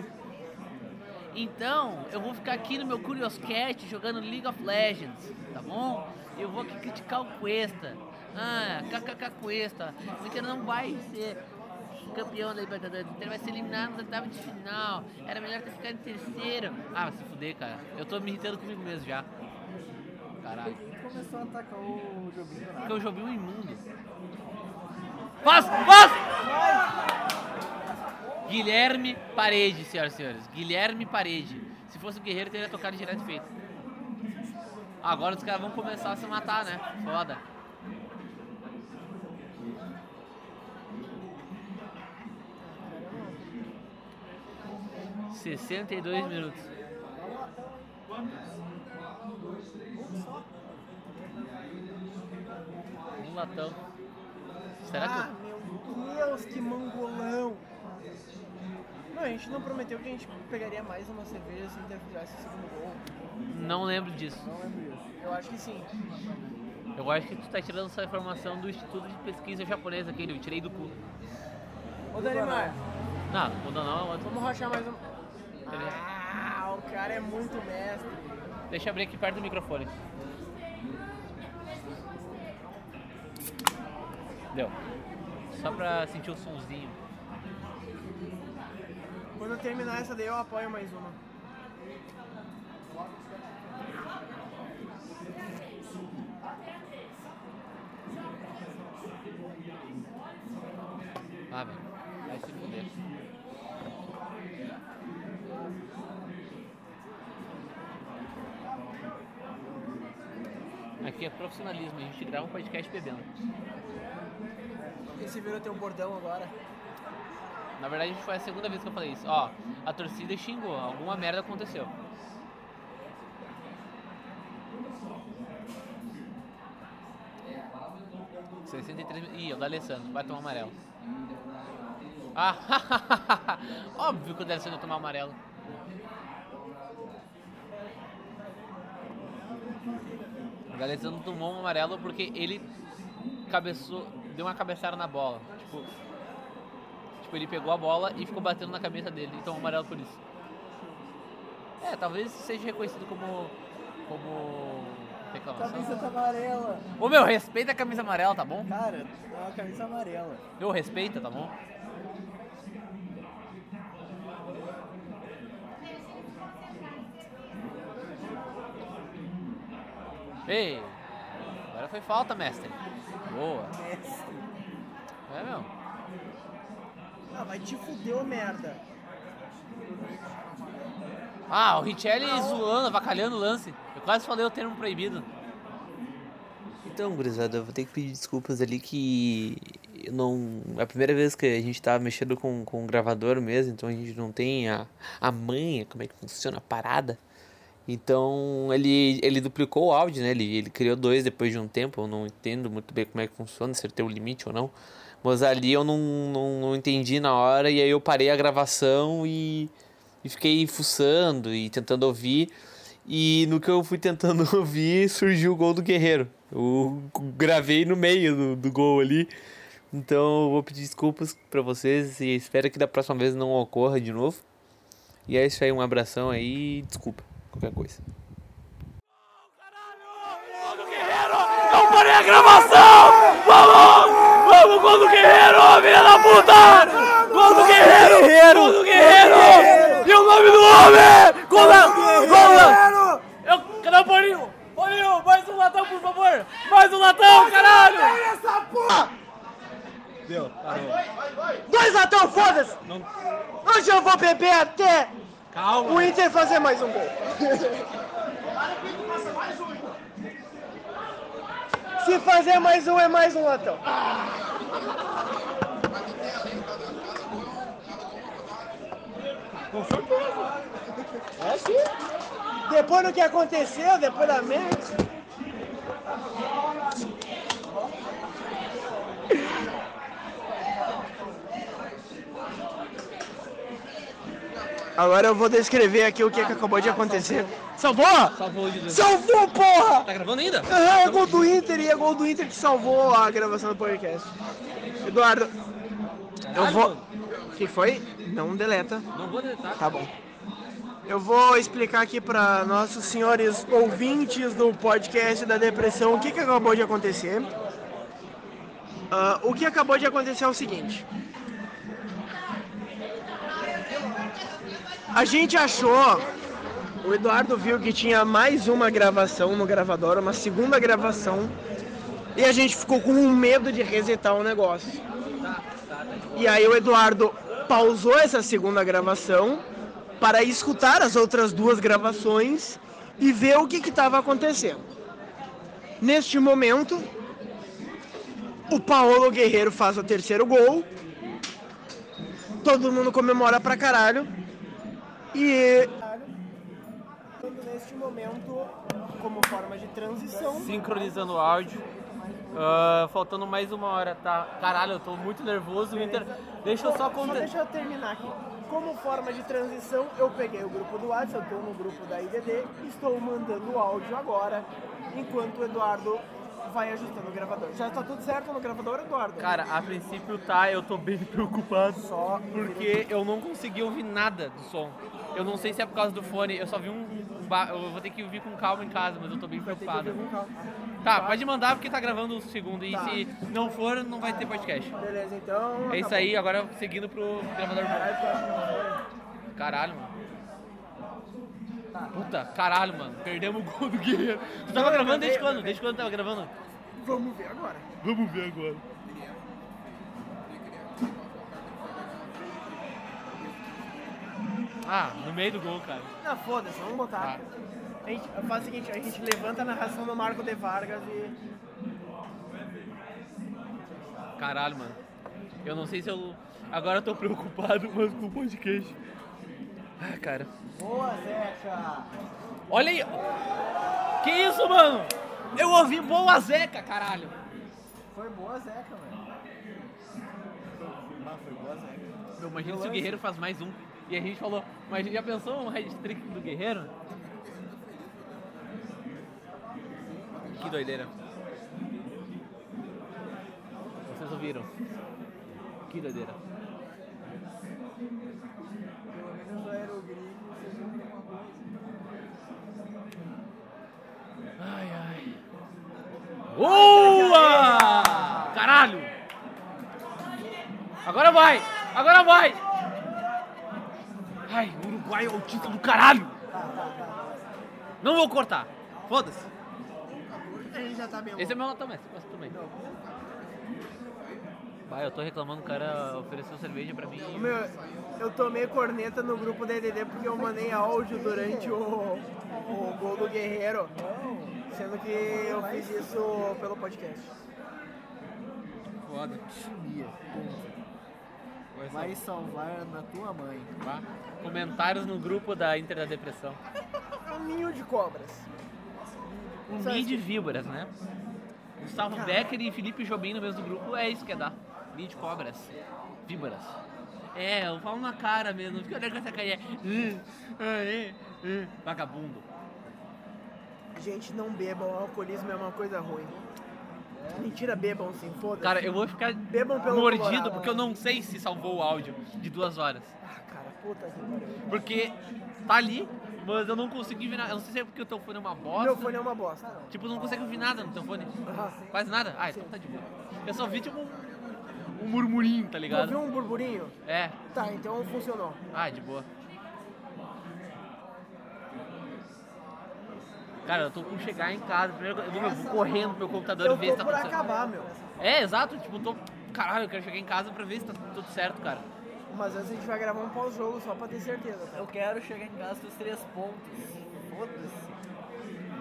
S1: Então, eu vou ficar aqui no meu Curioscat jogando League of Legends, tá bom? Eu vou aqui criticar o Cuesta.
S6: Ah, KKK Cuesta. O Inter não vai ser campeão da Libertadores. O Inter vai ser eliminado na oitava de final. Era melhor ter ficado em terceiro. Ah, vai se fuder, cara. Eu tô me irritando comigo mesmo já. Caralho.
S3: Começou a atacar o Jobim do
S6: Porque
S3: nada.
S6: o Jobim é um imundo. Faz! Faz! Guilherme Parede, senhoras e senhores. Guilherme Parede. Se fosse o Guerreiro, teria tocado direto e feito. Agora os caras vão começar a se matar, né? Foda. Sessenta e dois minutos. Um latão. Será que.
S2: ah, meu Deus, que mangolão! Não, a gente não prometeu que a gente pegaria mais uma cerveja se o Inter fizesse o segundo gol.
S6: Não lembro disso.
S2: Não lembro disso. Eu acho que sim.
S6: Eu acho que tu tá tirando essa informação do Instituto de
S1: é
S6: Pesquisa Japonesa aquele, eu tirei do cu.
S2: Ô, Danimar,
S1: Tá,
S6: Não, não, não, não. outro.
S2: vamos rochar mais um. Ah, o cara é muito mestre.
S6: Deixa eu abrir aqui perto do microfone. Deu. Só pra sentir o sonzinho.
S2: Quando eu terminar essa daí, eu apoio mais uma.
S6: Ah, velho. Vai se fuder. Aqui é profissionalismo, a gente grava um podcast bebendo.
S2: Esse virou teu bordão agora.
S6: Na verdade, foi a segunda vez que eu falei isso. Ó, a torcida xingou, alguma merda aconteceu. ...63... mil- Ih, é o da Alessandro, vai tomar amarelo. Ah, óbvio que o da Alessandro ia tomar amarelo. O da Alessandro tomou um amarelo porque ele... ...cabeçou... ...deu uma cabeçada na bola. Tipo, Tipo, ele pegou a bola e ficou batendo na cabeça dele, então amarelo por isso. É, talvez seja reconhecido como. como. reclamação.
S3: Camisa tá amarela.
S6: Ô meu, respeita a camisa amarela, tá bom?
S3: Cara, é uma camisa amarela.
S6: Meu, respeita, tá bom? Ei! Agora foi falta, mestre. Boa.
S2: Mestre.
S6: É, meu.
S2: Ah, vai te fuder, ô merda.
S6: Ah, o Richelli zoando, avacalhando o lance. Eu quase falei o termo proibido.
S1: Então, gurizada, eu vou ter que pedir desculpas ali que eu não. É a primeira vez que a gente tá mexendo com, com o gravador mesmo, então a gente não tem a, a manha, como é que funciona a parada. Então ele, ele duplicou o áudio, né? Ele, ele criou dois depois de um tempo. Eu não entendo muito bem como é que funciona, se ele tem um limite ou não. Mas ali eu não, não, não entendi na hora e aí eu parei a gravação e, e fiquei fuçando e tentando ouvir. E no que eu fui tentando ouvir, surgiu o gol do Guerreiro. Eu gravei no meio do, do gol ali. Então eu vou pedir desculpas pra vocês e espero que da próxima vez não ocorra de novo. E é isso aí, um abração aí e desculpa qualquer coisa.
S15: Não parei a gravação! Vamos! Vamos, gol do Guerreiro, filha da puta! Gol do Guerreiro! Gol do Guerreiro! E o nome do homem? Gol da... Gol da... é- Eu... Cadê o Paulinho? Paulinho, mais um latão, por favor! Mais um latão, caralho! essa porra!
S5: Deu, parou.
S2: Dois latão, foda-se! Hoje eu vou beber até
S5: Calma.
S2: o Inter fazer mais um gol. Se fazer mais um, é mais um latão.
S5: Com certeza.
S2: É sim. Depois do que aconteceu, depois da merda. Agora eu vou descrever aqui o que, que acabou de acontecer. Salvou?
S6: Salvou de Deus.
S2: Salvou, porra!
S6: Tá gravando ainda?
S2: Aham, é gol do Inter e é gol do Inter que salvou a gravação do podcast. Eduardo, eu vou. O que foi? Não deleta.
S6: Não vou deletar.
S2: Tá bom. Eu vou explicar aqui para nossos senhores ouvintes do podcast da depressão o que, que acabou de acontecer. Ah, o que acabou de acontecer é o seguinte. A gente achou. O Eduardo viu que tinha mais uma gravação no gravador, uma segunda gravação. E a gente ficou com um medo de resetar o negócio. E aí o Eduardo pausou essa segunda gravação para escutar as outras duas gravações e ver o que estava acontecendo. Neste momento, o Paulo Guerreiro faz o terceiro gol. Todo mundo comemora pra caralho. E. Quando neste momento, como forma de transição.
S1: Sincronizando o áudio. Ah, faltando mais uma hora, tá? Caralho, eu tô muito nervoso. o Inter... Deixa eu só
S2: Só
S1: contar.
S2: deixa eu terminar aqui. Como forma de transição, eu peguei o grupo do WhatsApp, eu tô no grupo da IDD, estou mandando o áudio agora, enquanto o Eduardo vai ajustando o gravador. Já tá tudo certo no gravador, Eduardo?
S1: Cara, a princípio tá, eu tô bem preocupado só porque eu não consegui ouvir nada do som. Eu não sei se é por causa do fone, eu só vi um. um ba- Eu vou ter que ouvir com calma em casa, mas eu tô bem preocupado. Tá, pode mandar porque tá gravando o segundo. E se não for, não vai ter podcast.
S2: Beleza, então.
S1: É isso
S2: acabou.
S1: aí, agora seguindo pro gravador.
S2: Caralho, tu acha que não foi?
S1: Caralho, mano. Puta, caralho, mano. Perdemos o gol do Guerreiro. Tu tava gravando desde quando? Desde quando tava gravando?
S2: Vamos ver agora.
S1: Vamos ver agora. Ah, no meio do gol, cara.
S2: Ah, foda-se, vamos botar. A gente faz o seguinte, a gente levanta a narração do Marco de Vargas e.
S1: Caralho, mano. Eu não sei se eu. Agora eu tô preocupado, mas com o podcast. Ah, cara.
S3: Boa, Zeca!
S1: Olha aí. Que isso, mano? Eu ouvi boa Zeca, caralho.
S3: Foi boa, Zeca, velho. Ah, foi boa, Zeca.
S1: Meu, imagina se o Guerreiro faz mais um. E a gente falou, mas a gente já pensou um hat trick do Guerreiro? Que doideira. Vocês ouviram? Que doideira.
S3: Pelo menos lá era o gringo, vocês viram alguma coisa.
S1: Ai, ai. Boa! Caralho! Agora vai! Agora vai! Ai, o Uruguai é o título do caralho! Não vou cortar! Foda-se!
S2: Ele já tá bem
S1: Esse é meu nota mais, mas tudo bem. Vai, eu tô reclamando, o cara ofereceu cerveja pra mim.
S2: Ô, Meu, eu tomei corneta no grupo da EDD porque eu mandei áudio durante o, o gol do Guerreiro. Sendo que eu fiz isso pelo podcast.
S1: Foda.
S3: Chimia. Vai salvar na tua mãe.
S1: Comentários no grupo da Inter da Depressão.
S2: É um ninho de cobras.
S1: Um
S2: Só
S1: ninho
S2: isso.
S1: de víboras, né? Gustavo Becker e Felipe Jobim no mesmo grupo, é isso que é dar. Ninho de cobras. Víboras. É, eu falo na cara mesmo, não fica olhando com essa carinha. Hum, hum, hum, hum. Vagabundo.
S2: Gente, não bebam, o alcoolismo é uma coisa ruim. Mentira, bebam sim, foda-se.
S1: Cara, eu vou ficar
S2: Bebam pelo
S1: mordido
S2: Colorado.
S1: porque eu não sei se salvou o áudio de duas horas.
S2: Ah, Cara, puta que pariu.
S1: Porque tá ali, mas eu não consegui ver nada. Eu não sei se é porque o teu fone é uma bosta.
S2: Meu fone é uma bosta.
S1: Tipo, não consegue ouvir nada no teu fone. Quase nada. Ah, então tá de boa. Eu só vi tipo um, um murmurinho, tá ligado?
S2: Ouviu um burburinho?
S1: É.
S2: Tá, então funcionou.
S1: Ah, de boa. Cara, eu tô com chegar em casa, primeiro eu vou- eu vou correndo pro meu computador
S2: Eu
S1: e ver se
S2: tô
S1: tá
S2: por
S1: tudo certo.
S2: acabar, meu.
S1: É, exato, tipo, tô. Caralho, eu quero chegar em casa pra ver se tá tudo certo, cara.
S2: Mas antes a gente vai gravar um pós-jogo só pra ter certeza.
S3: Eu quero chegar em casa com os três pontos. Foda-se.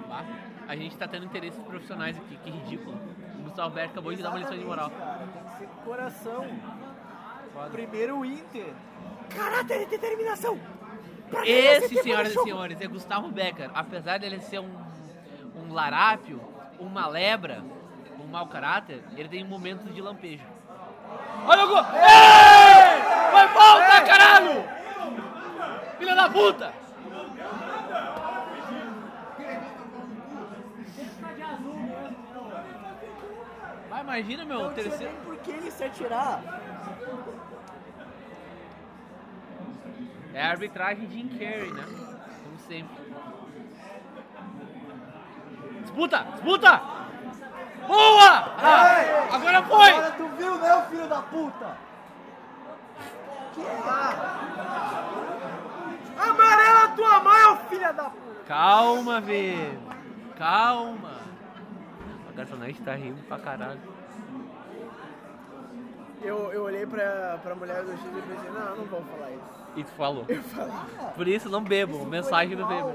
S1: Bah, A gente tá tendo interesses profissionais aqui, que ridículo. O Gustavo Alberto acabou de dar uma lição de moral.
S3: Exatamente, Cara, tem que ser com coração. Primeiro o Inter.
S2: Caráter e determinação! Pra quem
S1: Esse,
S2: assistiu
S1: senhoras e
S2: o jogo?
S1: senhores, é Gustavo Becker. Apesar dele ser um, um larápio, uma lebra, um mau caráter, ele tem um momento de lampejo. Olha o gol! Ei! Foi falta, caralho! Filha da puta! Vai, imagina, meu,
S3: Não tinha
S1: terceiro...
S3: nem por que ele se atirar.
S1: É a arbitragem de Jim Carrey, né? Como sempre. Disputa! Disputa! Boa! Ah,
S3: Ei!
S1: agora foi!
S3: Agora tu viu, né, filho da puta? Que é? Amarela tua mãe, ô filha da puta!
S1: Calma, velho. Calma. A garçonete tá rindo pra caralho.
S2: Eu, eu olhei pra, pra mulher do X e pensei, não, não vou falar isso.
S1: E tu falou.
S2: Eu falei.
S1: Por isso não bebo. Mensagem do bebo.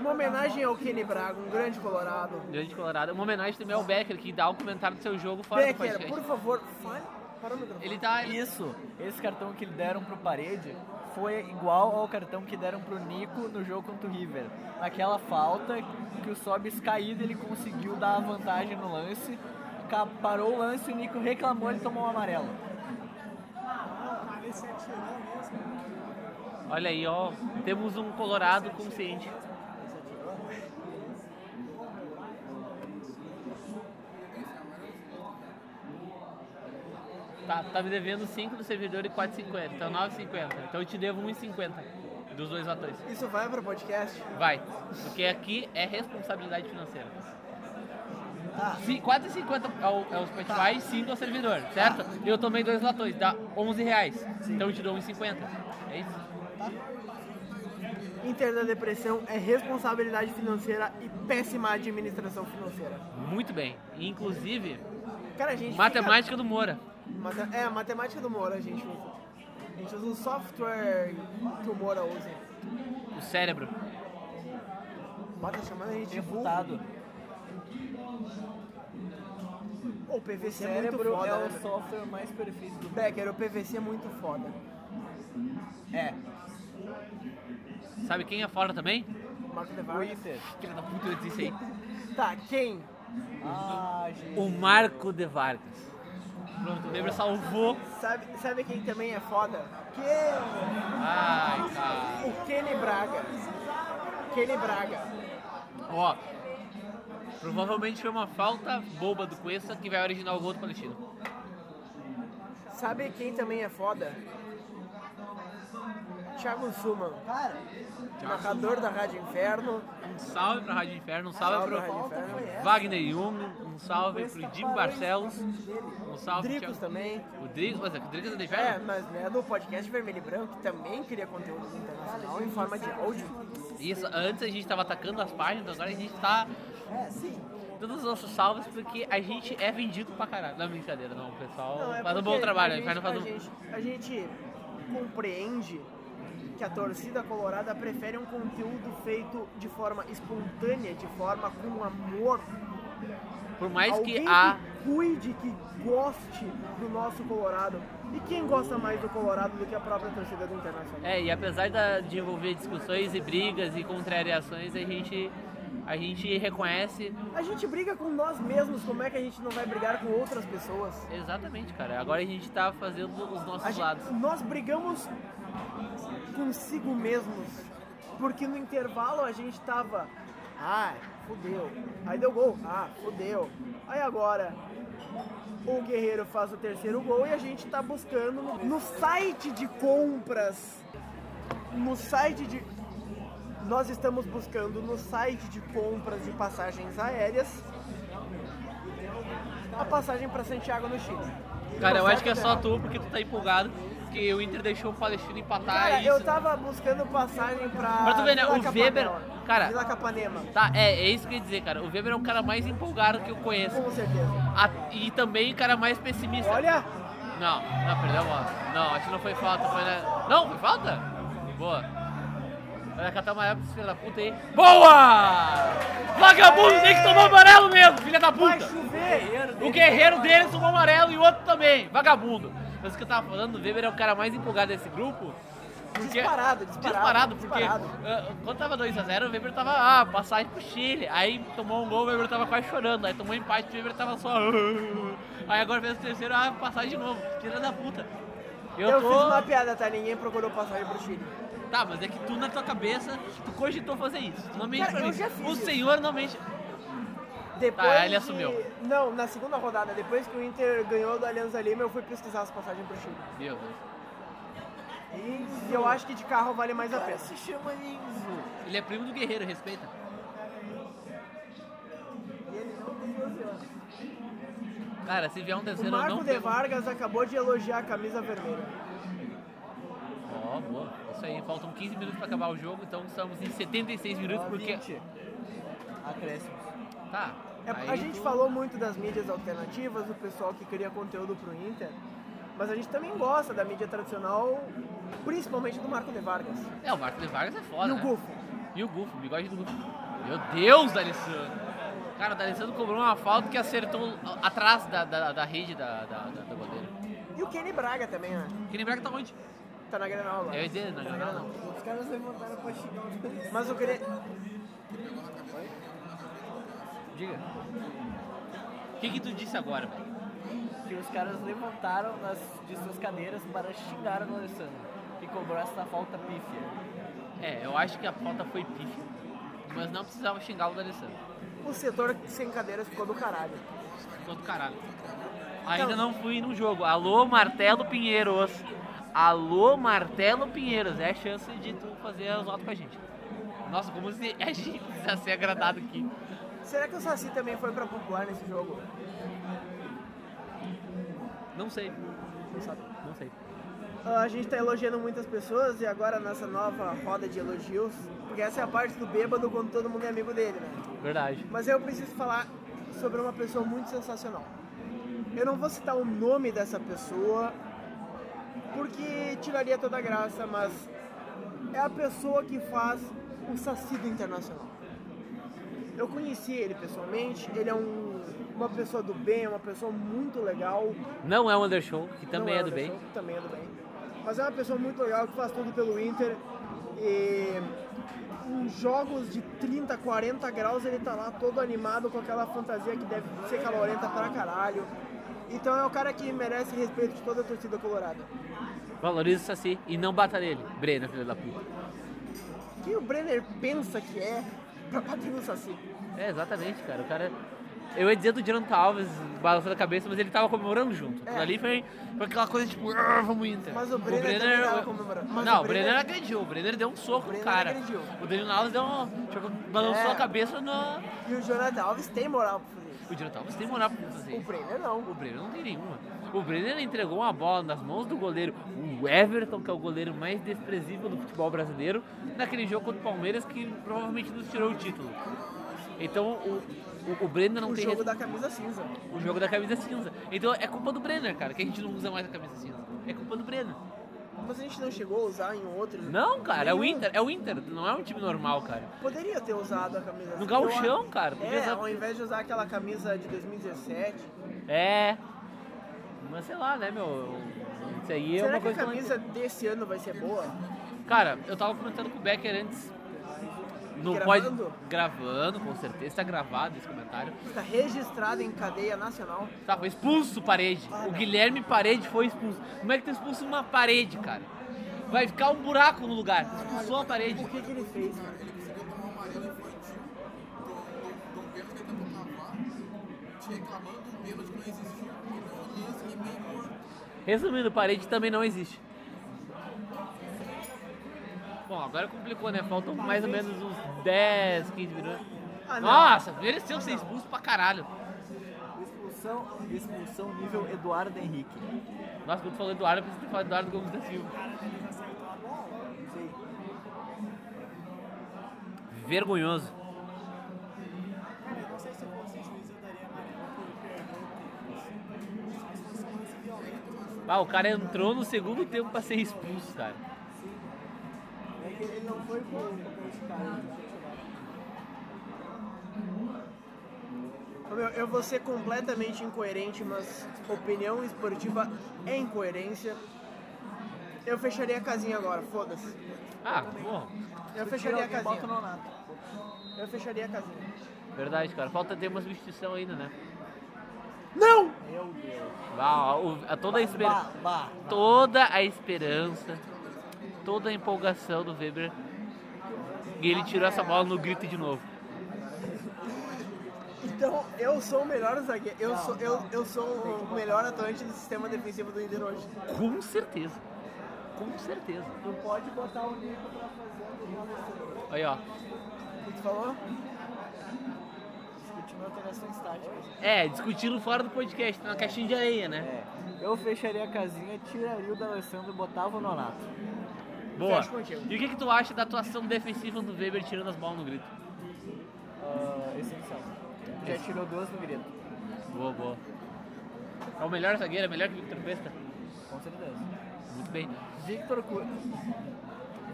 S2: Uma homenagem ao Kenny Braga, um grande colorado.
S1: Grande Colorado. Uma homenagem também ao Becker, que dá um comentário do seu jogo fora do
S2: Becker,
S1: podcast.
S2: por favor, fale. Para o microfone.
S1: Ele tá...
S3: Isso, esse cartão que deram pro Parede foi igual ao cartão que deram pro Nico no jogo contra o River. Naquela falta que o Sobis caído, ele conseguiu dar a vantagem no lance, ca- parou o lance, o Nico reclamou, ele tomou o amarelo.
S1: Olha aí, ó. Temos um Colorado consciente. Tá, tá me devendo 5 do servidor e 4,50. Então 9,50. Então eu te devo 1,50 dos dois atores.
S2: Isso vai pro podcast?
S1: Vai. Porque aqui é responsabilidade financeira. Se- 4,50 é o- é o Spotify, 5 é o servidor, certo? Eu tomei dois latões, dá 11 reais. Então eu te dou 1,50. É isso?
S2: Inter da depressão é responsabilidade financeira e péssima administração financeira.
S1: Muito bem. Inclusive,
S2: Cara, a gente
S1: matemática do Moura.
S2: fica- Mate- É, a matemática do Moura a gente usa. A gente usa um software que o Moura usa.
S1: O cérebro.
S2: O Moura tá chamando a gente de burro. O PVC é muito
S3: Cérebro
S2: foda,
S3: é o
S2: né?
S3: software mais perfeito do
S2: Becker, o PVC é muito foda.
S3: É.
S1: Sabe quem é fora também?
S2: Marco de Vargas.
S1: Filha da puta, eu disse isso aí.
S2: Tá, quem?
S3: Ah,
S1: O Marco de Vargas. Pronto, o Weber salvou.
S2: Sabe, sabe quem também é foda? Quem?
S1: Ai, cara.
S2: O Kenny Braga. Kenny Braga.
S1: Ó, provavelmente foi uma falta boba do Cuesta que vai originar o gol do Palestino.
S2: Sabe quem também é foda? Thiago Suman. Cara, narrador da Rádio Inferno.
S1: Um salve pra Rádio Inferno, um salve,
S2: Salve
S1: pro
S2: pra Rádio Inferno.
S1: Wagner Jung, um salve pro Diego Barcelos, um salve pro
S2: Dricos
S1: Thiago-
S2: também.
S1: O Dricos, mas é que o Dricos é da
S2: É,
S1: Inferno?
S2: mas né, do podcast Vermelho e Branco, que também cria conteúdo internacional em forma de áudio.
S1: Isso, antes a gente tava atacando as páginas, agora a gente tá
S2: É, sim.
S1: todos os nossos salvos porque a gente é vendido pra caralho. Não, brincadeira, não, o pessoal
S2: Não, é
S1: faz um
S2: porque
S1: bom trabalho,
S2: a
S1: o
S2: gente,
S1: Inferno faz
S2: a
S1: um...
S2: gente- a gente compreende que a torcida colorada prefere um conteúdo feito de forma espontânea, de forma com amor.
S1: Por mais que
S2: Alguém
S1: a-
S2: cuide, que goste do nosso Colorado. E quem gosta mais do Colorado do que a própria torcida do Internacional?
S1: É, e apesar da- de envolver discussões e brigas e contrariações, a gente, a gente reconhece
S2: A gente briga com nós mesmos, como é que a gente não vai brigar com outras pessoas?
S1: Exatamente, cara. Agora a gente tá fazendo os nossos
S2: A gente-
S1: lados.
S2: Nós brigamos consigo mesmos, porque no intervalo a gente tava, ah, fudeu. Aí deu gol, ah, fudeu. Aí agora o Guerreiro faz o terceiro gol e a gente tá buscando no, no site de compras, no site de nós estamos buscando no site de compras de passagens aéreas a passagem para Santiago no Chile.
S1: Cara, eu
S2: Tá
S1: acho que é
S2: certo,
S1: só
S2: né?
S1: tu porque tu tá empolgado, porque o Inter deixou o Palestino empatar
S2: Cara,
S1: e
S2: eu
S1: isso.
S2: tava buscando passagem pra.
S1: Pra tu ver, né?
S2: Vila
S1: O Weber.
S2: Capanema.
S1: Cara.
S2: Vila Capanema.
S1: Tá, é, é isso que eu ia dizer, cara. O Weber é o cara mais empolgado que eu conheço.
S2: Com certeza.
S1: e também o cara mais pessimista.
S2: Olha!
S1: Não, não, perdeu a bola. Não, acho que não foi falta, foi na... Não, foi falta? Boa. Olha, catar uma época, filha da puta aí. Boa! Vagabundo tem que tomar amarelo mesmo, filha da puta! O guerreiro dele tomou amarelo e o outro também, vagabundo. Mas o que eu tava falando, o Weber é o cara mais empolgado desse grupo. Porque,
S2: Disparado, disparado,
S1: Disparado, porque
S2: disparado.
S1: ah, quando tava 2x0, o Weber tava, ah, passagem pro Chile. Aí tomou um gol, o Weber tava quase chorando. Aí tomou um empate, o Weber tava só. "Ah". Aí agora fez o terceiro, ah, passagem de novo. Filha da puta. Eu,
S2: Eu,
S1: tô...
S2: fiz uma piada, tá? Ninguém procurou passagem pro Chile.
S1: Tá, mas é que tu na tua cabeça, tu cogitou fazer isso. Tu não mente
S2: Cara,
S1: pra
S2: eu
S1: mim.
S2: já fiz
S1: o
S2: isso.
S1: senhor não mente.
S2: Depois
S1: Tá, ele
S2: de-
S1: assumiu.
S2: Não, na segunda rodada, depois que o Inter ganhou do Alianza Lima, eu fui pesquisar as passagens pro Chile.
S1: Meu Deus.
S2: E eu acho que de carro vale mais a pena.
S1: Ele é primo do guerreiro, respeita. Cara, se vier um
S2: O
S1: terceiro, eu
S2: Marco
S1: não
S2: de
S1: pego.
S2: Vargas acabou de elogiar a camisa vermelha.
S1: Ó, boa. Isso aí, faltam 15 minutos pra acabar o jogo, então estamos em 76 minutos, porque...
S3: Acréscimos.
S1: Tá.
S2: É, a
S1: aí
S2: gente
S1: tu-
S2: falou muito das mídias alternativas, do pessoal que cria conteúdo pro Inter, mas a gente também gosta da mídia tradicional, principalmente do Marco de Vargas.
S1: É, o Marco de Vargas é foda,
S2: E o
S1: né?
S2: Gufo.
S1: E o Gufo, o bigode do Gufo. Meu Deus, D'Alessandro. Cara, o D'Alessandro cobrou uma falta que acertou atrás da, da, da rede da, da, da, da bandeira.
S2: E o Kenny Braga também, né?
S1: Kenny Braga tá onde?
S2: Tá na Granal lá.
S1: É, ele, na Granal, não.
S2: Os caras levantaram pra xingar os Mas eu queria...
S3: Diga.
S1: O que, que tu disse agora, velho?
S3: Que os caras levantaram das, de suas cadeiras para xingar o Alessandro. Que cobrou essa falta pífia.
S1: É, eu acho que a falta foi pífia, mas não precisava xingar o D'Alessandro.
S2: O setor sem cadeiras ficou do caralho.
S1: Ficou do caralho. Ainda não fui num jogo. Alô, Martelo Pinheiros. Alô, Martelo Pinheiros. É a chance de tu fazer as notas com a gente. Nossa, como se a gente precisasse ser agradado aqui.
S2: Será que o Saci também foi pra pontuar nesse jogo?
S1: Não sei.
S2: Não sabe.
S1: Não sei.
S2: A gente tá elogiando muitas pessoas e agora nessa nova roda de elogios, porque essa é a parte do bêbado quando todo mundo é amigo dele, né?
S1: Verdade.
S2: Mas eu preciso falar sobre uma pessoa muito sensacional. Eu não vou citar o nome dessa pessoa, porque tiraria toda a graça, mas é a pessoa que faz o Saci do Internacional. Eu conheci ele pessoalmente, ele é um- uma pessoa do bem, é uma pessoa muito legal,
S1: Não é o Undershow, que também
S2: não
S1: é do bem.
S2: Anderson, Também é do bem. Mas é uma pessoa muito legal que faz tudo pelo Inter. E em jogos de 30, 40 graus ele tá lá todo animado com aquela fantasia que deve ser calorenta pra caralho. Então é o cara que merece respeito de toda a torcida colorada.
S1: Valoriza o Saci e não bata nele. Breno, filho da puta.
S2: Quem o Brenner pensa que é pra bater no Saci?
S1: É, exatamente, cara. O cara. Eu ia dizer do Jonathan Alves balançando a cabeça, mas ele tava comemorando junto. Aquilo ali foi, foi aquela coisa tipo, "Ah, vamos Inter.
S2: É. Mas o Brenner também tava comemorando. Mas
S1: não,
S2: o
S1: o
S2: Brenner-
S1: Brenner, agrediu, o Brenner deu um soco no
S2: Brenner
S1: cara.
S2: agrediu.
S1: O Daniel Alves deu um. tipo, balançou
S2: É.
S1: a cabeça no.
S2: E o Jonathan Alves tem moral pra fazer isso.
S1: O Jonathan Alves tem moral pra fazer.
S2: O
S1: isso.
S2: Brenner não.
S1: O Brenner não tem nenhuma. O Brenner entregou uma bola nas mãos do goleiro, o Everton, que é o goleiro mais desprezível do futebol brasileiro, naquele jogo contra o Palmeiras que provavelmente nos tirou o título. Então o, o, o Brenner não
S2: o
S1: tem.
S2: jogo
S1: res-
S2: da camisa cinza.
S1: o jogo da camisa cinza. Então é culpa do Brenner, cara, que a gente não usa mais a camisa cinza. É culpa do Brenner.
S2: Mas a gente não chegou a usar em outro.
S1: Não, cara, é o
S2: Nenhum.
S1: Inter, é o Inter, não é um time normal, cara.
S2: Poderia ter usado a camisa
S1: No
S2: assim.
S1: gauchão,
S2: Eu-
S1: cara, podia
S2: É, um-
S1: usar-
S2: ao invés de usar aquela camisa de 2017.
S1: É. Mas sei lá, né, meu? Isso aí é
S2: Será
S1: uma
S2: que a
S1: coisa. que não-
S2: camisa desse ano vai ser boa?
S1: Cara, eu tava comentando com o Becker antes. No
S2: Gravando?
S1: Pod... Gravando, com certeza. Tá gravado esse comentário.
S2: Está Tá registrada em cadeia nacional.
S1: Tá, foi expulso o parede.
S2: Ah,
S1: o
S2: não.
S1: Guilherme Parede foi expulso. Como é que tu expulsa uma parede, cara? Vai ficar um buraco no lugar. Tu Expulsou a parede.
S2: O que, que ele fez, cara?
S1: Resumindo, parede também não existe. Bom, agora complicou, né? Faltam mais ou menos uns 10, 15 minutos.
S3: Ah, não.
S1: Nossa, mereceu ser expulso pra caralho.
S3: Expulsão, expulsão nível Eduardo Henrique.
S1: Nossa, quando tu falou Eduardo, eu pensei que tu falou Eduardo Gomes da Silva. Vergonhoso.
S16: Cara, eu não sei se eu fosse juiz, eu daria amarelo pro Pierre Só se fosse um lance violento, mas-
S1: Ah, o cara entrou no segundo tempo pra ser expulso, cara.
S16: É que ele não foi bom com os caras. que tiraram.
S2: Ô, meu, eu vou ser completamente incoerente, mas opinião esportiva é incoerência. Eu fecharia a casinha agora, foda-se.
S1: Ah, bom.
S2: Eu
S3: Tu
S2: fecharia a
S3: tira alguém,
S2: casinha.
S3: bota o Nonato.
S2: Eu fecharia a casinha.
S1: Verdade, cara. Falta ter uma substituição ainda, né?
S2: Não!
S3: Meu Deus.
S1: Bah, o- a toda a esperança.
S3: Bah, bah.
S1: Toda a esperança. Toda a empolgação do Weber. E ele tirou essa bola no grito de novo.
S2: Então, eu sou o melhor zagueiro. Eu sou, eu, eu sou o melhor atuante do sistema defensivo do Inter hoje.
S1: Com certeza. Com certeza.
S2: Não pode botar o Nico pra fazer o que
S1: Aí, ó.
S2: tu falou?
S5: discutindo alterações táticas.
S1: É, discutindo fora do podcast, na caixinha de areia, né?
S3: Eu fecharia a casinha, tiraria o da Alessandro e botava o Nonato.
S1: Boa.
S3: Fecho É. contigo.
S1: E o que, que tu acha da atuação defensiva do Weber tirando as bolas no grito?
S3: Ah, essencial. Já tirou duas no grito.
S1: Boa, boa. É o melhor zagueiro, é melhor que o Victor Pesta?
S3: Com certeza.
S1: Muito bem.
S3: Victor, Cu...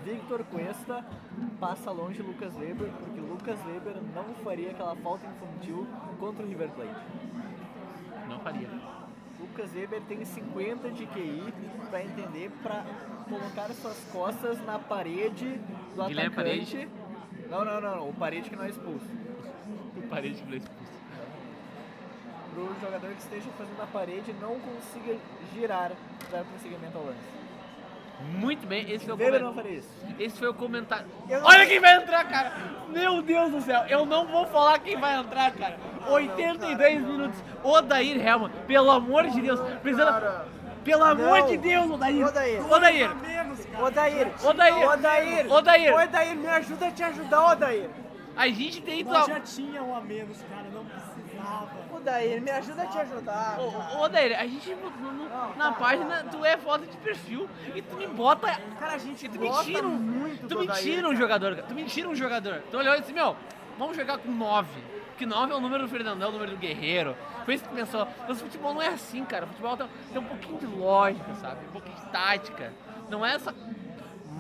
S3: Victor Cuesta passa longe Lucas Weber, porque Lucas Weber não faria aquela falta infantil contra o River Plate.
S1: Não faria.
S3: Lucas Weber tem 50 de QI pra entender, pra colocar suas costas na parede do
S1: Guilherme
S3: atacante. Não, não, não, não, o parede que não é expulso.
S1: O parede que não é expulso.
S3: Pro jogador que esteja fazendo a parede não consiga girar para prosseguimento ao lance.
S1: Muito bem, esse foi o
S3: Weber
S1: comen-
S3: não faria isso.
S1: Esse foi o comentário.
S3: Eu não-
S1: Olha quem vai entrar, cara! Meu Deus do céu, eu não vou falar quem vai entrar, cara. 82 minutos, Odair Helman, pelo amor de Deus, precisa. Pelo amor de Deus, Odair! Odair! Odair!
S2: Odair!
S1: Odair!
S2: Odair!
S1: Odair!
S2: Odair, me ajuda a te ajudar, Odair!
S1: A gente tem
S5: Nós já tinha um a menos, cara, não precisava.
S2: Odair, me ajuda a te ajudar.
S1: Ô, ô, Odair, a gente no- no- no- na página, tu é foto de perfil e tu me bota.
S2: Cara, a gente
S1: tu
S2: gosta
S1: me tira, um-
S2: muito
S1: Tu
S2: do
S1: me
S2: Odair,
S1: tira um jogador, cara. Tu me tira um jogador. Tu olhou e disse, meu, vamos jogar com 9. Que 9 é o número do Fernandão, o número do Guerreiro. Foi isso que tu pensou. Mas futebol não é assim, cara. Futebol tem, tem um pouquinho de lógica, sabe? Um pouquinho de tática. Não é essa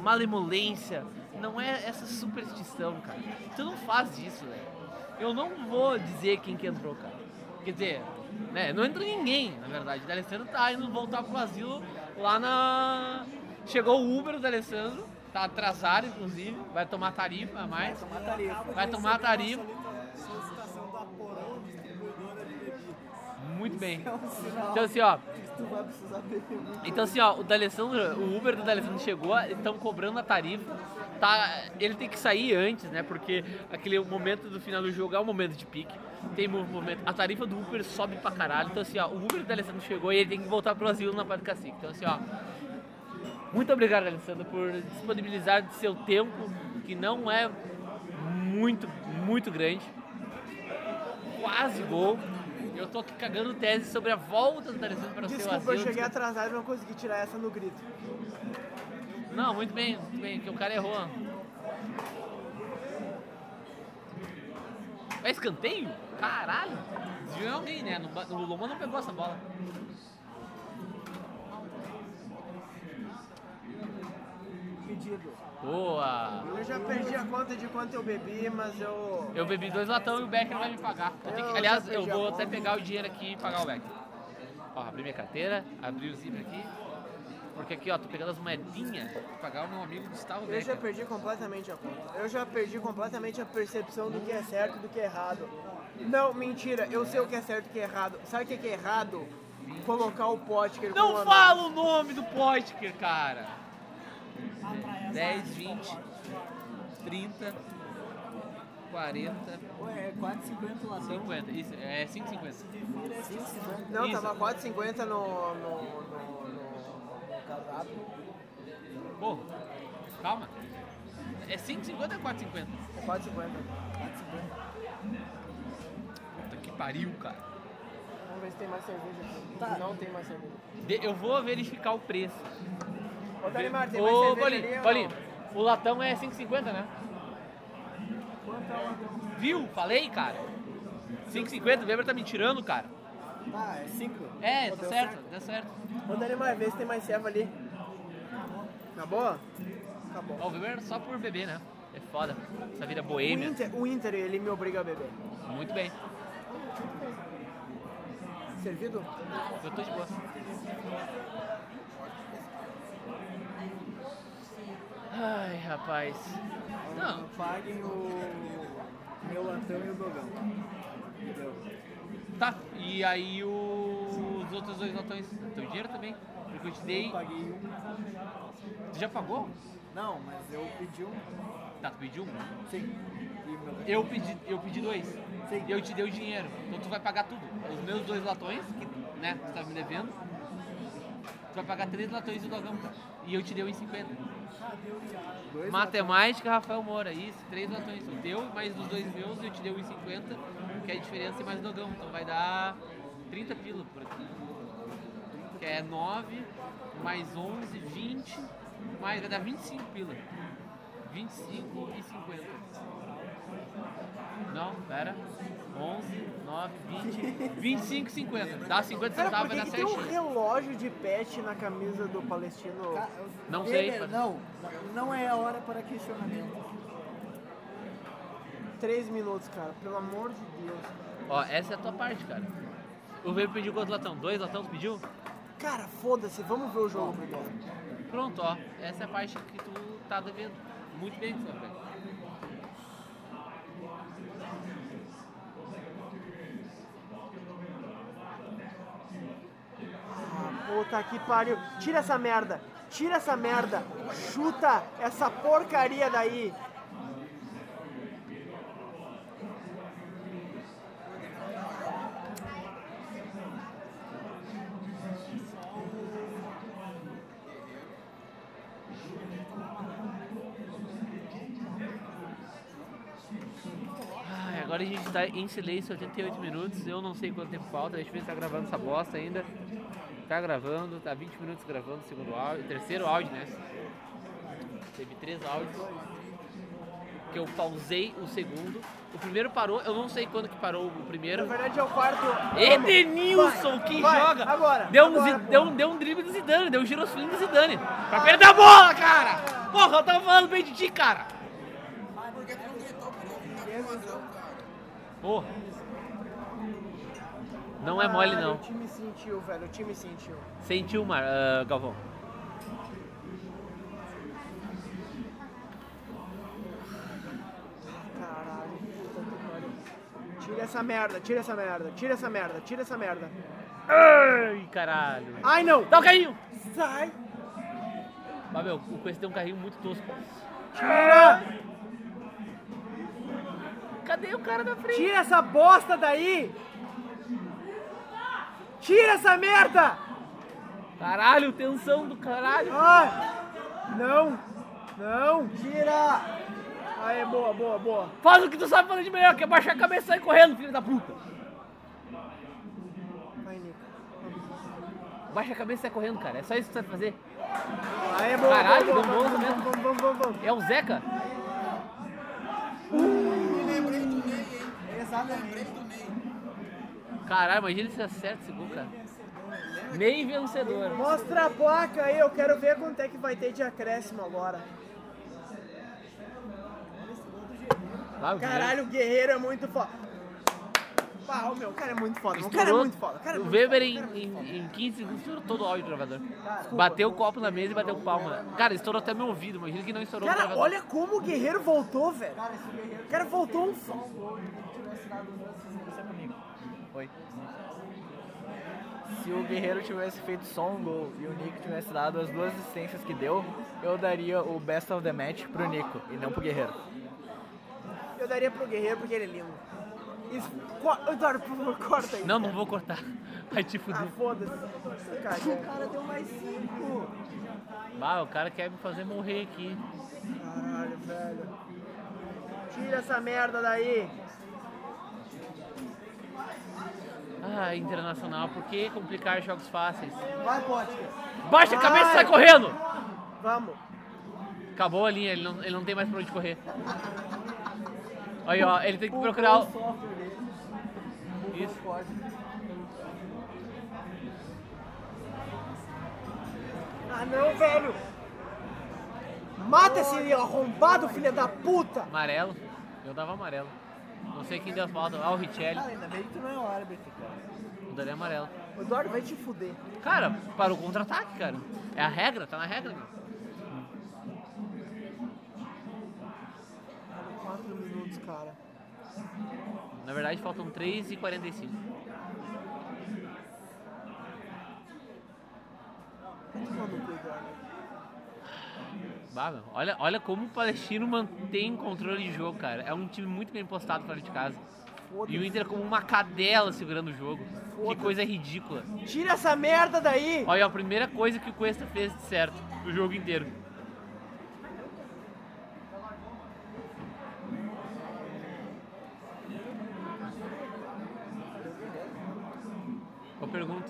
S1: malemolência. Não é essa superstição, cara. Tu não faz isso, velho. Eu não vou dizer quem que entrou, cara. Quer dizer, né, não entrou ninguém, na verdade. O D'Alessandro tá indo voltar pro asilo lá na... Chegou o Uber do D'Alessandro, tá atrasado, inclusive. Vai tomar tarifa a mais. Vai tomar
S5: tarifa.
S1: Vai tomar tarifa.
S5: Solicitação da Porão, distribuidora de bebidas.
S1: Muito bem.
S5: É um sinal
S1: Então assim, ó.
S5: que Tu vai precisar beber muito.
S1: Então assim, ó, o D'Alessandro, o Uber do D'Alessandro chegou, estão cobrando a tarifa. Tá, ele tem que sair antes, né? Porque aquele momento do final do jogo é o momento de pique. Tem movimento. A tarifa do Uber sobe pra caralho. Então assim, ó, o Uber do D'Alessandro chegou e ele tem que voltar pro asilo na Parte Cacique. Então assim, ó. Muito obrigado, D'Alessandro, por disponibilizar de seu tempo, que não é muito, muito grande. Quase gol. Eu tô aqui cagando tese sobre a volta do D'Alessandro para o seu asilo.
S2: Desculpa, eu cheguei atrasado e não consegui tirar essa no grito.
S1: Não, muito bem, muito bem, que o cara errou. É escanteio? Caralho! Desviou em alguém, né? No, ba- o Lomão não pegou essa bola.
S2: Pedido.
S1: Boa!
S2: Eu já perdi a conta de quanto eu bebi, mas eu.
S1: Eu bebi dois latão e o Becker vai me pagar. Eu tenho que- aliás, eu vou até pegar o dinheiro aqui e pagar o Becker. Ó, abri minha carteira, abri o zíper aqui. Porque aqui, ó, tô pegando as moedinhas pra pagar o meu amigo Gustavo
S2: Eu já
S1: Becker.
S2: perdi completamente a conta. Eu já perdi completamente a percepção do que é certo e do que é errado. Não, mentira, eu sei o que é certo e o que é errado. Sabe o que é, que é errado? Colocar o pote que ele
S1: Não
S2: colocou.
S1: fala o nome do Potker, cara! 10, 20, 30, 40,
S5: Ué, é 4,50 lá.
S1: 50. Isso, é 5,50.
S2: Não,
S1: Isso.
S2: tava 4,50 no, no, no, no- no cardápio.
S1: Pô, calma. É 5,50 ou 4,50?
S2: É 4,50.
S1: Puta que pariu, cara.
S2: Vamos ver se tem mais cerveja aqui.
S1: Tá.
S2: Não tem mais cerveja.
S1: De- eu vou verificar o preço.
S2: Ô, Dalimar, tem mais
S1: Ô,
S2: cerveja
S1: Bolinho,
S2: ali ou
S1: Bolinho, o latão é 5,50, né? Viu? Falei, cara. 5,50, o Weber tá me tirando, cara.
S2: Ah, é 5?
S1: É, tá certo, deu certo.
S2: Ô, Dalimar, vê se tem mais serva ali. Acabou? Acabou.
S1: Ó, o Weber só por beber, né? É foda. Essa vida
S2: O
S1: boêmia.
S2: Inter, o Inter, ele me obriga a beber.
S1: Muito bem.
S2: Servido?
S1: Eu tô de boa. Ai, rapaz. Não.
S5: Paguem o meu latão e o dogão. Entendeu?
S1: Tá, e aí o- os outros dois latões. Teu dinheiro também? Porque eu te dei.
S5: Paguei um.
S1: Tu já pagou?
S5: Não, mas eu pedi um.
S1: Tá, tu pediu um?
S5: Sim.
S1: Eu pedi, eu pedi dois. E eu te dei o dinheiro. Então tu vai pagar tudo. Os meus dois latões, que né, tu tá me devendo. Tu vai pagar três latões e o dogão, cara. E eu te dei 1,50. Matemática, Rafael Moura. Isso, três latões. O teu, mais os dois meus, eu te dei 1,50. que é a diferença é mais dogão. Então vai dar 30 pila por aqui. Que é 9, mais 11, 20, mais vai dar 25 pila. 25 e 50. Não, pera. 11, 9, 20, 25 e 50. Dá 50
S2: Cara,
S1: centavos,
S2: por
S1: vai
S2: que,
S1: dar
S2: que
S1: 7
S2: tem um relógio de pet na camisa do palestino?
S1: Não sei,
S2: Weber,
S1: mas-
S2: não.
S17: Não é a hora para questionamento.
S2: Três minutos, cara. Pelo amor de Deus.
S1: Ó, essa é a tua parte, cara. O Weber pediu quantos latão? Dois latão tu pediu?
S2: Cara, foda-se. Vamos ver o jogo primeiro.
S1: Pronto, ó. Essa é a parte que tu tá devendo. Muito bem, Sam, velho.
S2: Puta que pariu. Tira essa merda. Tira essa merda. Chuta essa porcaria daí.
S1: Ai, agora a gente tá em silêncio 88 minutos. Eu não sei quanto tempo falta. Deixa eu ver se tá gravando essa bosta ainda. Tá gravando, tá 20 minutos gravando o segundo áudio. Terceiro áudio, né? Teve três áudios. Que eu pausei o segundo. O primeiro parou, eu não sei quando que parou o primeiro.
S2: Na verdade é o quarto.
S1: Edenilson,
S2: Vai,
S1: que
S2: vai,
S1: joga!
S2: Agora.
S1: Deu um,
S2: agora, Ah.
S1: zi- deu, um, deu um drible do Zidane, deu um girosflim do Zidane. Pra perder a bola, cara! Porra, eu tava falando bem de ti, cara! Porra. Não é mole,
S2: Caralho,
S1: não.
S2: O time sentiu, velho. O time sentiu.
S1: Sentiu, Mar, ah, Galvão?
S2: Caralho, puta que pariu. Tira essa merda, tira essa merda, tira essa merda, tira essa merda.
S1: Ai, caralho.
S2: Ai, não.
S1: Dá o carrinho.
S2: Sai.
S1: Mas, meu, o Coelho tem um carrinho muito tosco.
S2: Tira.
S1: Cadê o cara da frente?
S2: Tira essa bosta daí. Tira essa merda.
S1: Caralho, tensão do caralho.
S2: Ai. Não. Não. Tira. Aê, boa, boa, boa.
S1: Faz o que tu sabe fazer de melhor, que é baixar a cabeça e sair correndo, filho da puta.
S2: Vai, Nico.
S1: Baixa a cabeça e sai correndo, cara. É só isso que tu sabe fazer.
S2: Aê, boa,
S1: Caralho,
S2: boa,
S1: deu um
S2: boa, boa,
S1: bom
S2: boa,
S1: mesmo.
S2: boa, Vamos, vamos, vamos.
S1: É o Zeca?
S18: Exatamente.
S1: Caralho, imagina se acerta esse gol, cara. um- Nem vencedor.
S2: Mostra a placa aí, eu quero ver quanto é que vai ter de acréscimo agora. Caralho, o Guerreiro é muito foda. Pau, meu, o cara é muito foda. O cara é
S1: Estourou.
S2: muito foda. O cara é
S1: o
S2: muito
S1: Weber,
S2: foda, o cara
S1: em, em, em 15 segundos, estourou todo o áudio do gravador.
S2: Desculpa.
S1: bateu o copo na mesa e bateu palma. Cara, estourou até meu ouvido. Imagina que não estourou o
S2: Cara,
S1: gravador.
S2: olha como o Guerreiro voltou, velho. O cara voltou um fo-
S3: Oi. Se o Guerreiro tivesse feito só um gol e o Nico tivesse dado as duas assistências que deu, eu daria o best of the match pro Nico e não pro Guerreiro.
S2: Eu daria pro Guerreiro porque ele é lindo. Isso, co- Eduardo, por favor, corta aí.
S1: Não, não vou cortar. Vai te
S2: Ah,
S1: fuder.
S2: foda-se. O cara deu mais cinco.
S1: Bah, o cara quer me fazer morrer aqui.
S2: Caralho, velho. Tira essa merda daí.
S1: Ah, internacional, por que complicar jogos fáceis?
S2: Vai, Pote.
S1: Baixa a cabeça e sai correndo!
S2: Vamos.
S1: Acabou a linha, ele não, ele não tem mais pra onde correr. Aí, ó, ele tem que procurar. o- Isso.
S2: Ah, não, velho. Mata esse arrombado, filha da puta.
S1: Amarelo? Eu dava amarelo. Não sei quem deu falta. Ah, o Richelli.
S2: Cara, ainda bem que tu não é o árbitro, cara.
S1: Eu daria amarelo.
S2: O Eduardo vai te fuder.
S1: Cara, para o contra-ataque, cara. É a regra, tá na regra, meu.
S2: 4 minutos, cara.
S1: Na verdade, faltam 3 e 45.
S2: Vai tomar no cu, Eduardo.
S1: Bah, meu. Olha, olha como o Palestino mantém controle de jogo, cara. É um time muito bem postado fora de casa.
S2: Foda-se.
S1: E o Inter como uma cadela segurando o jogo. Que coisa ridícula.
S2: Tira essa merda daí!
S1: Olha, é a primeira coisa que o Cuesta fez de certo o jogo inteiro.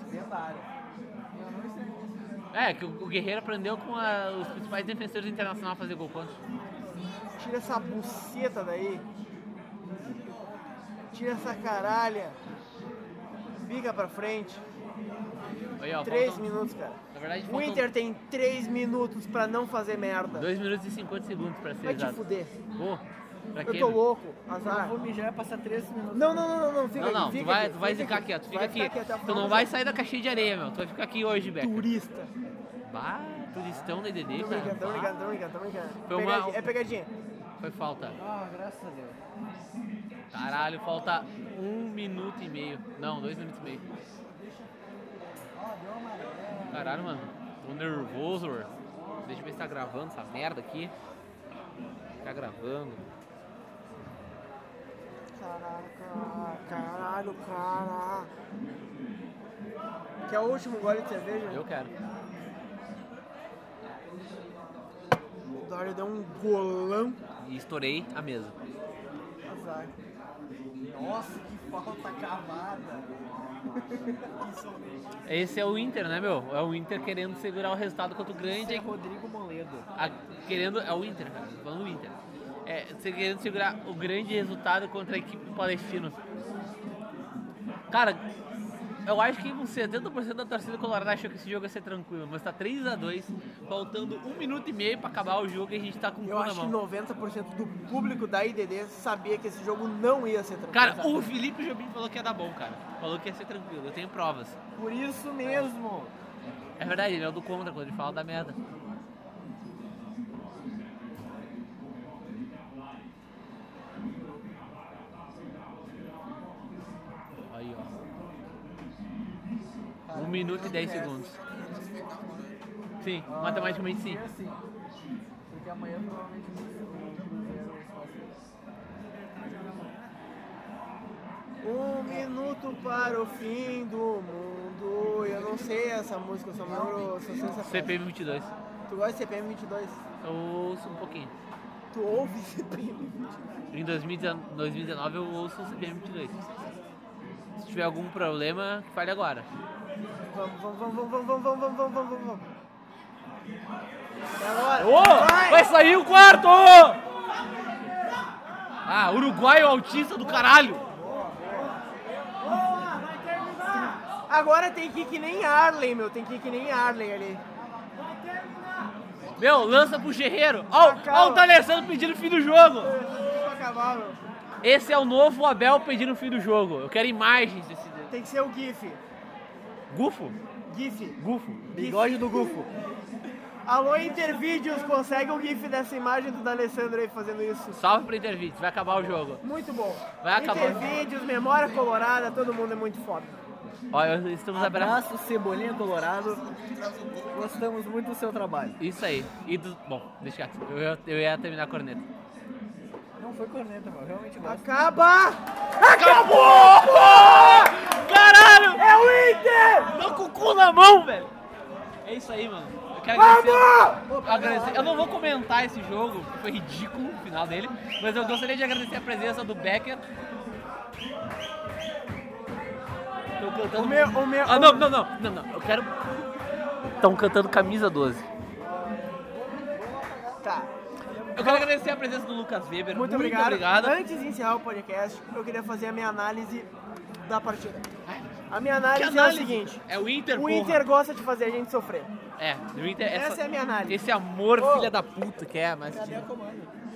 S19: secundária. Eu não sei.
S1: É, que o o Guerreiro aprendeu com a- os principais defensores internacionais a fazer gol contra.
S2: Tira essa buceta daí. Tira essa caralha. Fica pra frente.
S1: Aí, ó,
S2: três
S1: faltam-
S2: minutos, cara.
S1: Na verdade,
S2: o
S1: faltam
S2: Inter tem três minutos pra não fazer merda.
S1: 2 minutos e 50 segundos pra ser
S2: Vai te
S1: exato. Tá
S2: fuder.
S1: Pô, pra
S2: Eu
S1: quê,
S2: tô
S1: né?
S2: louco, azar.
S3: Eu vou mijar e passar três minutos.
S2: Não, não, não, não, não, fica
S1: Não, não,
S2: aqui, fica
S1: tu vai,
S2: aqui,
S1: tu vai
S2: fica
S1: zicar aqui,
S2: aqui.
S1: ó. Tu fica
S2: Vai
S1: aqui.
S2: ficar aqui até o
S1: tu
S2: final
S1: não
S2: do
S1: vai
S2: jogo.
S1: sair da caixinha de areia, meu. Tu vai ficar aqui hoje, Becker.
S2: Turista.
S1: Bah, turistão da DD,
S2: Tô
S1: cara.
S2: brincando, tô
S1: Bah.
S2: brincando, tô brincando, tô brincando.
S1: Foi uma-
S2: Pegadinha, É pegadinha.
S1: Foi falta.
S3: Ah, graças a Deus.
S1: Caralho, falta um minuto e meio. Não, dois minutos e meio. Caralho, mano. Tô nervoso, mano. Deixa eu ver se tá gravando essa merda aqui. Tá gravando.
S2: Caralho, cara, caralho, cara. Quer o último gole de cerveja?
S1: Eu quero.
S2: O Dário deu um golão.
S1: E estourei a mesa.
S2: Azar.
S19: Nossa, que falta cavada. Que somente.
S1: Esse é o Inter, né, meu? É o Inter querendo segurar o resultado contra o grande.
S3: Esse é Rodrigo Moledo.
S1: A- querendo, é o Inter, cara, tô falando do Inter. É, você querendo segurar o grande resultado contra a equipe do Palestino. Cara, eu acho que uns 70% da torcida colorada achou que esse jogo ia ser tranquilo, mas tá 3x2, faltando um minuto e meio pra acabar o jogo e a gente tá com o cu
S2: Eu
S1: na
S2: acho que
S1: mão.
S2: 90% do público da IDD sabia que esse jogo não ia ser tranquilo.
S1: Cara,
S2: sabe?
S1: o Felipe Jobim falou que ia dar bom, cara. Falou que ia ser tranquilo, eu tenho provas.
S2: Por isso mesmo.
S1: É verdade, ele é o do contra quando ele fala da merda. Aí, ó. Um minuto e dez segundos. Sim, matematicamente sim.
S3: Porque amanhã provavelmente o Cruzeiro faz isso.
S2: Um minuto para o fim do mundo. Eu não sei essa música, eu só lembro. eu Só sei essa
S1: CPM 22.
S2: Tu gosta de CPM 22?
S1: Eu ouço um pouquinho.
S2: Tu ouve CPM 22?
S1: Em 2019 2019 eu ouço o CPM 22. Se tiver algum problema, fale agora.
S2: Vamos, vamos, vamos, vamos, vamos, vamos, vamos, vamos, vamos, vamos. É agora.
S20: Ô, vai sair o quarto!
S1: Ah, Uruguai é o autista do caralho!
S2: Agora tem que ir que nem Arlen, meu. Tem que ir que nem Arlen ali.
S1: Meu, lança pro Guerreiro. Ó, ó o D'Alessandro pedindo fim do jogo.
S2: Pra acabar, meu.
S1: Esse é o novo Abel pedindo fim do jogo. Eu quero imagens desse...
S2: Tem que ser o GIF.
S1: Gufo?
S2: GIF.
S1: Gufo.
S2: Bigode do Gufo. Alô, Intervídeos, consegue o GIF dessa imagem do D'Alessandro aí fazendo isso?
S1: Salve pro Intervites, vai acabar o jogo.
S2: Muito bom.
S1: Vai acabar.
S2: Intervídeos, memória colorada, todo mundo é muito foda.
S1: Ó, eu- estamos abraços.
S3: Abraço, Cebolinha Colorado. Gostamos muito do seu trabalho.
S1: Isso aí. E do... Bom, deixa quieto. Eu, eu, eu ia terminar a corneta.
S3: Não foi corneta, mano. Realmente gosto.
S2: Acaba!
S1: Acabou! Caralho!
S2: É o Inter!
S1: Tô com o cu na mão, velho! É isso aí, mano. Eu quero agradecer, agradecer. Eu não vou comentar esse jogo, porque foi ridículo o final dele, mas eu gostaria de agradecer a presença do Becker. Tô cantando.
S2: O meu- o meu-
S1: ah, não, não, não, não, não. Eu quero. Estão cantando camisa 12.
S2: Tá.
S1: Eu quero agradecer a presença do Lucas Weber.
S2: Muito, obrigado. Antes de encerrar o podcast, eu queria fazer a minha análise da partida. A minha
S1: Que
S2: análise,
S1: análise?
S2: é o seguinte:
S1: É o Inter,
S2: o
S1: porra.
S2: Inter gosta de fazer a gente sofrer.
S1: É, do Inter.
S2: Essa é a minha análise.
S1: Esse amor, filha da puta, que é, mas.
S2: Cadê a comando?